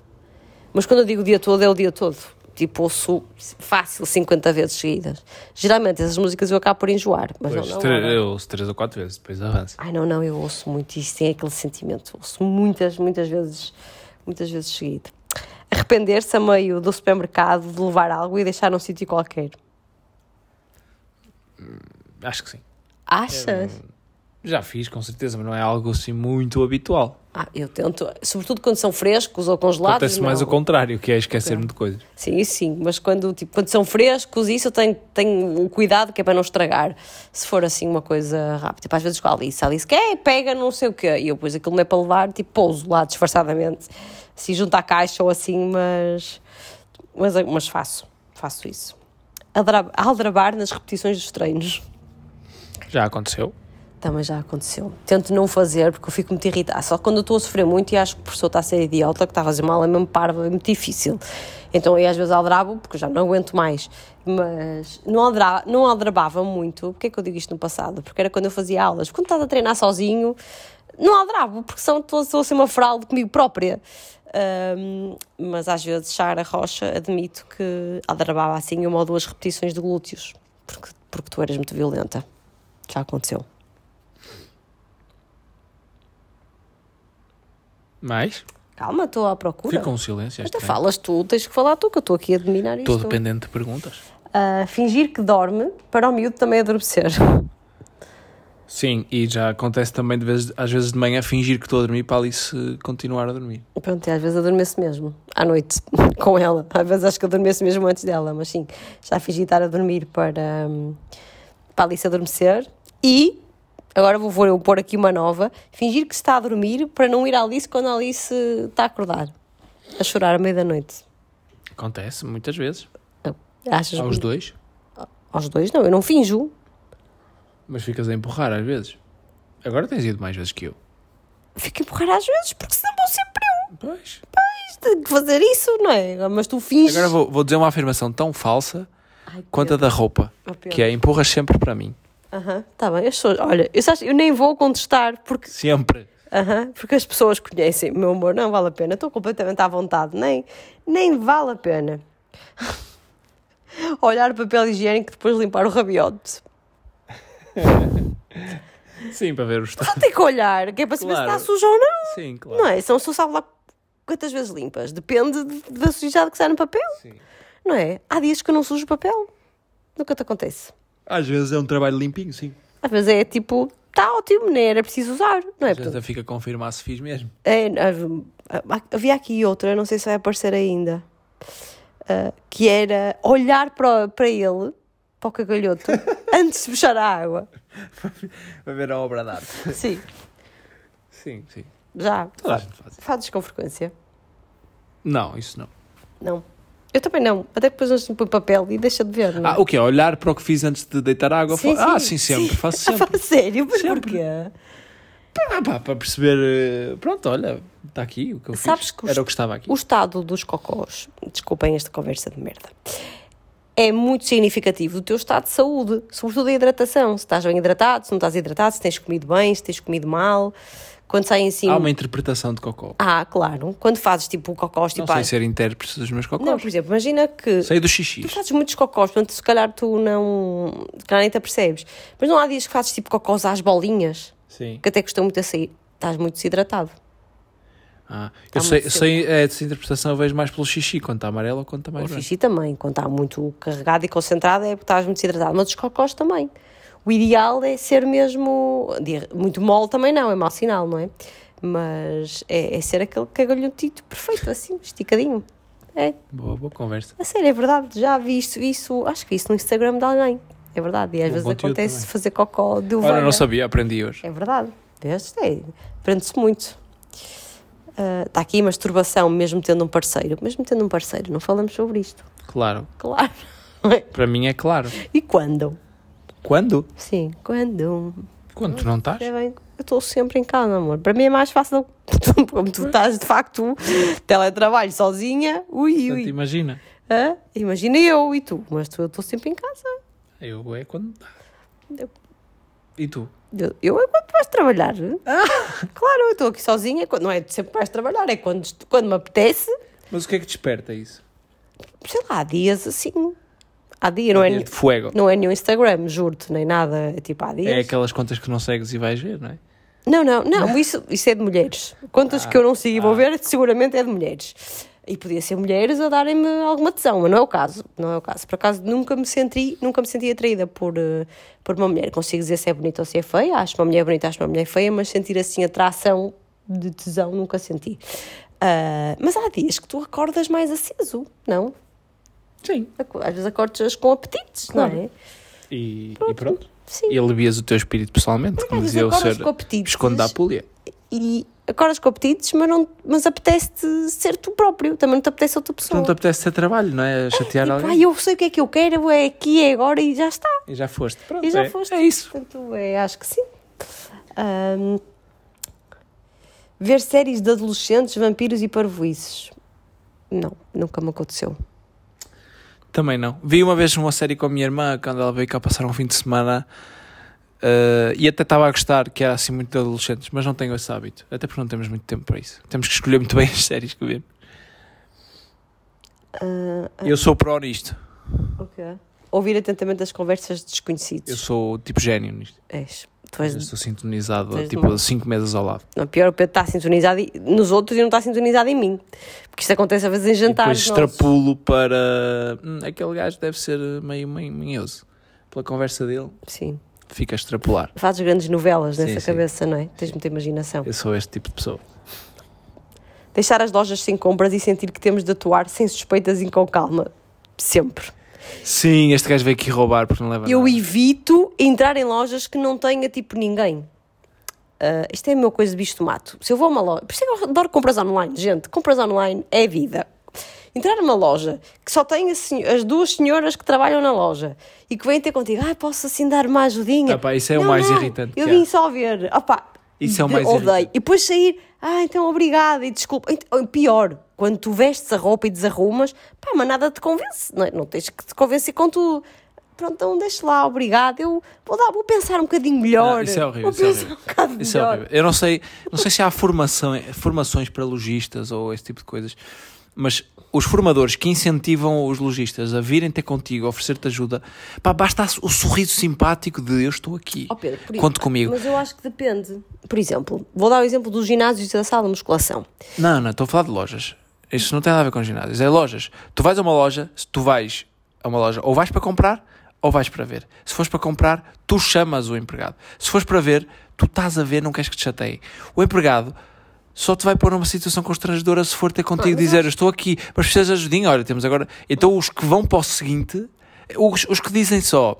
[SPEAKER 2] Mas quando eu digo o dia todo, é o dia todo. Tipo, ouço fácil 50 vezes seguidas. Geralmente essas músicas eu acabo por enjoar. Mas não,
[SPEAKER 1] Pois,
[SPEAKER 2] não,
[SPEAKER 1] tre-
[SPEAKER 2] não, não.
[SPEAKER 1] eu ouço três ou quatro vezes, depois avança.
[SPEAKER 2] Ai, não, não, eu ouço muito isso, tem aquele sentimento. Ouço muitas, muitas vezes, muitas vezes seguido. Arrepender-se a meio do supermercado de levar algo e deixar num sítio qualquer.
[SPEAKER 1] Acho que sim. É,
[SPEAKER 2] Achas?
[SPEAKER 1] Já fiz, com certeza, mas não é algo assim muito habitual.
[SPEAKER 2] Ah, eu tento, sobretudo quando são frescos ou congelados.
[SPEAKER 1] Acontece
[SPEAKER 2] não.
[SPEAKER 1] mais o contrário, que é esquecer-me de coisas.
[SPEAKER 2] Sim, isso sim, mas quando, tipo, quando são frescos, isso eu tenho, tenho um cuidado que é para não estragar. Se for assim uma coisa rápida, tipo, às vezes com a Alice, a Alice que é, pega não sei o quê, e eu pus aquilo não é para levar, tipo, pouso lá disfarçadamente, assim, junto à caixa ou assim, mas, mas, mas faço, faço isso. Aldra- Aldrabar nas repetições dos treinos.
[SPEAKER 1] Já aconteceu.
[SPEAKER 2] Também já aconteceu. Tento não fazer porque eu fico muito irritada. Só quando eu estou a sofrer muito e acho que o professor está a ser idiota, que está a fazer mal, é mesmo parvo, é muito difícil. Então aí às vezes aldrabo porque eu já não aguento mais. Mas não, aldra, não aldrabava muito. Porquê é que eu digo isto no passado? Porque era quando eu fazia aulas. Quando estás a treinar sozinho, não aldrabo, porque são, estou, estou a ser uma fraude comigo própria. Ahm, mas às vezes, Sara Rocha, admito que aldrabava assim uma ou duas repetições de glúteos, porque, porque tu eras muito violenta. Já aconteceu.
[SPEAKER 1] Mas
[SPEAKER 2] Calma, estou à procura.
[SPEAKER 1] fica um silêncio. é
[SPEAKER 2] Então
[SPEAKER 1] estranho.
[SPEAKER 2] falas tu, tens que falar tu, que eu estou aqui a dominar isto.
[SPEAKER 1] Estou dependente de perguntas.
[SPEAKER 2] Ah, fingir que dorme para o miúdo também adormecer.
[SPEAKER 1] Sim, e já acontece também de vez, às vezes de manhã fingir que estou a dormir para ali se continuar a dormir.
[SPEAKER 2] Pronto, e às vezes adormeço mesmo, à noite, com ela. Às vezes acho que adormeço mesmo antes dela, mas sim, já fingi estar a dormir para, hum, para a Alice adormecer. E, agora vou, vou eu pôr aqui uma nova, fingir que está a dormir para não ir à Alice quando a Alice está a acordar, a chorar à meia da noite.
[SPEAKER 1] Acontece muitas vezes.
[SPEAKER 2] Achas?
[SPEAKER 1] Aos dois.
[SPEAKER 2] Aos dois? Não, eu não finjo.
[SPEAKER 1] Mas ficas a empurrar às vezes. Agora tens ido mais vezes que eu.
[SPEAKER 2] Fico a empurrar às vezes, porque senão vou sempre eu.
[SPEAKER 1] Pois.
[SPEAKER 2] tenho que fazer isso, não é? Mas tu finges.
[SPEAKER 1] Agora vou, vou dizer uma afirmação tão falsa
[SPEAKER 2] Ai,
[SPEAKER 1] quanto a da roupa.
[SPEAKER 2] Oh, Pedro.
[SPEAKER 1] Que é empurras sempre para mim.
[SPEAKER 2] Aham, tá bem. As pessoas, olha, eu, sabes, eu nem vou contestar porque,
[SPEAKER 1] Sempre.
[SPEAKER 2] aham, porque as pessoas conhecem. Meu amor, não vale a pena. Estou completamente à vontade. Nem, nem vale a pena. Olhar o papel higiênico e depois limpar o rabiote.
[SPEAKER 1] Sim, para ver o estado.
[SPEAKER 2] Só tem que olhar, que é para saber
[SPEAKER 1] Claro.
[SPEAKER 2] se está sujo ou não.
[SPEAKER 1] Sim, claro.
[SPEAKER 2] Não é? São só sabe lá quantas vezes limpas. Depende de- da sujidade que está no papel. Não é? Há dias que eu não sujo o papel. Nunca te acontece.
[SPEAKER 1] Às vezes é um trabalho limpinho, sim.
[SPEAKER 2] Às vezes é tipo, está ótimo, nem era preciso usar, não é?
[SPEAKER 1] Às vezes fica a confirmar se fiz mesmo.
[SPEAKER 2] É, ah, havia aqui outra, não sei se vai aparecer ainda, ah, que era olhar para, o- para ele, para o cagalhoto, antes de puxar a água.
[SPEAKER 1] Para ver a obra de arte.
[SPEAKER 2] Sim,
[SPEAKER 1] Sim, sim.
[SPEAKER 2] já.
[SPEAKER 1] Toda a gente faz isso.
[SPEAKER 2] Fazes com frequência?
[SPEAKER 1] Não, isso não.
[SPEAKER 2] Não. Eu também não. Até que depois não põe papel e deixa de ver, não é?
[SPEAKER 1] Ah, o quê? Olhar para o que fiz antes de deitar água?
[SPEAKER 2] Sim,
[SPEAKER 1] Fa- Ah, sim,
[SPEAKER 2] sim.
[SPEAKER 1] sempre. Faço sempre.
[SPEAKER 2] Ah, sério? Mas
[SPEAKER 1] Sempre.
[SPEAKER 2] porquê?
[SPEAKER 1] Ah, pá, para perceber. eh, Pronto, olha, está aqui o que eu
[SPEAKER 2] Sabes
[SPEAKER 1] fiz.
[SPEAKER 2] que os-
[SPEAKER 1] Era o que estava aqui.
[SPEAKER 2] O estado dos cocós, desculpem esta conversa de merda, é muito significativo do teu estado de saúde, sobretudo a hidratação. Se estás bem hidratado, se não estás hidratado, se tens comido bem, se tens comido mal. Quando saem assim.
[SPEAKER 1] Há uma interpretação de cocó.
[SPEAKER 2] Ah, claro. Quando fazes tipo cocós,
[SPEAKER 1] Não
[SPEAKER 2] tipo.
[SPEAKER 1] sei
[SPEAKER 2] ah,
[SPEAKER 1] ser intérprete dos meus cocós.
[SPEAKER 2] não, por exemplo, imagina que.
[SPEAKER 1] Sei é dos
[SPEAKER 2] Tu
[SPEAKER 1] xixis.
[SPEAKER 2] fazes muitos cocós, portanto, se calhar tu não. Se calhar nem te apercebes. Mas não há dias que fazes tipo cocós às bolinhas,
[SPEAKER 1] Sim.
[SPEAKER 2] que até custam muito a sair. Estás muito desidratado.
[SPEAKER 1] Ah,
[SPEAKER 2] Há
[SPEAKER 1] eu sei,
[SPEAKER 2] muito
[SPEAKER 1] sei é, essa interpretação eu vejo mais pelo xixi, quando está amarelo ou quando está
[SPEAKER 2] O
[SPEAKER 1] mais branco.
[SPEAKER 2] xixi também, quando está muito carregado e concentrado, é porque estás muito desidratado. Mas os cocós também. O ideal é ser mesmo. de- Muito mole também não, é mau sinal, não é? Mas é, é ser aquele cagalhotito perfeito, assim, esticadinho. É,
[SPEAKER 1] Boa, boa conversa.
[SPEAKER 2] a sério, é verdade. Já vi isso, isso, acho que vi isso no Instagram de alguém. É verdade. E às
[SPEAKER 1] Bom
[SPEAKER 2] vezes
[SPEAKER 1] conteúdo
[SPEAKER 2] acontece
[SPEAKER 1] também.
[SPEAKER 2] fazer cocó de
[SPEAKER 1] Olha,
[SPEAKER 2] ovelha.
[SPEAKER 1] não sabia, aprendi hoje.
[SPEAKER 2] É verdade. Vês? É, Aprende-se muito. Está aqui a masturbação, mesmo tendo um parceiro. Mesmo tendo um parceiro, não falamos sobre isto.
[SPEAKER 1] Claro.
[SPEAKER 2] Claro.
[SPEAKER 1] Para mim é claro.
[SPEAKER 2] E quando?
[SPEAKER 1] Quando?
[SPEAKER 2] Sim, quando?
[SPEAKER 1] Quando tu não estás?
[SPEAKER 2] É bem, eu estou sempre em casa, amor. Para mim é mais fácil. não- Como tu estás de facto teletrabalho sozinha, ui,
[SPEAKER 1] Portanto,
[SPEAKER 2] ui.
[SPEAKER 1] imagina.
[SPEAKER 2] Hã? Imagina eu e tu, mas tu, eu estou sempre em casa.
[SPEAKER 1] Eu é quando dá.
[SPEAKER 2] Eu-
[SPEAKER 1] E tu?
[SPEAKER 2] Eu, eu é quando vais trabalhar. Claro, eu estou aqui sozinha, quando- não é sempre vais trabalhar, é quando, est- quando me apetece.
[SPEAKER 1] Mas o que é que desperta isso?
[SPEAKER 2] sei lá, há dias assim. Há dia, não é,
[SPEAKER 1] Dia de fuego.
[SPEAKER 2] não é nenhum Instagram, juro-te, nem nada. É tipo, há dias.
[SPEAKER 1] É aquelas contas que não segues e vais ver, não é?
[SPEAKER 2] Não, não, não, isso, isso é de mulheres. Contas que eu não sigo e vou ver, seguramente é de mulheres. E podia ser mulheres a darem-me alguma tesão, mas não é o caso. Não é o caso. Por acaso nunca me senti, nunca me senti atraída por, eh, por uma mulher. Consigo dizer se é bonita ou se é feia. Acho uma mulher bonita, acho uma mulher feia, mas sentir assim atração de tesão nunca senti. Ah, mas há dias que tu acordas mais aceso, não?
[SPEAKER 1] Sim.
[SPEAKER 2] Aco- Às vezes acordas com apetites, não é?
[SPEAKER 1] E pronto. E, pronto.
[SPEAKER 2] Sim.
[SPEAKER 1] e alivias o teu espírito pessoalmente, como
[SPEAKER 2] às vezes
[SPEAKER 1] dizia o
[SPEAKER 2] acordas
[SPEAKER 1] ser
[SPEAKER 2] com apetites.
[SPEAKER 1] Esconde da Apulia.
[SPEAKER 2] E acordas com apetites, mas, não, mas apetece ser tu próprio, também não te apetece outra pessoa.
[SPEAKER 1] Não te apetece ter trabalho, não é? Chatear
[SPEAKER 2] Tipo,
[SPEAKER 1] alguém.
[SPEAKER 2] ai, eu sei o que é que eu quero, é aqui, é agora e já está.
[SPEAKER 1] E já foste. Pronto,
[SPEAKER 2] E já
[SPEAKER 1] é,
[SPEAKER 2] foste.
[SPEAKER 1] É isso.
[SPEAKER 2] Portanto, é, acho que sim. Ahm, ver séries de adolescentes, vampiros e parvoices. Não, nunca me aconteceu.
[SPEAKER 1] Também não. Vi uma vez uma série com a minha irmã, quando ela veio cá passar um fim de semana, eh, e até estava a gostar, que era assim muito de adolescentes, mas não tenho esse hábito. Até porque não temos muito tempo para isso. Temos que escolher muito bem as séries que vemos.
[SPEAKER 2] Eh,
[SPEAKER 1] Eu sou pró nisto.
[SPEAKER 2] Ouvir atentamente as conversas de desconhecidos.
[SPEAKER 1] Eu sou tipo gênio nisto.
[SPEAKER 2] És. Tu
[SPEAKER 1] Eu
[SPEAKER 2] és
[SPEAKER 1] estou sintonizado
[SPEAKER 2] Tens
[SPEAKER 1] tipo
[SPEAKER 2] uma-
[SPEAKER 1] 5 meses ao lado.
[SPEAKER 2] Não, pior, o Pedro está sintonizado e- nos outros e não está sintonizado em mim. Porque isto acontece às vezes em
[SPEAKER 1] E depois
[SPEAKER 2] jantares. nossos.
[SPEAKER 1] extrapulo para. "Hum, aquele gajo deve ser meio meio manhoso. Pela conversa dele,
[SPEAKER 2] Sim.
[SPEAKER 1] fica a extrapolar.
[SPEAKER 2] Fazes grandes novelas
[SPEAKER 1] Sim,
[SPEAKER 2] nessa
[SPEAKER 1] sim.
[SPEAKER 2] cabeça, não é? Tens muita imaginação.
[SPEAKER 1] Eu sou este tipo de pessoa.
[SPEAKER 2] Deixar as lojas sem compras e sentir que temos de atuar sem suspeitas e com calma. Sempre.
[SPEAKER 1] Sim, este gajo veio aqui roubar porque não leva
[SPEAKER 2] Eu
[SPEAKER 1] nada.
[SPEAKER 2] evito entrar em lojas que não tenha tipo ninguém. Ah, isto é a minha coisa de bicho do mato. Se eu vou a uma loja. Por isso é que eu adoro compras online, gente. Compras online é vida. Entrar numa loja que só tem a senho- as duas senhoras que trabalham na loja e que vêm ter contigo, ah, posso assim dar uma ajudinha.
[SPEAKER 1] Ah pá, isso é o mais irritante
[SPEAKER 2] Eu
[SPEAKER 1] que há.
[SPEAKER 2] vim só ver. Ah pá,
[SPEAKER 1] Isso é o mais
[SPEAKER 2] odeio.
[SPEAKER 1] irritante.
[SPEAKER 2] E depois sair, ah, então obrigada e desculpa. Ent- ou Pior, quando tu vestes a roupa e desarrumas, pá, mas nada te convence, não, é? não tens que te convencer com tudo. Pronto, então deixa lá, obrigada. Eu vou, dar, vou pensar um bocadinho melhor.
[SPEAKER 1] Não, isso é horrível,
[SPEAKER 2] Vou
[SPEAKER 1] isso é
[SPEAKER 2] pensar um bocado
[SPEAKER 1] Isso é
[SPEAKER 2] melhor.
[SPEAKER 1] horrível. Eu não sei, não sei se há formação, formações para lojistas ou esse tipo de coisas, mas os formadores que incentivam os lojistas a virem ter contigo, a oferecer-te ajuda, pá, basta o sorriso simpático de eu estou aqui.
[SPEAKER 2] Ó, Oh, Pedro, por
[SPEAKER 1] Conte
[SPEAKER 2] isso-
[SPEAKER 1] comigo.
[SPEAKER 2] Mas eu acho que depende. Por exemplo, vou dar o exemplo dos ginásios e da sala de musculação.
[SPEAKER 1] Não, não, estou a falar de lojas. Isso não tem nada a ver com ginásios, é lojas. Tu vais a uma loja, se tu vais a uma loja, ou vais para comprar ou vais para ver. Se fores para comprar, tu chamas o empregado. Se fores para ver, tu estás a ver, não queres que te chateiem. O empregado só te vai pôr numa situação constrangedora se for ter contigo e dizer, eu estou aqui, mas precisas de ajudinha, olha, temos agora... Então os que vão para o seguinte, os, os que dizem só,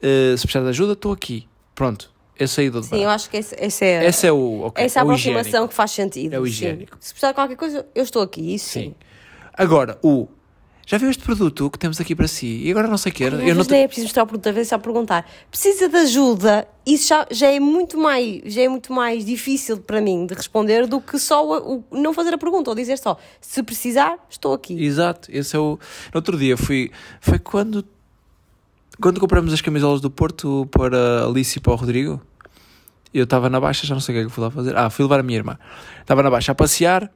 [SPEAKER 1] "Eh, se precisar de ajuda, estou aqui. Pronto, esse é aí dou de
[SPEAKER 2] Sim, eu
[SPEAKER 1] barato.
[SPEAKER 2] acho que esse- esse é.
[SPEAKER 1] Esse é o... ok,
[SPEAKER 2] essa
[SPEAKER 1] é o higiênico.
[SPEAKER 2] aproximação que faz sentido.
[SPEAKER 1] É o
[SPEAKER 2] sim.
[SPEAKER 1] higiênico.
[SPEAKER 2] Se precisar de qualquer coisa, eu estou aqui, isso sim.
[SPEAKER 1] Sim. Agora, o. Já viu este produto que temos aqui para si? E agora não sei o que
[SPEAKER 2] Às
[SPEAKER 1] era. Eu
[SPEAKER 2] vezes
[SPEAKER 1] não
[SPEAKER 2] nem
[SPEAKER 1] te...
[SPEAKER 2] é preciso mostrar o produto, às vezes é só perguntar. Precisa de ajuda? Isso já, já é muito mais, já é muito mais difícil para mim de responder do que só o, o- não fazer a pergunta ou dizer só se precisar, estou aqui.
[SPEAKER 1] Exato, esse é o. No outro dia fui. Foi quando. Quando compramos as camisolas do Porto para a Alice e para o Rodrigo. Eu estava na baixa, já não sei o que é que fui lá fazer. Ah, fui levar a minha irmã. Estava na baixa a passear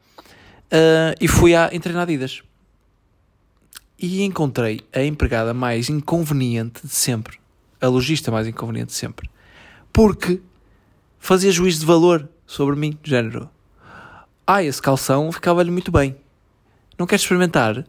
[SPEAKER 1] ah, e fui a entrei na Adidas. E encontrei a empregada mais inconveniente de sempre. A lojista mais inconveniente de sempre. Porque fazia juízo de valor sobre mim, de género. Ah, esse calção ficava-lhe muito bem. Não queres experimentar?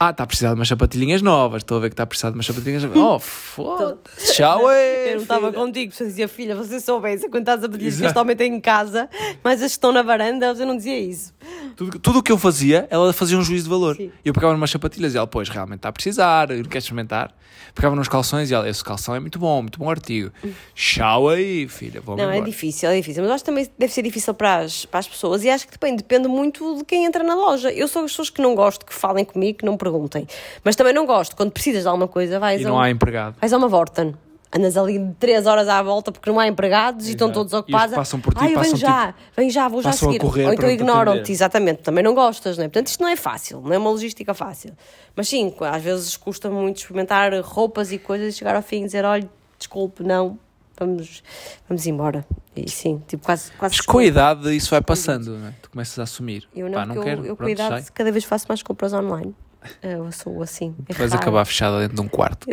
[SPEAKER 1] Ah, está a precisar de umas sapatilhinhas novas. Estou a ver que está a precisar de umas sapatilhinhas novas. Oh, foda-se. Tchau,
[SPEAKER 2] Eu
[SPEAKER 1] é.
[SPEAKER 2] não estava contigo, porque eu dizia, filha, você soubesse quando estás a pedir que este homem tem em casa, mas as que estão na varanda, eu não dizia isso.
[SPEAKER 1] Tudo tudo o que eu fazia, ela fazia um juízo de valor.
[SPEAKER 2] Sim.
[SPEAKER 1] Eu pegava umas sapatilhas e ela, pois, realmente está a precisar, eu não quero experimentar. Pegava nos calções e ela, esse calção é muito bom, muito bom artigo. Tchau aí, filha, vou
[SPEAKER 2] Hum. Não, é
[SPEAKER 1] embora.
[SPEAKER 2] difícil, é difícil. Mas acho que também deve ser difícil para as, para as pessoas e acho que depende, depende muito de quem entra na loja. Eu sou as pessoas que não gosto que falem comigo, que não perguntem. Mas também não gosto, quando precisas de alguma coisa, vais
[SPEAKER 1] E
[SPEAKER 2] a
[SPEAKER 1] não
[SPEAKER 2] um-
[SPEAKER 1] há empregado.
[SPEAKER 2] Vais a uma Vorten. Andas ali de 3 horas à volta porque não há empregados e estão todos
[SPEAKER 1] E os que
[SPEAKER 2] ocupados.
[SPEAKER 1] passam por ti,
[SPEAKER 2] Ai, vem
[SPEAKER 1] passam, tipo,
[SPEAKER 2] já, vem já, vou já
[SPEAKER 1] passam a
[SPEAKER 2] seguir.
[SPEAKER 1] correr para
[SPEAKER 2] Ou então
[SPEAKER 1] não te
[SPEAKER 2] ignoram-te,
[SPEAKER 1] atender.
[SPEAKER 2] exatamente. Também não gostas, não é? Portanto, isto não é fácil, não é uma logística fácil. Mas sim, às vezes custa muito experimentar roupas e coisas e chegar ao fim e dizer: olha, desculpe, não, vamos, vamos embora. E sim, tipo, quase. quase
[SPEAKER 1] Mas com a idade isso vai passando, não é? Tu começas a assumir.
[SPEAKER 2] Eu não,
[SPEAKER 1] Pá,
[SPEAKER 2] porque eu-
[SPEAKER 1] quero,
[SPEAKER 2] eu, com a
[SPEAKER 1] pronto, sai.
[SPEAKER 2] idade cada vez faço mais compras online. Eu sou assim. É
[SPEAKER 1] Tu vais
[SPEAKER 2] raro.
[SPEAKER 1] acabar fechada dentro de um quarto,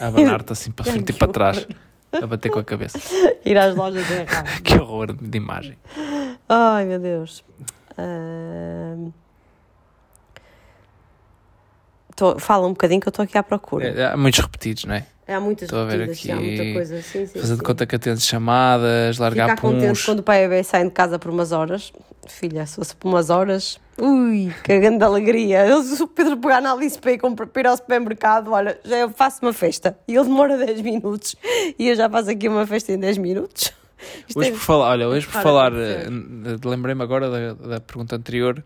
[SPEAKER 1] a abanar-te assim para frente e para trás, a bater com a cabeça.
[SPEAKER 2] Ir às lojas é raro.
[SPEAKER 1] Que horror de imagem.
[SPEAKER 2] Ai meu Deus. Ahm. Tô- fala um bocadinho que eu estou aqui à procura.
[SPEAKER 1] É, há muitos repetidos, não é?
[SPEAKER 2] Há muitas
[SPEAKER 1] Tô a ver
[SPEAKER 2] repetidas, sim, há
[SPEAKER 1] aqui.
[SPEAKER 2] muita coisa. Sim, sim,
[SPEAKER 1] Fazer de
[SPEAKER 2] sim.
[SPEAKER 1] conta que atendes chamadas, largar
[SPEAKER 2] Ficar contente
[SPEAKER 1] puns.
[SPEAKER 2] quando o pai e a bebê saem de casa por umas horas. Filha, se fosse por umas horas. Ui, que grande alegria. Eu, se o Pedro pegar na Alice para ir, comprar, para ir ao supermercado, olha, já eu faço uma festa. E ele demora 10 minutos. E eu já faço aqui uma festa em 10 minutos. Isto
[SPEAKER 1] Hoje
[SPEAKER 2] é-
[SPEAKER 1] por falar, olha, hoje por
[SPEAKER 2] Ora,
[SPEAKER 1] falar,
[SPEAKER 2] deve
[SPEAKER 1] eh,
[SPEAKER 2] ser.
[SPEAKER 1] n- lembrei-me agora da, da pergunta anterior,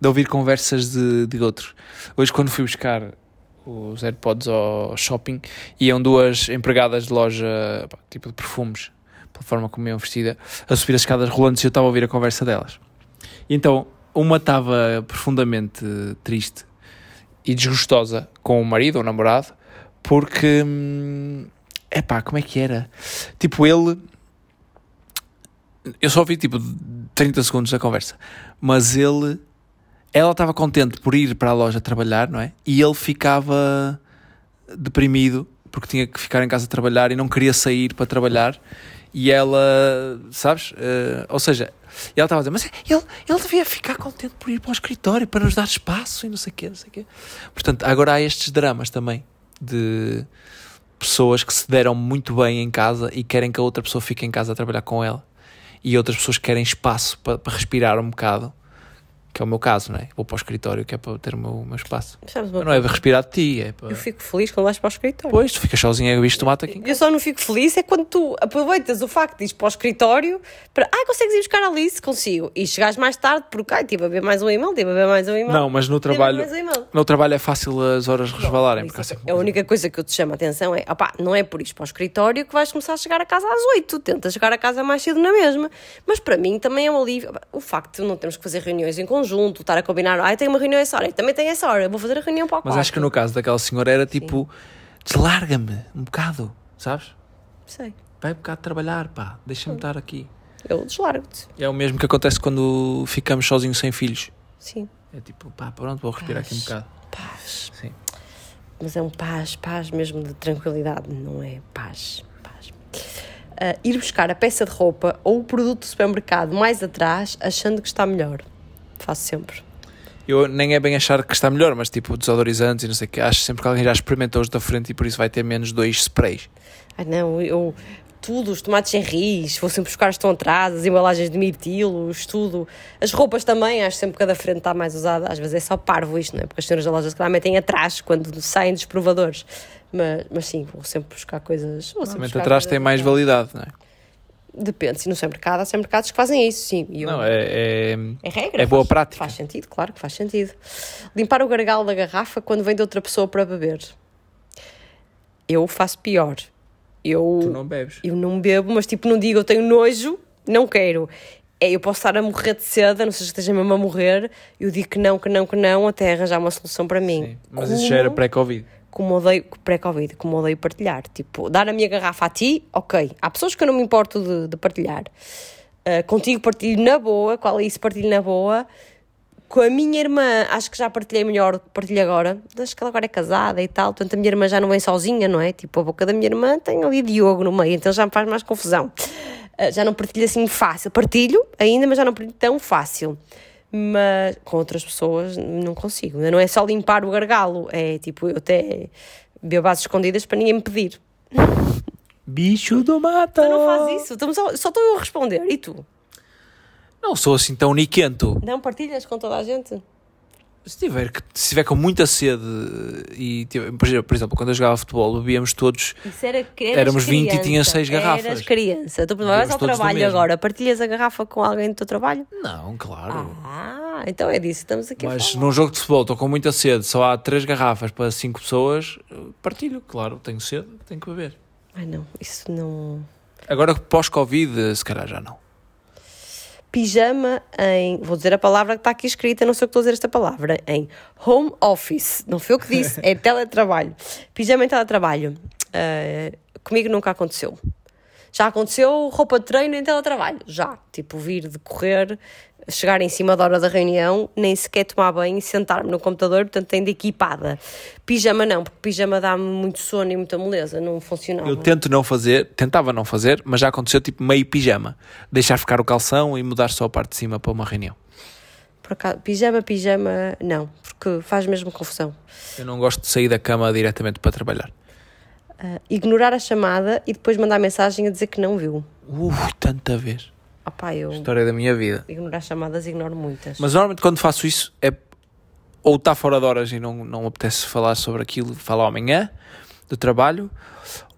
[SPEAKER 1] de ouvir conversas de, de outros. Hoje quando fui buscar os AirPods ao shopping, iam duas empregadas de loja, pá, tipo de perfumes, pela forma como iam vestida, a subir as escadas rolantes e eu estava a ouvir a conversa delas. E então, uma estava profundamente triste e desgostosa com o marido ou namorado, porque... Hum, epá, como é que era? Tipo, ele... Eu só ouvi tipo 30 segundos da conversa. Mas ele. Ela estava contente por ir para a loja trabalhar, não é? E ele ficava deprimido porque tinha que ficar em casa a trabalhar e não queria sair para trabalhar. E ela, sabes? Eh, ou seja, ela estava a dizer, mas ele, ele devia ficar contente por ir para o escritório para nos dar espaço e não sei o quê, não sei o quê. Portanto, agora há estes dramas também de pessoas que se deram muito bem em casa e querem que a outra pessoa fique em casa a trabalhar com ela e outras pessoas querem espaço para, para respirar um bocado, que é o meu caso, não é? Vou para o escritório que é para ter o meu, o meu espaço.
[SPEAKER 2] Sabes uma
[SPEAKER 1] Mas não é para respirar de ti, é
[SPEAKER 2] Eu
[SPEAKER 1] para...
[SPEAKER 2] fico feliz quando vais para o escritório.
[SPEAKER 1] Pois, tu ficas sozinho a bicho tomate aqui.
[SPEAKER 2] Eu só não fico feliz é quando tu aproveitas o facto de ires para o escritório para. Ai, consegues ir buscar a Alice? Consigo. E chegares mais tarde porque. Ai, tive a ver mais um e-mail, tive a ver mais um e-mail.
[SPEAKER 1] Não, mas no
[SPEAKER 2] tive a ver
[SPEAKER 1] trabalho...
[SPEAKER 2] mais um e-mail.
[SPEAKER 1] No trabalho é fácil as horas resvalarem, porque assim, há
[SPEAKER 2] Isso
[SPEAKER 1] sempre
[SPEAKER 2] é A única coisa que eu te chamo a atenção é, opá, não é por isto para o escritório que vais começar a chegar a casa às 8, tenta chegar a casa mais cedo na mesma. Mas para mim também é um alívio. Opá, O facto de não termos que fazer reuniões em conjunto, estar a combinar, ai, tenho uma reunião a essa hora, eu também tenho essa hora, eu vou fazer a reunião para o
[SPEAKER 1] Mas acho que no caso daquela senhora era tipo, deslarga-me um bocado, sabes?
[SPEAKER 2] Sei,
[SPEAKER 1] Vai um bocado trabalhar, pá, deixa-me estar aqui.
[SPEAKER 2] eu deslargo-te.
[SPEAKER 1] É o mesmo que acontece quando ficamos sozinhos sem filhos.
[SPEAKER 2] Sim,
[SPEAKER 1] É tipo, pá, pronto, vou respirar aqui um bocado.
[SPEAKER 2] paz.
[SPEAKER 1] Sim.
[SPEAKER 2] Mas é um paz, paz mesmo de tranquilidade, não é? Paz, paz. Ah, ir buscar a peça de roupa ou o produto do supermercado mais atrás, achando que está melhor. Faço sempre.
[SPEAKER 1] Eu nem é bem achar que está melhor, mas tipo desodorizantes e não sei o que. Acho sempre que alguém já experimentou os da frente e por isso vai ter menos dois sprays.
[SPEAKER 2] Ai não, eu. Tudo, os tomates em ris, vou sempre buscar, estão atrás, as embalagens de mirtilos, tudo. As roupas também, acho sempre que a da frente está mais usada. Às vezes é só parvo isto, não é? Porque as senhoras da loja se calhar metem atrás quando saem dos provadores. Mas, mas sim, vou sempre buscar coisas. Vou sempre
[SPEAKER 1] Somente
[SPEAKER 2] buscar
[SPEAKER 1] atrás
[SPEAKER 2] coisas
[SPEAKER 1] tem mais validade, não é?
[SPEAKER 2] Depende, se no supermercado há supermercados que fazem isso, sim. E eu-
[SPEAKER 1] Não, é, é,
[SPEAKER 2] É regra.
[SPEAKER 1] É boa
[SPEAKER 2] faz-
[SPEAKER 1] prática.
[SPEAKER 2] Faz sentido, claro que faz sentido. Limpar o gargalo da garrafa quando vem de outra pessoa para beber. Eu faço pior. Eu,
[SPEAKER 1] bebes.
[SPEAKER 2] eu não bebo, mas tipo, não digo, eu tenho nojo, não quero. É, eu posso estar a morrer de sede, a não sei se esteja mesmo a morrer, eu digo que não, que não, que não, até arranjar é uma solução para mim.
[SPEAKER 1] Mas isso já era
[SPEAKER 2] Como-
[SPEAKER 1] pré-Covid.
[SPEAKER 2] como odeio pré-Covid, como odeio partilhar. Tipo, dar a minha garrafa a ti, ok. Há pessoas que eu não me importo de, de partilhar. Ah, contigo partilho na boa, com a Alice partilho na boa. Com a minha irmã, acho que já partilhei melhor do que partilho agora. Acho que ela agora é casada e tal, portanto a minha irmã já não vem sozinha, não é? Tipo, a boca da minha irmã tem ali Diogo no meio, então já me faz mais confusão. Ah, já não partilho assim fácil. Partilho ainda, mas já não partilho tão fácil. mas com outras pessoas não consigo. Não é só limpar o gargalo, é tipo, eu até bebo às escondidas para ninguém me pedir.
[SPEAKER 8] Bicho do mato!
[SPEAKER 2] Tu não
[SPEAKER 1] Oh.
[SPEAKER 2] fazes isso, estamos só, só estou eu a responder. E tu?
[SPEAKER 1] Não sou assim tão niquento.
[SPEAKER 2] Não partilhas com toda a gente?
[SPEAKER 1] Se tiver, que- se tiver com muita sede e tiver- por exemplo, por exemplo, quando eu jogava futebol, bebíamos todos.
[SPEAKER 2] Isso era que eras
[SPEAKER 1] Éramos 20 e
[SPEAKER 2] criança,
[SPEAKER 1] tinha seis
[SPEAKER 2] Eras
[SPEAKER 1] garrafas.
[SPEAKER 2] criança. Tu vais ao
[SPEAKER 1] todos do
[SPEAKER 2] trabalho
[SPEAKER 1] mesmo.
[SPEAKER 2] agora, partilhas a garrafa com alguém do teu trabalho?
[SPEAKER 1] Não, claro.
[SPEAKER 2] Ah, então é disso, estamos aqui a
[SPEAKER 1] Mas
[SPEAKER 2] falar.
[SPEAKER 1] num jogo de futebol estou com muita sede, só há três garrafas para cinco pessoas, partilho, claro, tenho sede, tenho que beber.
[SPEAKER 2] Ai não, isso não...
[SPEAKER 1] Agora pós-Covid, se calhar já não.
[SPEAKER 2] Pijama em... Vou dizer a palavra que está aqui escrita, não sei o que estou a dizer esta palavra. Em home office. Não foi eu que disse, é teletrabalho. Pijama em teletrabalho. Ah, comigo nunca aconteceu. Já aconteceu roupa de treino em teletrabalho. Já. Tipo, vir de correr, chegar em cima da hora da reunião, nem sequer tomar banho e sentar-me no computador, portanto, tenho de equipada. Pijama não, porque pijama dá-me muito sono e muita moleza, não funcionava.
[SPEAKER 1] Eu tento não fazer, tentava não fazer, mas já aconteceu tipo meio pijama. Deixar ficar o calção e mudar só a parte de cima para uma reunião.
[SPEAKER 2] Por acaso, pijama, pijama, não, porque faz mesmo confusão.
[SPEAKER 1] Eu não gosto de sair da cama diretamente para trabalhar.
[SPEAKER 2] Ah, ignorar a chamada e depois mandar mensagem a dizer que não viu.
[SPEAKER 1] Uh, tanta vez.
[SPEAKER 2] Opá, eu
[SPEAKER 1] História da minha vida.
[SPEAKER 2] ignorar chamadas, ignoro muitas.
[SPEAKER 1] Mas normalmente quando faço isso é ou está fora de horas e não, não me apetece falar sobre aquilo, falar amanhã do trabalho,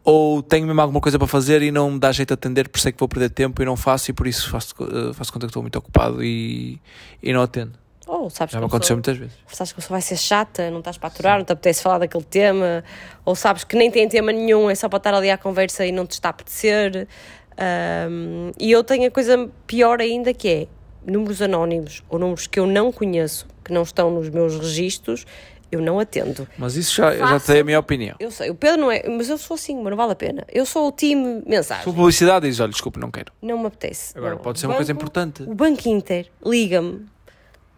[SPEAKER 1] ou tenho mesmo alguma coisa para fazer e não me dá jeito de atender, por sei que vou perder tempo e não faço e por isso faço, eh, faço conta que estou muito ocupado e, e não atendo.
[SPEAKER 2] oh, sabes
[SPEAKER 1] Já me
[SPEAKER 2] que a
[SPEAKER 1] aconteceu
[SPEAKER 2] pessoa-
[SPEAKER 1] muitas vezes.
[SPEAKER 2] sabes que a pessoa vai ser chata, não estás para aturar, não te apetece falar daquele tema, ou sabes que nem tem tema nenhum, é só para estar ali à conversa e não te está a apetecer. Ahm, e eu tenho a coisa pior ainda que é números anónimos ou números que eu não conheço, que não estão nos meus registros, eu não atendo.
[SPEAKER 1] Mas isso já, eu já
[SPEAKER 2] Faço-
[SPEAKER 1] sei a minha opinião.
[SPEAKER 2] Eu sei, o Pedro não é, mas eu sou assim, mas não vale a pena. Eu sou o time mensagem.
[SPEAKER 1] Por publicidade diz, olha, desculpe, não quero.
[SPEAKER 2] Não me apetece.
[SPEAKER 1] Agora,
[SPEAKER 2] Não.
[SPEAKER 1] pode ser
[SPEAKER 2] O
[SPEAKER 1] uma coisa importante.
[SPEAKER 2] O Banco Inter liga-me,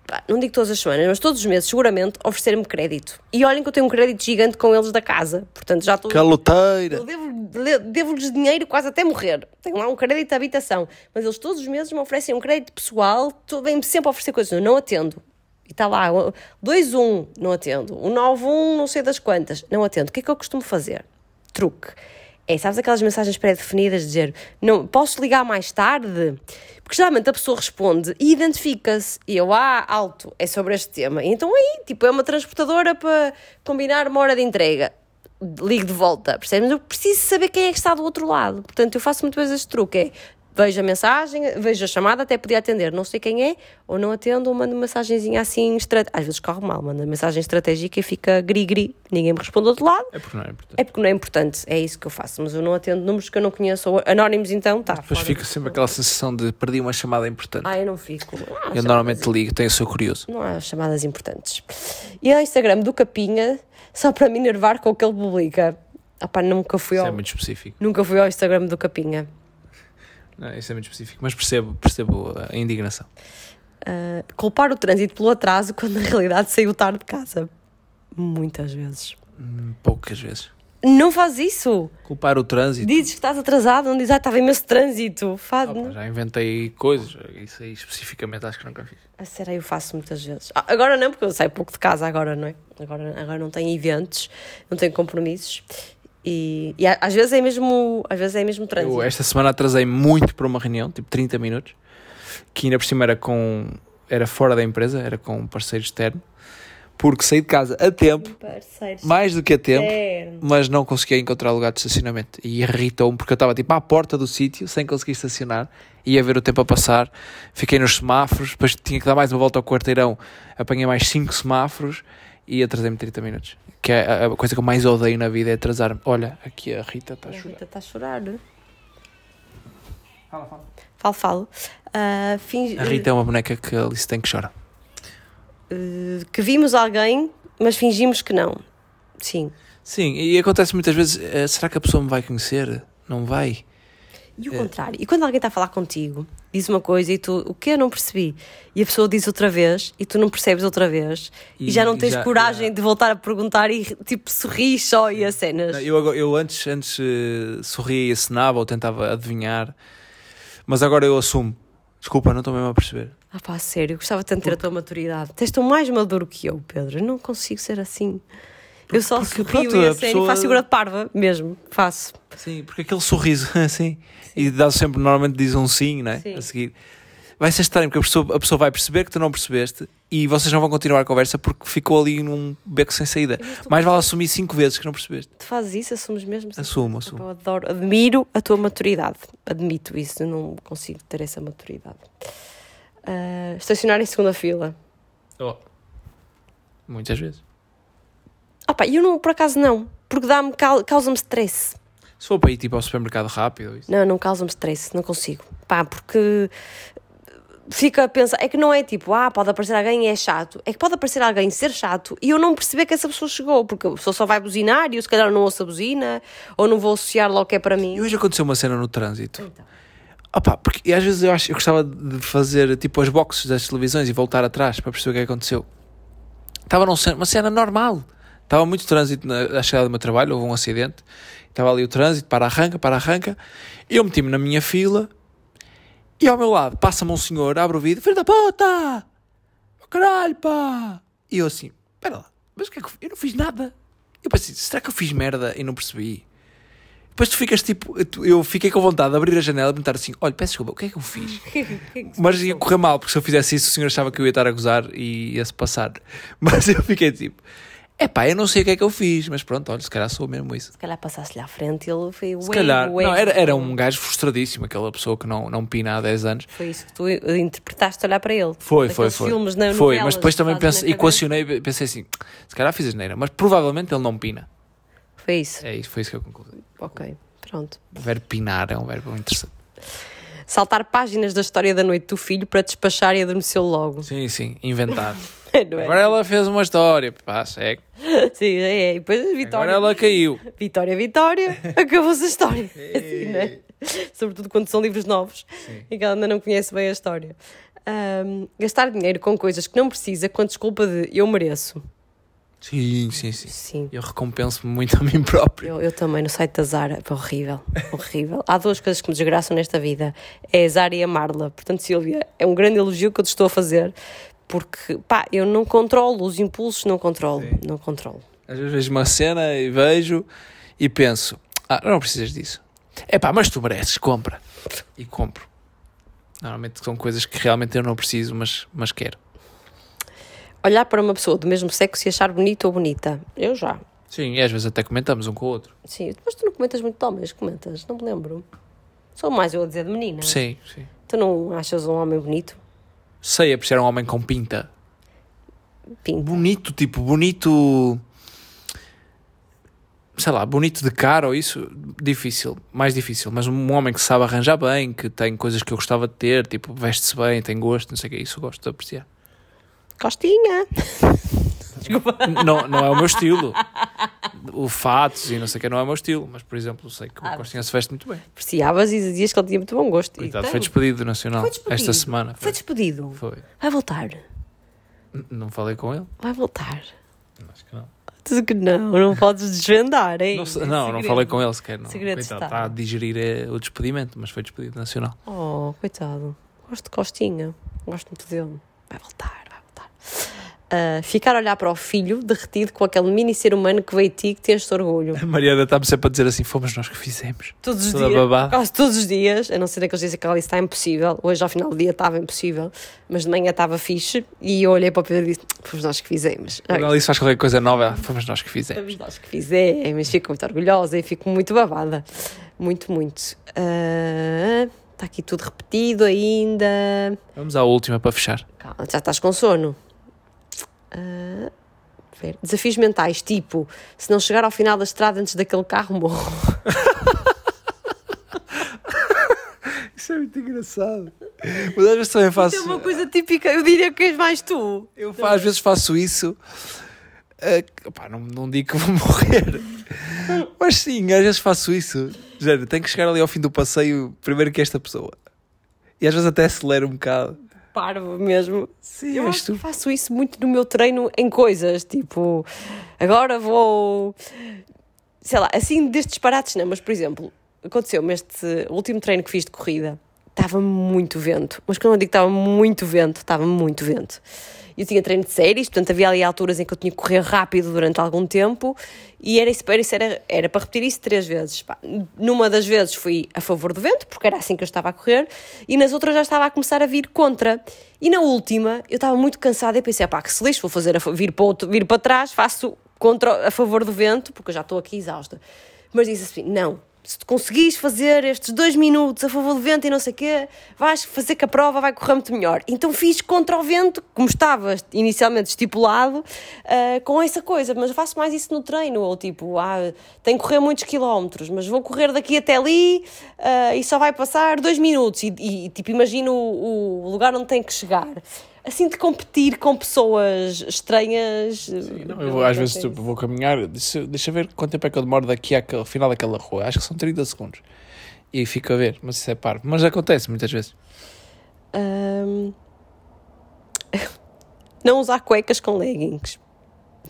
[SPEAKER 2] pá, não digo todas as semanas, mas todos os meses, seguramente, oferecer-me crédito. E olhem que eu tenho um crédito gigante com eles da casa. Portanto, já estou.
[SPEAKER 1] Caloteira!
[SPEAKER 2] Eu devo- le- devo-lhes dinheiro quase até morrer. Tenho lá um crédito de habitação. Mas eles todos os meses me oferecem um crédito pessoal, to- vêm-me sempre oferecer coisas. Eu não atendo. E está lá, o 2-1, não atendo. O 9-1, não sei das quantas, não atendo. O que é que eu costumo fazer? Truque. É, sabes aquelas mensagens pré-definidas de dizer não, posso ligar mais tarde? Porque geralmente a pessoa responde e identifica-se. E eu, ah, alto, é sobre este tema. E Então aí, tipo, é uma transportadora para combinar uma hora de entrega ligo de volta, percebes? Mas eu preciso saber quem é que está do outro lado. Portanto, eu faço muitas vezes este truque: é, vejo a mensagem, vejo a chamada, até podia atender, não sei quem é, ou não atendo, ou mando uma mensagenzinha assim, estra- às vezes corre mal, mando uma mensagem estratégica e fica gri-gri, ninguém me responde do outro lado.
[SPEAKER 1] É porque não é importante.
[SPEAKER 2] É porque não é importante, é isso que eu faço, mas eu não atendo números que eu não conheço, ou anónimos então, tá.
[SPEAKER 1] Depois
[SPEAKER 2] fora.
[SPEAKER 1] fica sempre aquela sensação de perdi uma chamada importante.
[SPEAKER 2] Ah, eu não fico. Não há
[SPEAKER 1] eu
[SPEAKER 2] chamadas
[SPEAKER 1] normalmente ligo, tenho sou curioso.
[SPEAKER 2] Não há chamadas importantes. E ao Instagram do Capinha, só para me enervar com o que ele publica. Ah pá, nunca fui
[SPEAKER 1] Isso
[SPEAKER 2] ao.
[SPEAKER 1] é muito específico.
[SPEAKER 2] Nunca fui ao Instagram do Capinha.
[SPEAKER 1] Não, isso é muito específico, mas percebo, percebo a indignação.
[SPEAKER 2] Ah, culpar o trânsito pelo atraso quando na realidade saiu tarde de casa. Muitas vezes.
[SPEAKER 1] Poucas vezes.
[SPEAKER 2] Não faz isso!
[SPEAKER 1] Culpar o trânsito.
[SPEAKER 2] Dizes que estás atrasado, não dizes, ah, estava imenso trânsito. Faz,
[SPEAKER 1] Opa, já inventei coisas, isso aí especificamente acho que nunca fiz.
[SPEAKER 2] A sério, eu faço muitas vezes. Ah, agora não, porque eu saio pouco de casa agora, não é? Agora, agora não tenho eventos, não tenho compromissos. E, e a- às vezes é mesmo, às vezes é mesmo trânsito.
[SPEAKER 1] Eu esta semana atrasei muito para uma reunião, tipo 30 minutos, que ainda por cima era com era fora da empresa, era com um parceiro externo, porque saí de casa a tempo,
[SPEAKER 2] Parceiros.
[SPEAKER 1] mais do que a tempo,
[SPEAKER 2] Externo.
[SPEAKER 1] mas não conseguia encontrar lugar de estacionamento. E irritou-me porque eu estava tipo à porta do sítio, sem conseguir estacionar, ia ver o tempo a passar, fiquei nos semáforos, depois tinha que dar mais uma volta ao quarteirão, apanhei mais cinco semáforos e atrasei-me 30 minutos. Que é a, a coisa que eu mais odeio na vida é atrasar-me. Olha, aqui a Rita está Tá a
[SPEAKER 2] A
[SPEAKER 1] chorar.
[SPEAKER 2] Rita está tá a chorar. Fala, fala. Falo, falo. Ah, finge-
[SPEAKER 1] A Rita é uma boneca que a Alice tem que chorar.
[SPEAKER 2] eh, que vimos alguém, mas fingimos que não. Sim.
[SPEAKER 1] Sim, e acontece muitas vezes, eh, será que a pessoa me vai conhecer? Não vai?
[SPEAKER 2] E
[SPEAKER 1] É.
[SPEAKER 2] o contrário. E quando alguém está a falar contigo, diz uma coisa e tu, o que eu não percebi? E a pessoa diz outra vez e tu não percebes outra vez e,
[SPEAKER 1] E-
[SPEAKER 2] já não
[SPEAKER 1] e
[SPEAKER 2] tens
[SPEAKER 1] já-
[SPEAKER 2] coragem
[SPEAKER 1] já.
[SPEAKER 2] de voltar a perguntar e tipo sorris só e as cenas.
[SPEAKER 1] Não, Eu, agora- eu antes, antes eh, sorria e assinava ou tentava adivinhar, mas agora eu assumo. Desculpa, não estou mesmo a perceber.
[SPEAKER 2] Ah pá, sério, gostava tanto de ter a tua maturidade. Tens tão mais maduro que eu, Pedro. Eu não consigo ser assim. Eu só
[SPEAKER 1] porque,
[SPEAKER 2] sorrio
[SPEAKER 1] pronto,
[SPEAKER 2] e a
[SPEAKER 1] a
[SPEAKER 2] sério
[SPEAKER 1] pessoa-
[SPEAKER 2] faço figura de parva, mesmo. Faço.
[SPEAKER 1] Sim, porque aquele sorriso, assim, e dá sempre, normalmente diz um sim, né?
[SPEAKER 2] Sim.
[SPEAKER 1] A seguir. Vai ser estranho, porque a pessoa, a pessoa vai perceber que tu não percebeste e vocês não vão continuar a conversa porque ficou ali num beco sem saída. Mais vale assumir cinco vezes que não percebeste.
[SPEAKER 2] Tu fazes isso, assumes mesmo. assim.
[SPEAKER 1] Assumo,
[SPEAKER 2] Pá,
[SPEAKER 1] assumo.
[SPEAKER 2] Eu adoro, admiro a tua maturidade. Admito isso, eu não consigo ter essa maturidade. Ah, estacionar em segunda fila.
[SPEAKER 9] Oh. Muitas vezes.
[SPEAKER 2] Ah pá, eu não, por acaso não. Porque dá-me, cal- causa-me stress.
[SPEAKER 9] Se for para ir tipo ao supermercado rápido, isso.
[SPEAKER 2] Não, não causa-me stress, não consigo. Pá, porque fica a pensar, é que não é tipo, ah, pode aparecer alguém e é chato. É que pode aparecer alguém ser chato e eu não perceber que essa pessoa chegou, porque a pessoa só vai buzinar e eu se calhar não ouço a buzina, ou não vou associar logo que é para mim.
[SPEAKER 1] E hoje aconteceu uma cena no trânsito. Opa, porque e às vezes eu acho eu gostava de fazer tipo as boxes das televisões e voltar atrás para perceber o que é que aconteceu. Estava num cena- uma cena normal. Estava muito trânsito na, à chegada do meu trabalho, houve um acidente. Estava ali o trânsito, para arranca, para arranca. Eu meti-me na minha fila e ao meu lado passa-me um senhor, abre o vidro, filho da puta! Oh, caralho, pá! E eu assim, pera lá, mas o que é que eu, eu não fiz nada? Eu pensei, será que eu fiz merda e não percebi? Depois tu ficas tipo, tu- eu fiquei com vontade de abrir a janela e perguntar assim: olha, peço desculpa, o que é que eu fiz? Mas ia correr mal, porque se eu fizesse isso, o senhor achava que eu ia estar a gozar e ia-se passar. Mas eu fiquei tipo: é pá, eu não sei o que é que eu fiz, mas pronto, olha, se calhar sou mesmo isso.
[SPEAKER 2] Se calhar passasse-lhe à frente e ele foi
[SPEAKER 1] Se calhar, não, era, era um gajo frustradíssimo, aquela pessoa que não, não pina há 10 anos.
[SPEAKER 2] Foi isso que tu eh, interpretaste olhar para ele.
[SPEAKER 1] Foi, foi,
[SPEAKER 2] Daqueles
[SPEAKER 1] foi.
[SPEAKER 2] filmes na
[SPEAKER 1] foi,
[SPEAKER 2] novelas
[SPEAKER 1] mas depois
[SPEAKER 2] que
[SPEAKER 1] também
[SPEAKER 2] fazem na
[SPEAKER 1] pensei,
[SPEAKER 2] cabeça.
[SPEAKER 1] equacionei, pensei assim: se calhar fiz a geneira, mas provavelmente ele não pina.
[SPEAKER 2] Foi isso.
[SPEAKER 1] É isso, foi isso que eu concluí.
[SPEAKER 2] Ok, pronto.
[SPEAKER 1] O verbo pinar é um verbo interessante.
[SPEAKER 2] Saltar páginas da história da noite do filho para despachar e adormeceu logo.
[SPEAKER 1] Sim, sim, inventado.
[SPEAKER 2] Não é?
[SPEAKER 9] Agora ela fez uma história, pá, segue.
[SPEAKER 2] Sim, é, é. E depois a
[SPEAKER 9] Agora
[SPEAKER 2] Vitória.
[SPEAKER 9] ela caiu.
[SPEAKER 2] Vitória, Vitória, acabou-se a história. Assim, não é? Sobretudo quando são livros novos e que ela ainda não conhece bem a história. Ahm, gastar dinheiro com coisas que não precisa com desculpa de eu mereço.
[SPEAKER 1] Sim, sim, sim.
[SPEAKER 2] Sim.
[SPEAKER 1] Eu recompenso-me muito a mim próprio.
[SPEAKER 2] Eu, eu também, no site da Zara, pá, horrível, horrível. Há duas coisas que me desgraçam nesta vida: é a Zara e a Marla. Portanto, Silvia, é um grande elogio que eu te estou a fazer, porque, pá, eu não controlo os impulsos, não controlo, não controlo.
[SPEAKER 1] Às vezes vejo uma cena e vejo e penso: ah, não precisas disso. É pá, mas tu mereces, compra. E compro. Normalmente são coisas que realmente eu não preciso, mas, mas quero.
[SPEAKER 2] Olhar para uma pessoa do mesmo sexo e achar bonito ou bonita. Eu já.
[SPEAKER 1] Sim, e às vezes até comentamos um com o outro.
[SPEAKER 2] Sim, depois tu não comentas muito de homens, comentas, não me lembro. Sou mais eu a dizer de menina.
[SPEAKER 1] Sim, sim.
[SPEAKER 2] Tu não achas um homem bonito?
[SPEAKER 1] Sei apreciar um homem com pinta.
[SPEAKER 2] Pinta.
[SPEAKER 1] Bonito, tipo, bonito. Sei lá, bonito de cara ou isso, difícil, mais difícil. Mas um homem que sabe arranjar bem, que tem coisas que eu gostava de ter, tipo, veste-se bem, tem gosto, não sei o que, isso eu gosto de apreciar.
[SPEAKER 2] Costinha!
[SPEAKER 1] não, não é o meu estilo. O fatos e não sei o que não é o meu estilo, mas por exemplo, sei
[SPEAKER 2] Ah,
[SPEAKER 1] que o Costinha se veste muito bem.
[SPEAKER 2] Apreciavas e dizias que ele tinha muito bom gosto. E
[SPEAKER 1] Coitado,
[SPEAKER 2] tem. um-
[SPEAKER 1] foi despedido do Nacional
[SPEAKER 2] Foi despedido.
[SPEAKER 1] esta semana.
[SPEAKER 2] Foi
[SPEAKER 1] Foi.
[SPEAKER 2] despedido.
[SPEAKER 1] Foi.
[SPEAKER 2] Vai voltar.
[SPEAKER 1] N- Não falei com ele?
[SPEAKER 2] Vai voltar.
[SPEAKER 1] Acho que não.
[SPEAKER 2] Diz que não, não podes desvendar, é hein?
[SPEAKER 1] Não, se- não, não falei com ele sequer. Não.
[SPEAKER 2] Segredo
[SPEAKER 1] Coitado,
[SPEAKER 2] está.
[SPEAKER 1] está a digerir eh, o despedimento, mas foi despedido do Nacional.
[SPEAKER 2] Oh, coitado. Gosto de Costinha. Gosto muito dele. Vai voltar, vai voltar. Ah, ficar a olhar para o filho derretido com aquele mini ser humano que veio de ti que tens de orgulho.
[SPEAKER 1] A Mariana está-me sempre a dizer assim: fomos nós que fizemos.
[SPEAKER 2] Todos os
[SPEAKER 1] Toda
[SPEAKER 2] dias.
[SPEAKER 1] babá.
[SPEAKER 2] Quase todos os dias. A não ser naqueles dias em que ela disse está impossível. Hoje, ao final do dia, estava impossível. Mas de manhã estava fixe. E eu olhei para o Pedro e disse: Fomos nós que fizemos. Ai,
[SPEAKER 1] Quando ela disse faz qualquer coisa nova, ela, fomos nós que fizemos.
[SPEAKER 2] Fomos nós que fizemos. Fico muito orgulhosa e fico muito babada. Muito, muito. Ah, Está aqui tudo repetido ainda.
[SPEAKER 1] Vamos à última para fechar.
[SPEAKER 2] Calma, já estás com sono. Ah, ver. Desafios mentais, tipo, se não chegar ao final da estrada antes daquele carro, morro.
[SPEAKER 1] Isso é muito engraçado. Mas às vezes também faço.
[SPEAKER 2] É uma coisa típica, eu diria que és mais tu.
[SPEAKER 1] Eu fa- às vezes faço isso. eh, que- pá, não, não digo que vou morrer. Mas sim, às vezes faço isso. Género, tenho que chegar ali ao fim do passeio primeiro que esta pessoa. E às vezes até acelero um bocado.
[SPEAKER 2] Parvo mesmo.
[SPEAKER 1] Sim,
[SPEAKER 2] Eu
[SPEAKER 1] és
[SPEAKER 2] acho que
[SPEAKER 1] tu.
[SPEAKER 2] faço isso muito no meu treino em coisas, tipo, agora vou, né? sei lá, assim destes disparates não, mas por exemplo, aconteceu-me este último treino que fiz de corrida, estava muito vento. Mas quando eu digo que estava muito vento, estava muito vento. Eu tinha treino de séries, portanto havia ali alturas em que eu tinha que correr rápido durante algum tempo e era, isso, era, isso, era, era para repetir isso três vezes. Pá, Numa das vezes fui a favor do vento, porque era assim que eu estava a correr, e nas outras já estava a começar a vir contra. E na última eu estava muito cansada e pensei, pá, que se lixo, vou fazer a, fa- vir, para outro- vir para trás, faço contra, a favor do vento, porque eu já estou aqui exausta. Mas disse assim: não, se tu conseguires fazer estes dois minutos a favor do vento e não sei o quê, vais fazer que a prova vai correr muito melhor. Então fiz contra o vento, como estava inicialmente estipulado, ah, com essa coisa, mas faço mais isso no treino, ou tipo, ah, tenho que correr muitos quilómetros, mas vou correr daqui até ali ah, e só vai passar dois minutos. E, e, tipo, imagino o, o lugar onde tenho que chegar. Assim de competir com pessoas estranhas.
[SPEAKER 1] Não, eu vou- às vezes tipo, vou caminhar, deixa, deixa ver quanto tempo é que eu demoro daqui àquele- ao final daquela rua. Acho que são 30 segundos. E fico a ver, mas isso é parvo. Mas acontece muitas vezes.
[SPEAKER 2] Ahm, Não usar cuecas com leggings.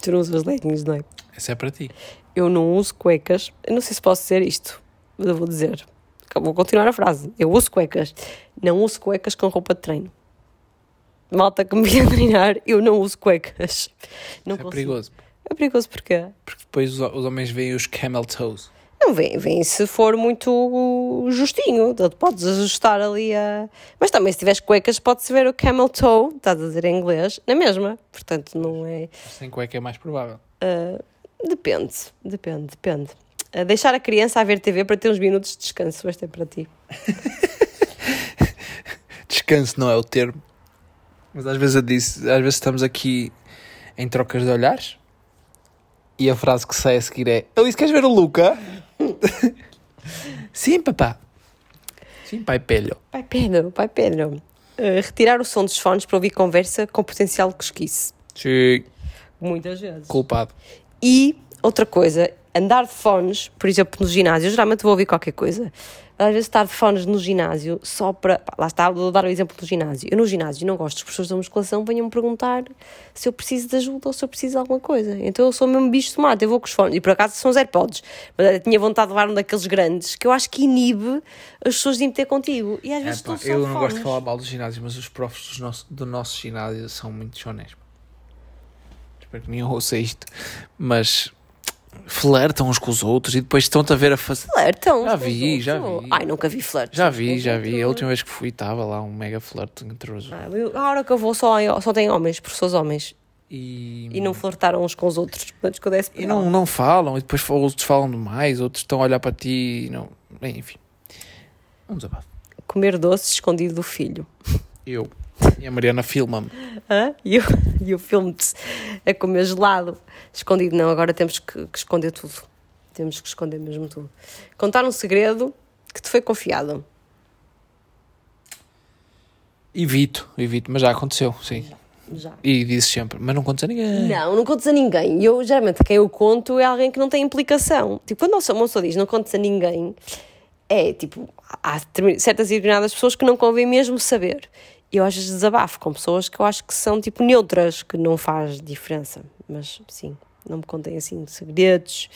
[SPEAKER 2] Tu não usas leggings, não é?
[SPEAKER 1] Isso é para ti.
[SPEAKER 2] Eu não uso cuecas. Eu não sei se posso dizer isto, mas eu vou dizer. Vou continuar a frase. Eu uso cuecas. Não uso cuecas com roupa de treino. Malta que me vem a treinar, eu não uso cuecas. Não
[SPEAKER 1] É
[SPEAKER 2] consigo.
[SPEAKER 1] perigoso.
[SPEAKER 2] É perigoso porquê?
[SPEAKER 1] Porque depois os, os homens veem os camel toes.
[SPEAKER 2] Não, vem, vem se for muito justinho, tu podes ajustar ali a. Mas também se tiveres cuecas, pode-se ver o camel toe, estás a dizer em inglês, na mesma. Portanto, não é.
[SPEAKER 1] Sem cueca é mais provável.
[SPEAKER 2] Depende, depende, depende. Ah, Deixar a criança a ver TV para ter uns minutos de descanso, este é para ti.
[SPEAKER 1] Descanso não é o termo. Mas às vezes eu disse, às vezes estamos aqui em trocas de olhares e a frase que sai a seguir é Alice, queres ver o Luca? Sim, papá. Sim, pai pelho.
[SPEAKER 2] Pai Pedro, pai Pedro. Ah, Retirar o som dos fones para ouvir conversa com potencial de cosquice.
[SPEAKER 1] Sim.
[SPEAKER 2] Muitas vezes.
[SPEAKER 1] Culpado.
[SPEAKER 2] E outra coisa, andar de fones, por exemplo, no ginásio, eu geralmente vou ouvir qualquer coisa. Às vezes estar de fones no ginásio só para. pá, Lá está, vou dar o exemplo do ginásio. Eu no ginásio não gosto, os professores da musculação venham-me perguntar se eu preciso de ajuda ou se eu preciso de alguma coisa. Então eu sou mesmo bicho de mato, eu vou com os fones. E por acaso são os AirPods, mas eu tinha vontade de levar um daqueles grandes que eu acho que inibe as pessoas de me ter contigo. E às vezes estou só
[SPEAKER 1] É, eu não
[SPEAKER 2] de
[SPEAKER 1] gosto
[SPEAKER 2] fones.
[SPEAKER 1] de falar mal dos ginásios, mas os profs dos nosso- do nosso ginásio são muito chones. Espero que nenhum ouça isto. Mas flertam uns com os outros e depois estão-te a ver a fazer.
[SPEAKER 2] Flertam.
[SPEAKER 1] Já vi, já vi.
[SPEAKER 2] Ai, nunca vi flerte.
[SPEAKER 1] Já vi, já vi.
[SPEAKER 2] um
[SPEAKER 1] A última vez que fui estava lá um mega flerte entre os
[SPEAKER 2] Ah, eu- A hora que eu vou só, só tem homens, professores homens.
[SPEAKER 1] e,
[SPEAKER 2] E não flertaram uns com os outros. Antes que eu desse
[SPEAKER 1] e não, não falam, e depois fa- outros falam demais, outros estão a olhar para ti e não. Bem, enfim. Um desabafo.
[SPEAKER 2] Comer doce escondido do filho.
[SPEAKER 1] Eu e a Mariana filma-me.
[SPEAKER 2] Hã? E o, e o filme-te a comer gelado. Escondido não, agora temos que, que esconder tudo. Temos que esconder mesmo tudo. Contar um segredo que te foi confiado.
[SPEAKER 1] Evito, evito, mas já aconteceu, sim.
[SPEAKER 2] Já.
[SPEAKER 1] E disse sempre, mas não contes a ninguém.
[SPEAKER 2] Não, não contes a ninguém. Eu, geralmente, quem eu conto é alguém que não tem implicação. Tipo, quando uma pessoa diz não contes a ninguém, é tipo, há determin- certas e determinadas pessoas que não convém mesmo saber. E Eu às vezes desabafo com pessoas que eu acho que são tipo neutras, que não faz diferença. Mas sim, não me contem assim segredos,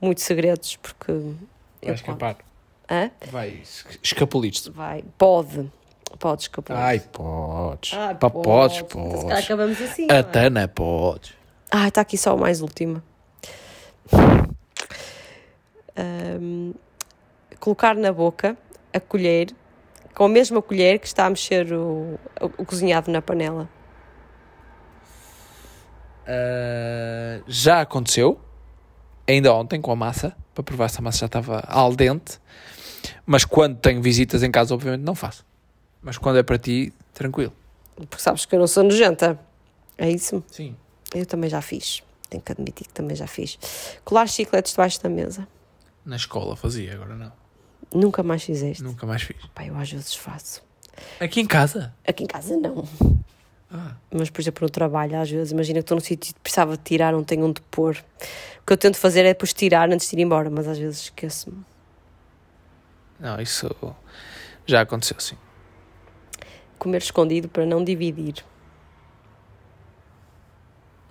[SPEAKER 2] muitos segredos, porque. Eu
[SPEAKER 1] Vai escapar.
[SPEAKER 2] Hã?
[SPEAKER 1] Vai, escapulir-te.
[SPEAKER 2] Vai, pode, pode escapar.
[SPEAKER 1] Ai, podes.
[SPEAKER 2] Ai,
[SPEAKER 1] Pá, podes,
[SPEAKER 2] Ah, Se calhar
[SPEAKER 1] podes.
[SPEAKER 2] acabamos assim. não é?
[SPEAKER 1] Até não é podes.
[SPEAKER 2] Ah, está aqui só o mais última. Ahm, colocar na boca a colher com a mesma colher que está a mexer o, o- o cozinhado na panela.
[SPEAKER 1] Ah, já aconteceu, ainda ontem, com a massa, para provar se a massa já estava al dente. Mas quando tenho visitas em casa, obviamente não faço. Mas quando é para ti, tranquilo.
[SPEAKER 2] Porque sabes que eu não sou nojenta. É isso?
[SPEAKER 1] Sim.
[SPEAKER 2] Eu também já fiz. Tenho que admitir que também já fiz. Colar chicletes debaixo da mesa.
[SPEAKER 1] Na escola fazia, agora não.
[SPEAKER 2] Nunca mais fizeste.
[SPEAKER 1] Nunca mais fiz.
[SPEAKER 2] Pá, eu às vezes faço.
[SPEAKER 1] Aqui em casa?
[SPEAKER 2] Aqui em casa não.
[SPEAKER 1] Ah.
[SPEAKER 2] Mas, por exemplo, no trabalho, às vezes, imagina que estou num sítio e precisava de tirar, não tenho onde pôr. O que eu tento fazer é depois tirar antes de ir embora, mas às vezes esqueço-me.
[SPEAKER 1] Não, isso já aconteceu, sim.
[SPEAKER 2] Comer escondido para não dividir.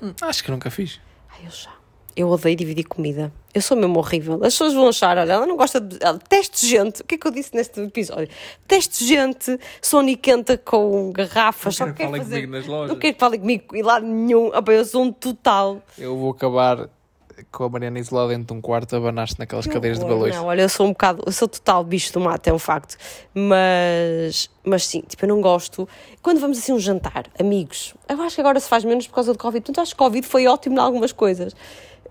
[SPEAKER 1] Hum, Acho que nunca fiz.
[SPEAKER 2] Ai, eu já. Eu odeio dividir comida. Eu sou mesmo horrível. As pessoas vão achar, olha, ela não gosta de. Ela deteste gente. O que é que eu disse neste episódio? Detesto gente soniquenta com garrafas. Não só quero fazer,
[SPEAKER 1] comigo nas lojas.
[SPEAKER 2] Não quero que falem comigo e lá nenhum. Ah, pá, eu sou um total.
[SPEAKER 1] Eu vou acabar com a Mariana isolada dentro de um quarto, abanaste naquelas cadeiras de
[SPEAKER 2] horror.
[SPEAKER 1] balões.
[SPEAKER 2] Não, olha, eu sou um bocado, eu sou total bicho do mato, é um facto. Mas, mas sim, tipo, eu não gosto. Quando vamos assim a um jantar, amigos, eu acho que agora se faz menos por causa do Covid. Portanto, acho que o Covid foi ótimo em algumas coisas.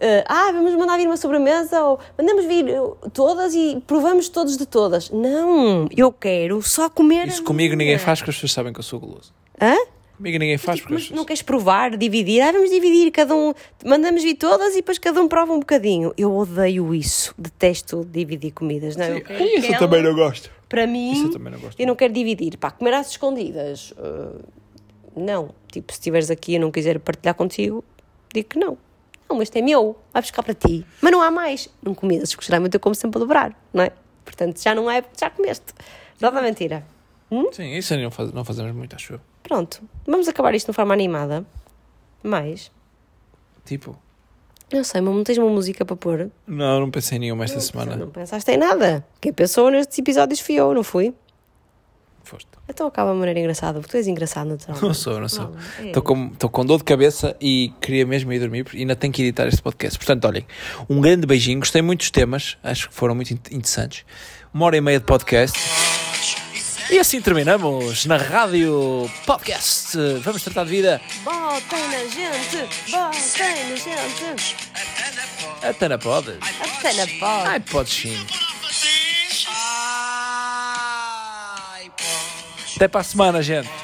[SPEAKER 2] Eh, ah, vamos mandar vir uma sobremesa ou mandamos vir eh, todas e provamos todos de todas. Não, eu quero só comer.
[SPEAKER 1] Isso
[SPEAKER 2] a
[SPEAKER 1] comigo
[SPEAKER 2] minha.
[SPEAKER 1] ninguém faz porque as pessoas sabem que eu sou guloso.
[SPEAKER 2] Hã?
[SPEAKER 1] Comigo ninguém faz porque as
[SPEAKER 2] Tipo, Mas não
[SPEAKER 1] pessoas...
[SPEAKER 2] queres provar, dividir? Ah, vamos dividir, cada um, mandamos vir todas e depois cada um prova um bocadinho. Eu odeio isso, detesto dividir comidas, não? é? eu-
[SPEAKER 1] é Isso eu também não gosto.
[SPEAKER 2] Para mim,
[SPEAKER 1] Isso eu também não gosto.
[SPEAKER 2] eu um não quero dividir, pá, comer às escondidas, ah, não. Tipo, se estiveres aqui e eu não quiser partilhar contigo, digo que não. Não, mas este é meu, vai buscar para ti. Mas não há mais. Não comidas, porque geralmente eu como sempre a dobrar, não é? Portanto, já não é porque já comeste. Nada mentira. um?
[SPEAKER 1] Sim, isso não, faz- não fazemos muito, acho eu.
[SPEAKER 2] Pronto, vamos acabar isto de forma animada. Mais.
[SPEAKER 1] Tipo,
[SPEAKER 2] Não sei, mas não tens uma música para pôr?
[SPEAKER 1] não, não pensei em nenhuma esta semana.
[SPEAKER 2] Não pensaste em nada. Quem pensou nestes episódios fui eu, não fui?
[SPEAKER 1] Foste.
[SPEAKER 2] Então acaba de maneira engraçada, porque tu és engraçado naturalmente.
[SPEAKER 1] Não sou, não sou.
[SPEAKER 2] é.
[SPEAKER 1] Estou com, tô com dor de cabeça e queria mesmo ir dormir e ainda tenho que editar este podcast. Portanto, olhem, um grande beijinho. Gostei muito dos temas, acho que foram muito in- interessantes. Uma hora e meia de podcast. E assim terminamos na Rádio Podcast. Vamos tratar de vida.
[SPEAKER 2] Botem na gente, botem na gente,
[SPEAKER 1] Até na pod.
[SPEAKER 2] até na porta.
[SPEAKER 1] Ai, podes sim.
[SPEAKER 6] Ai, pode.
[SPEAKER 1] Até para a semana, gente.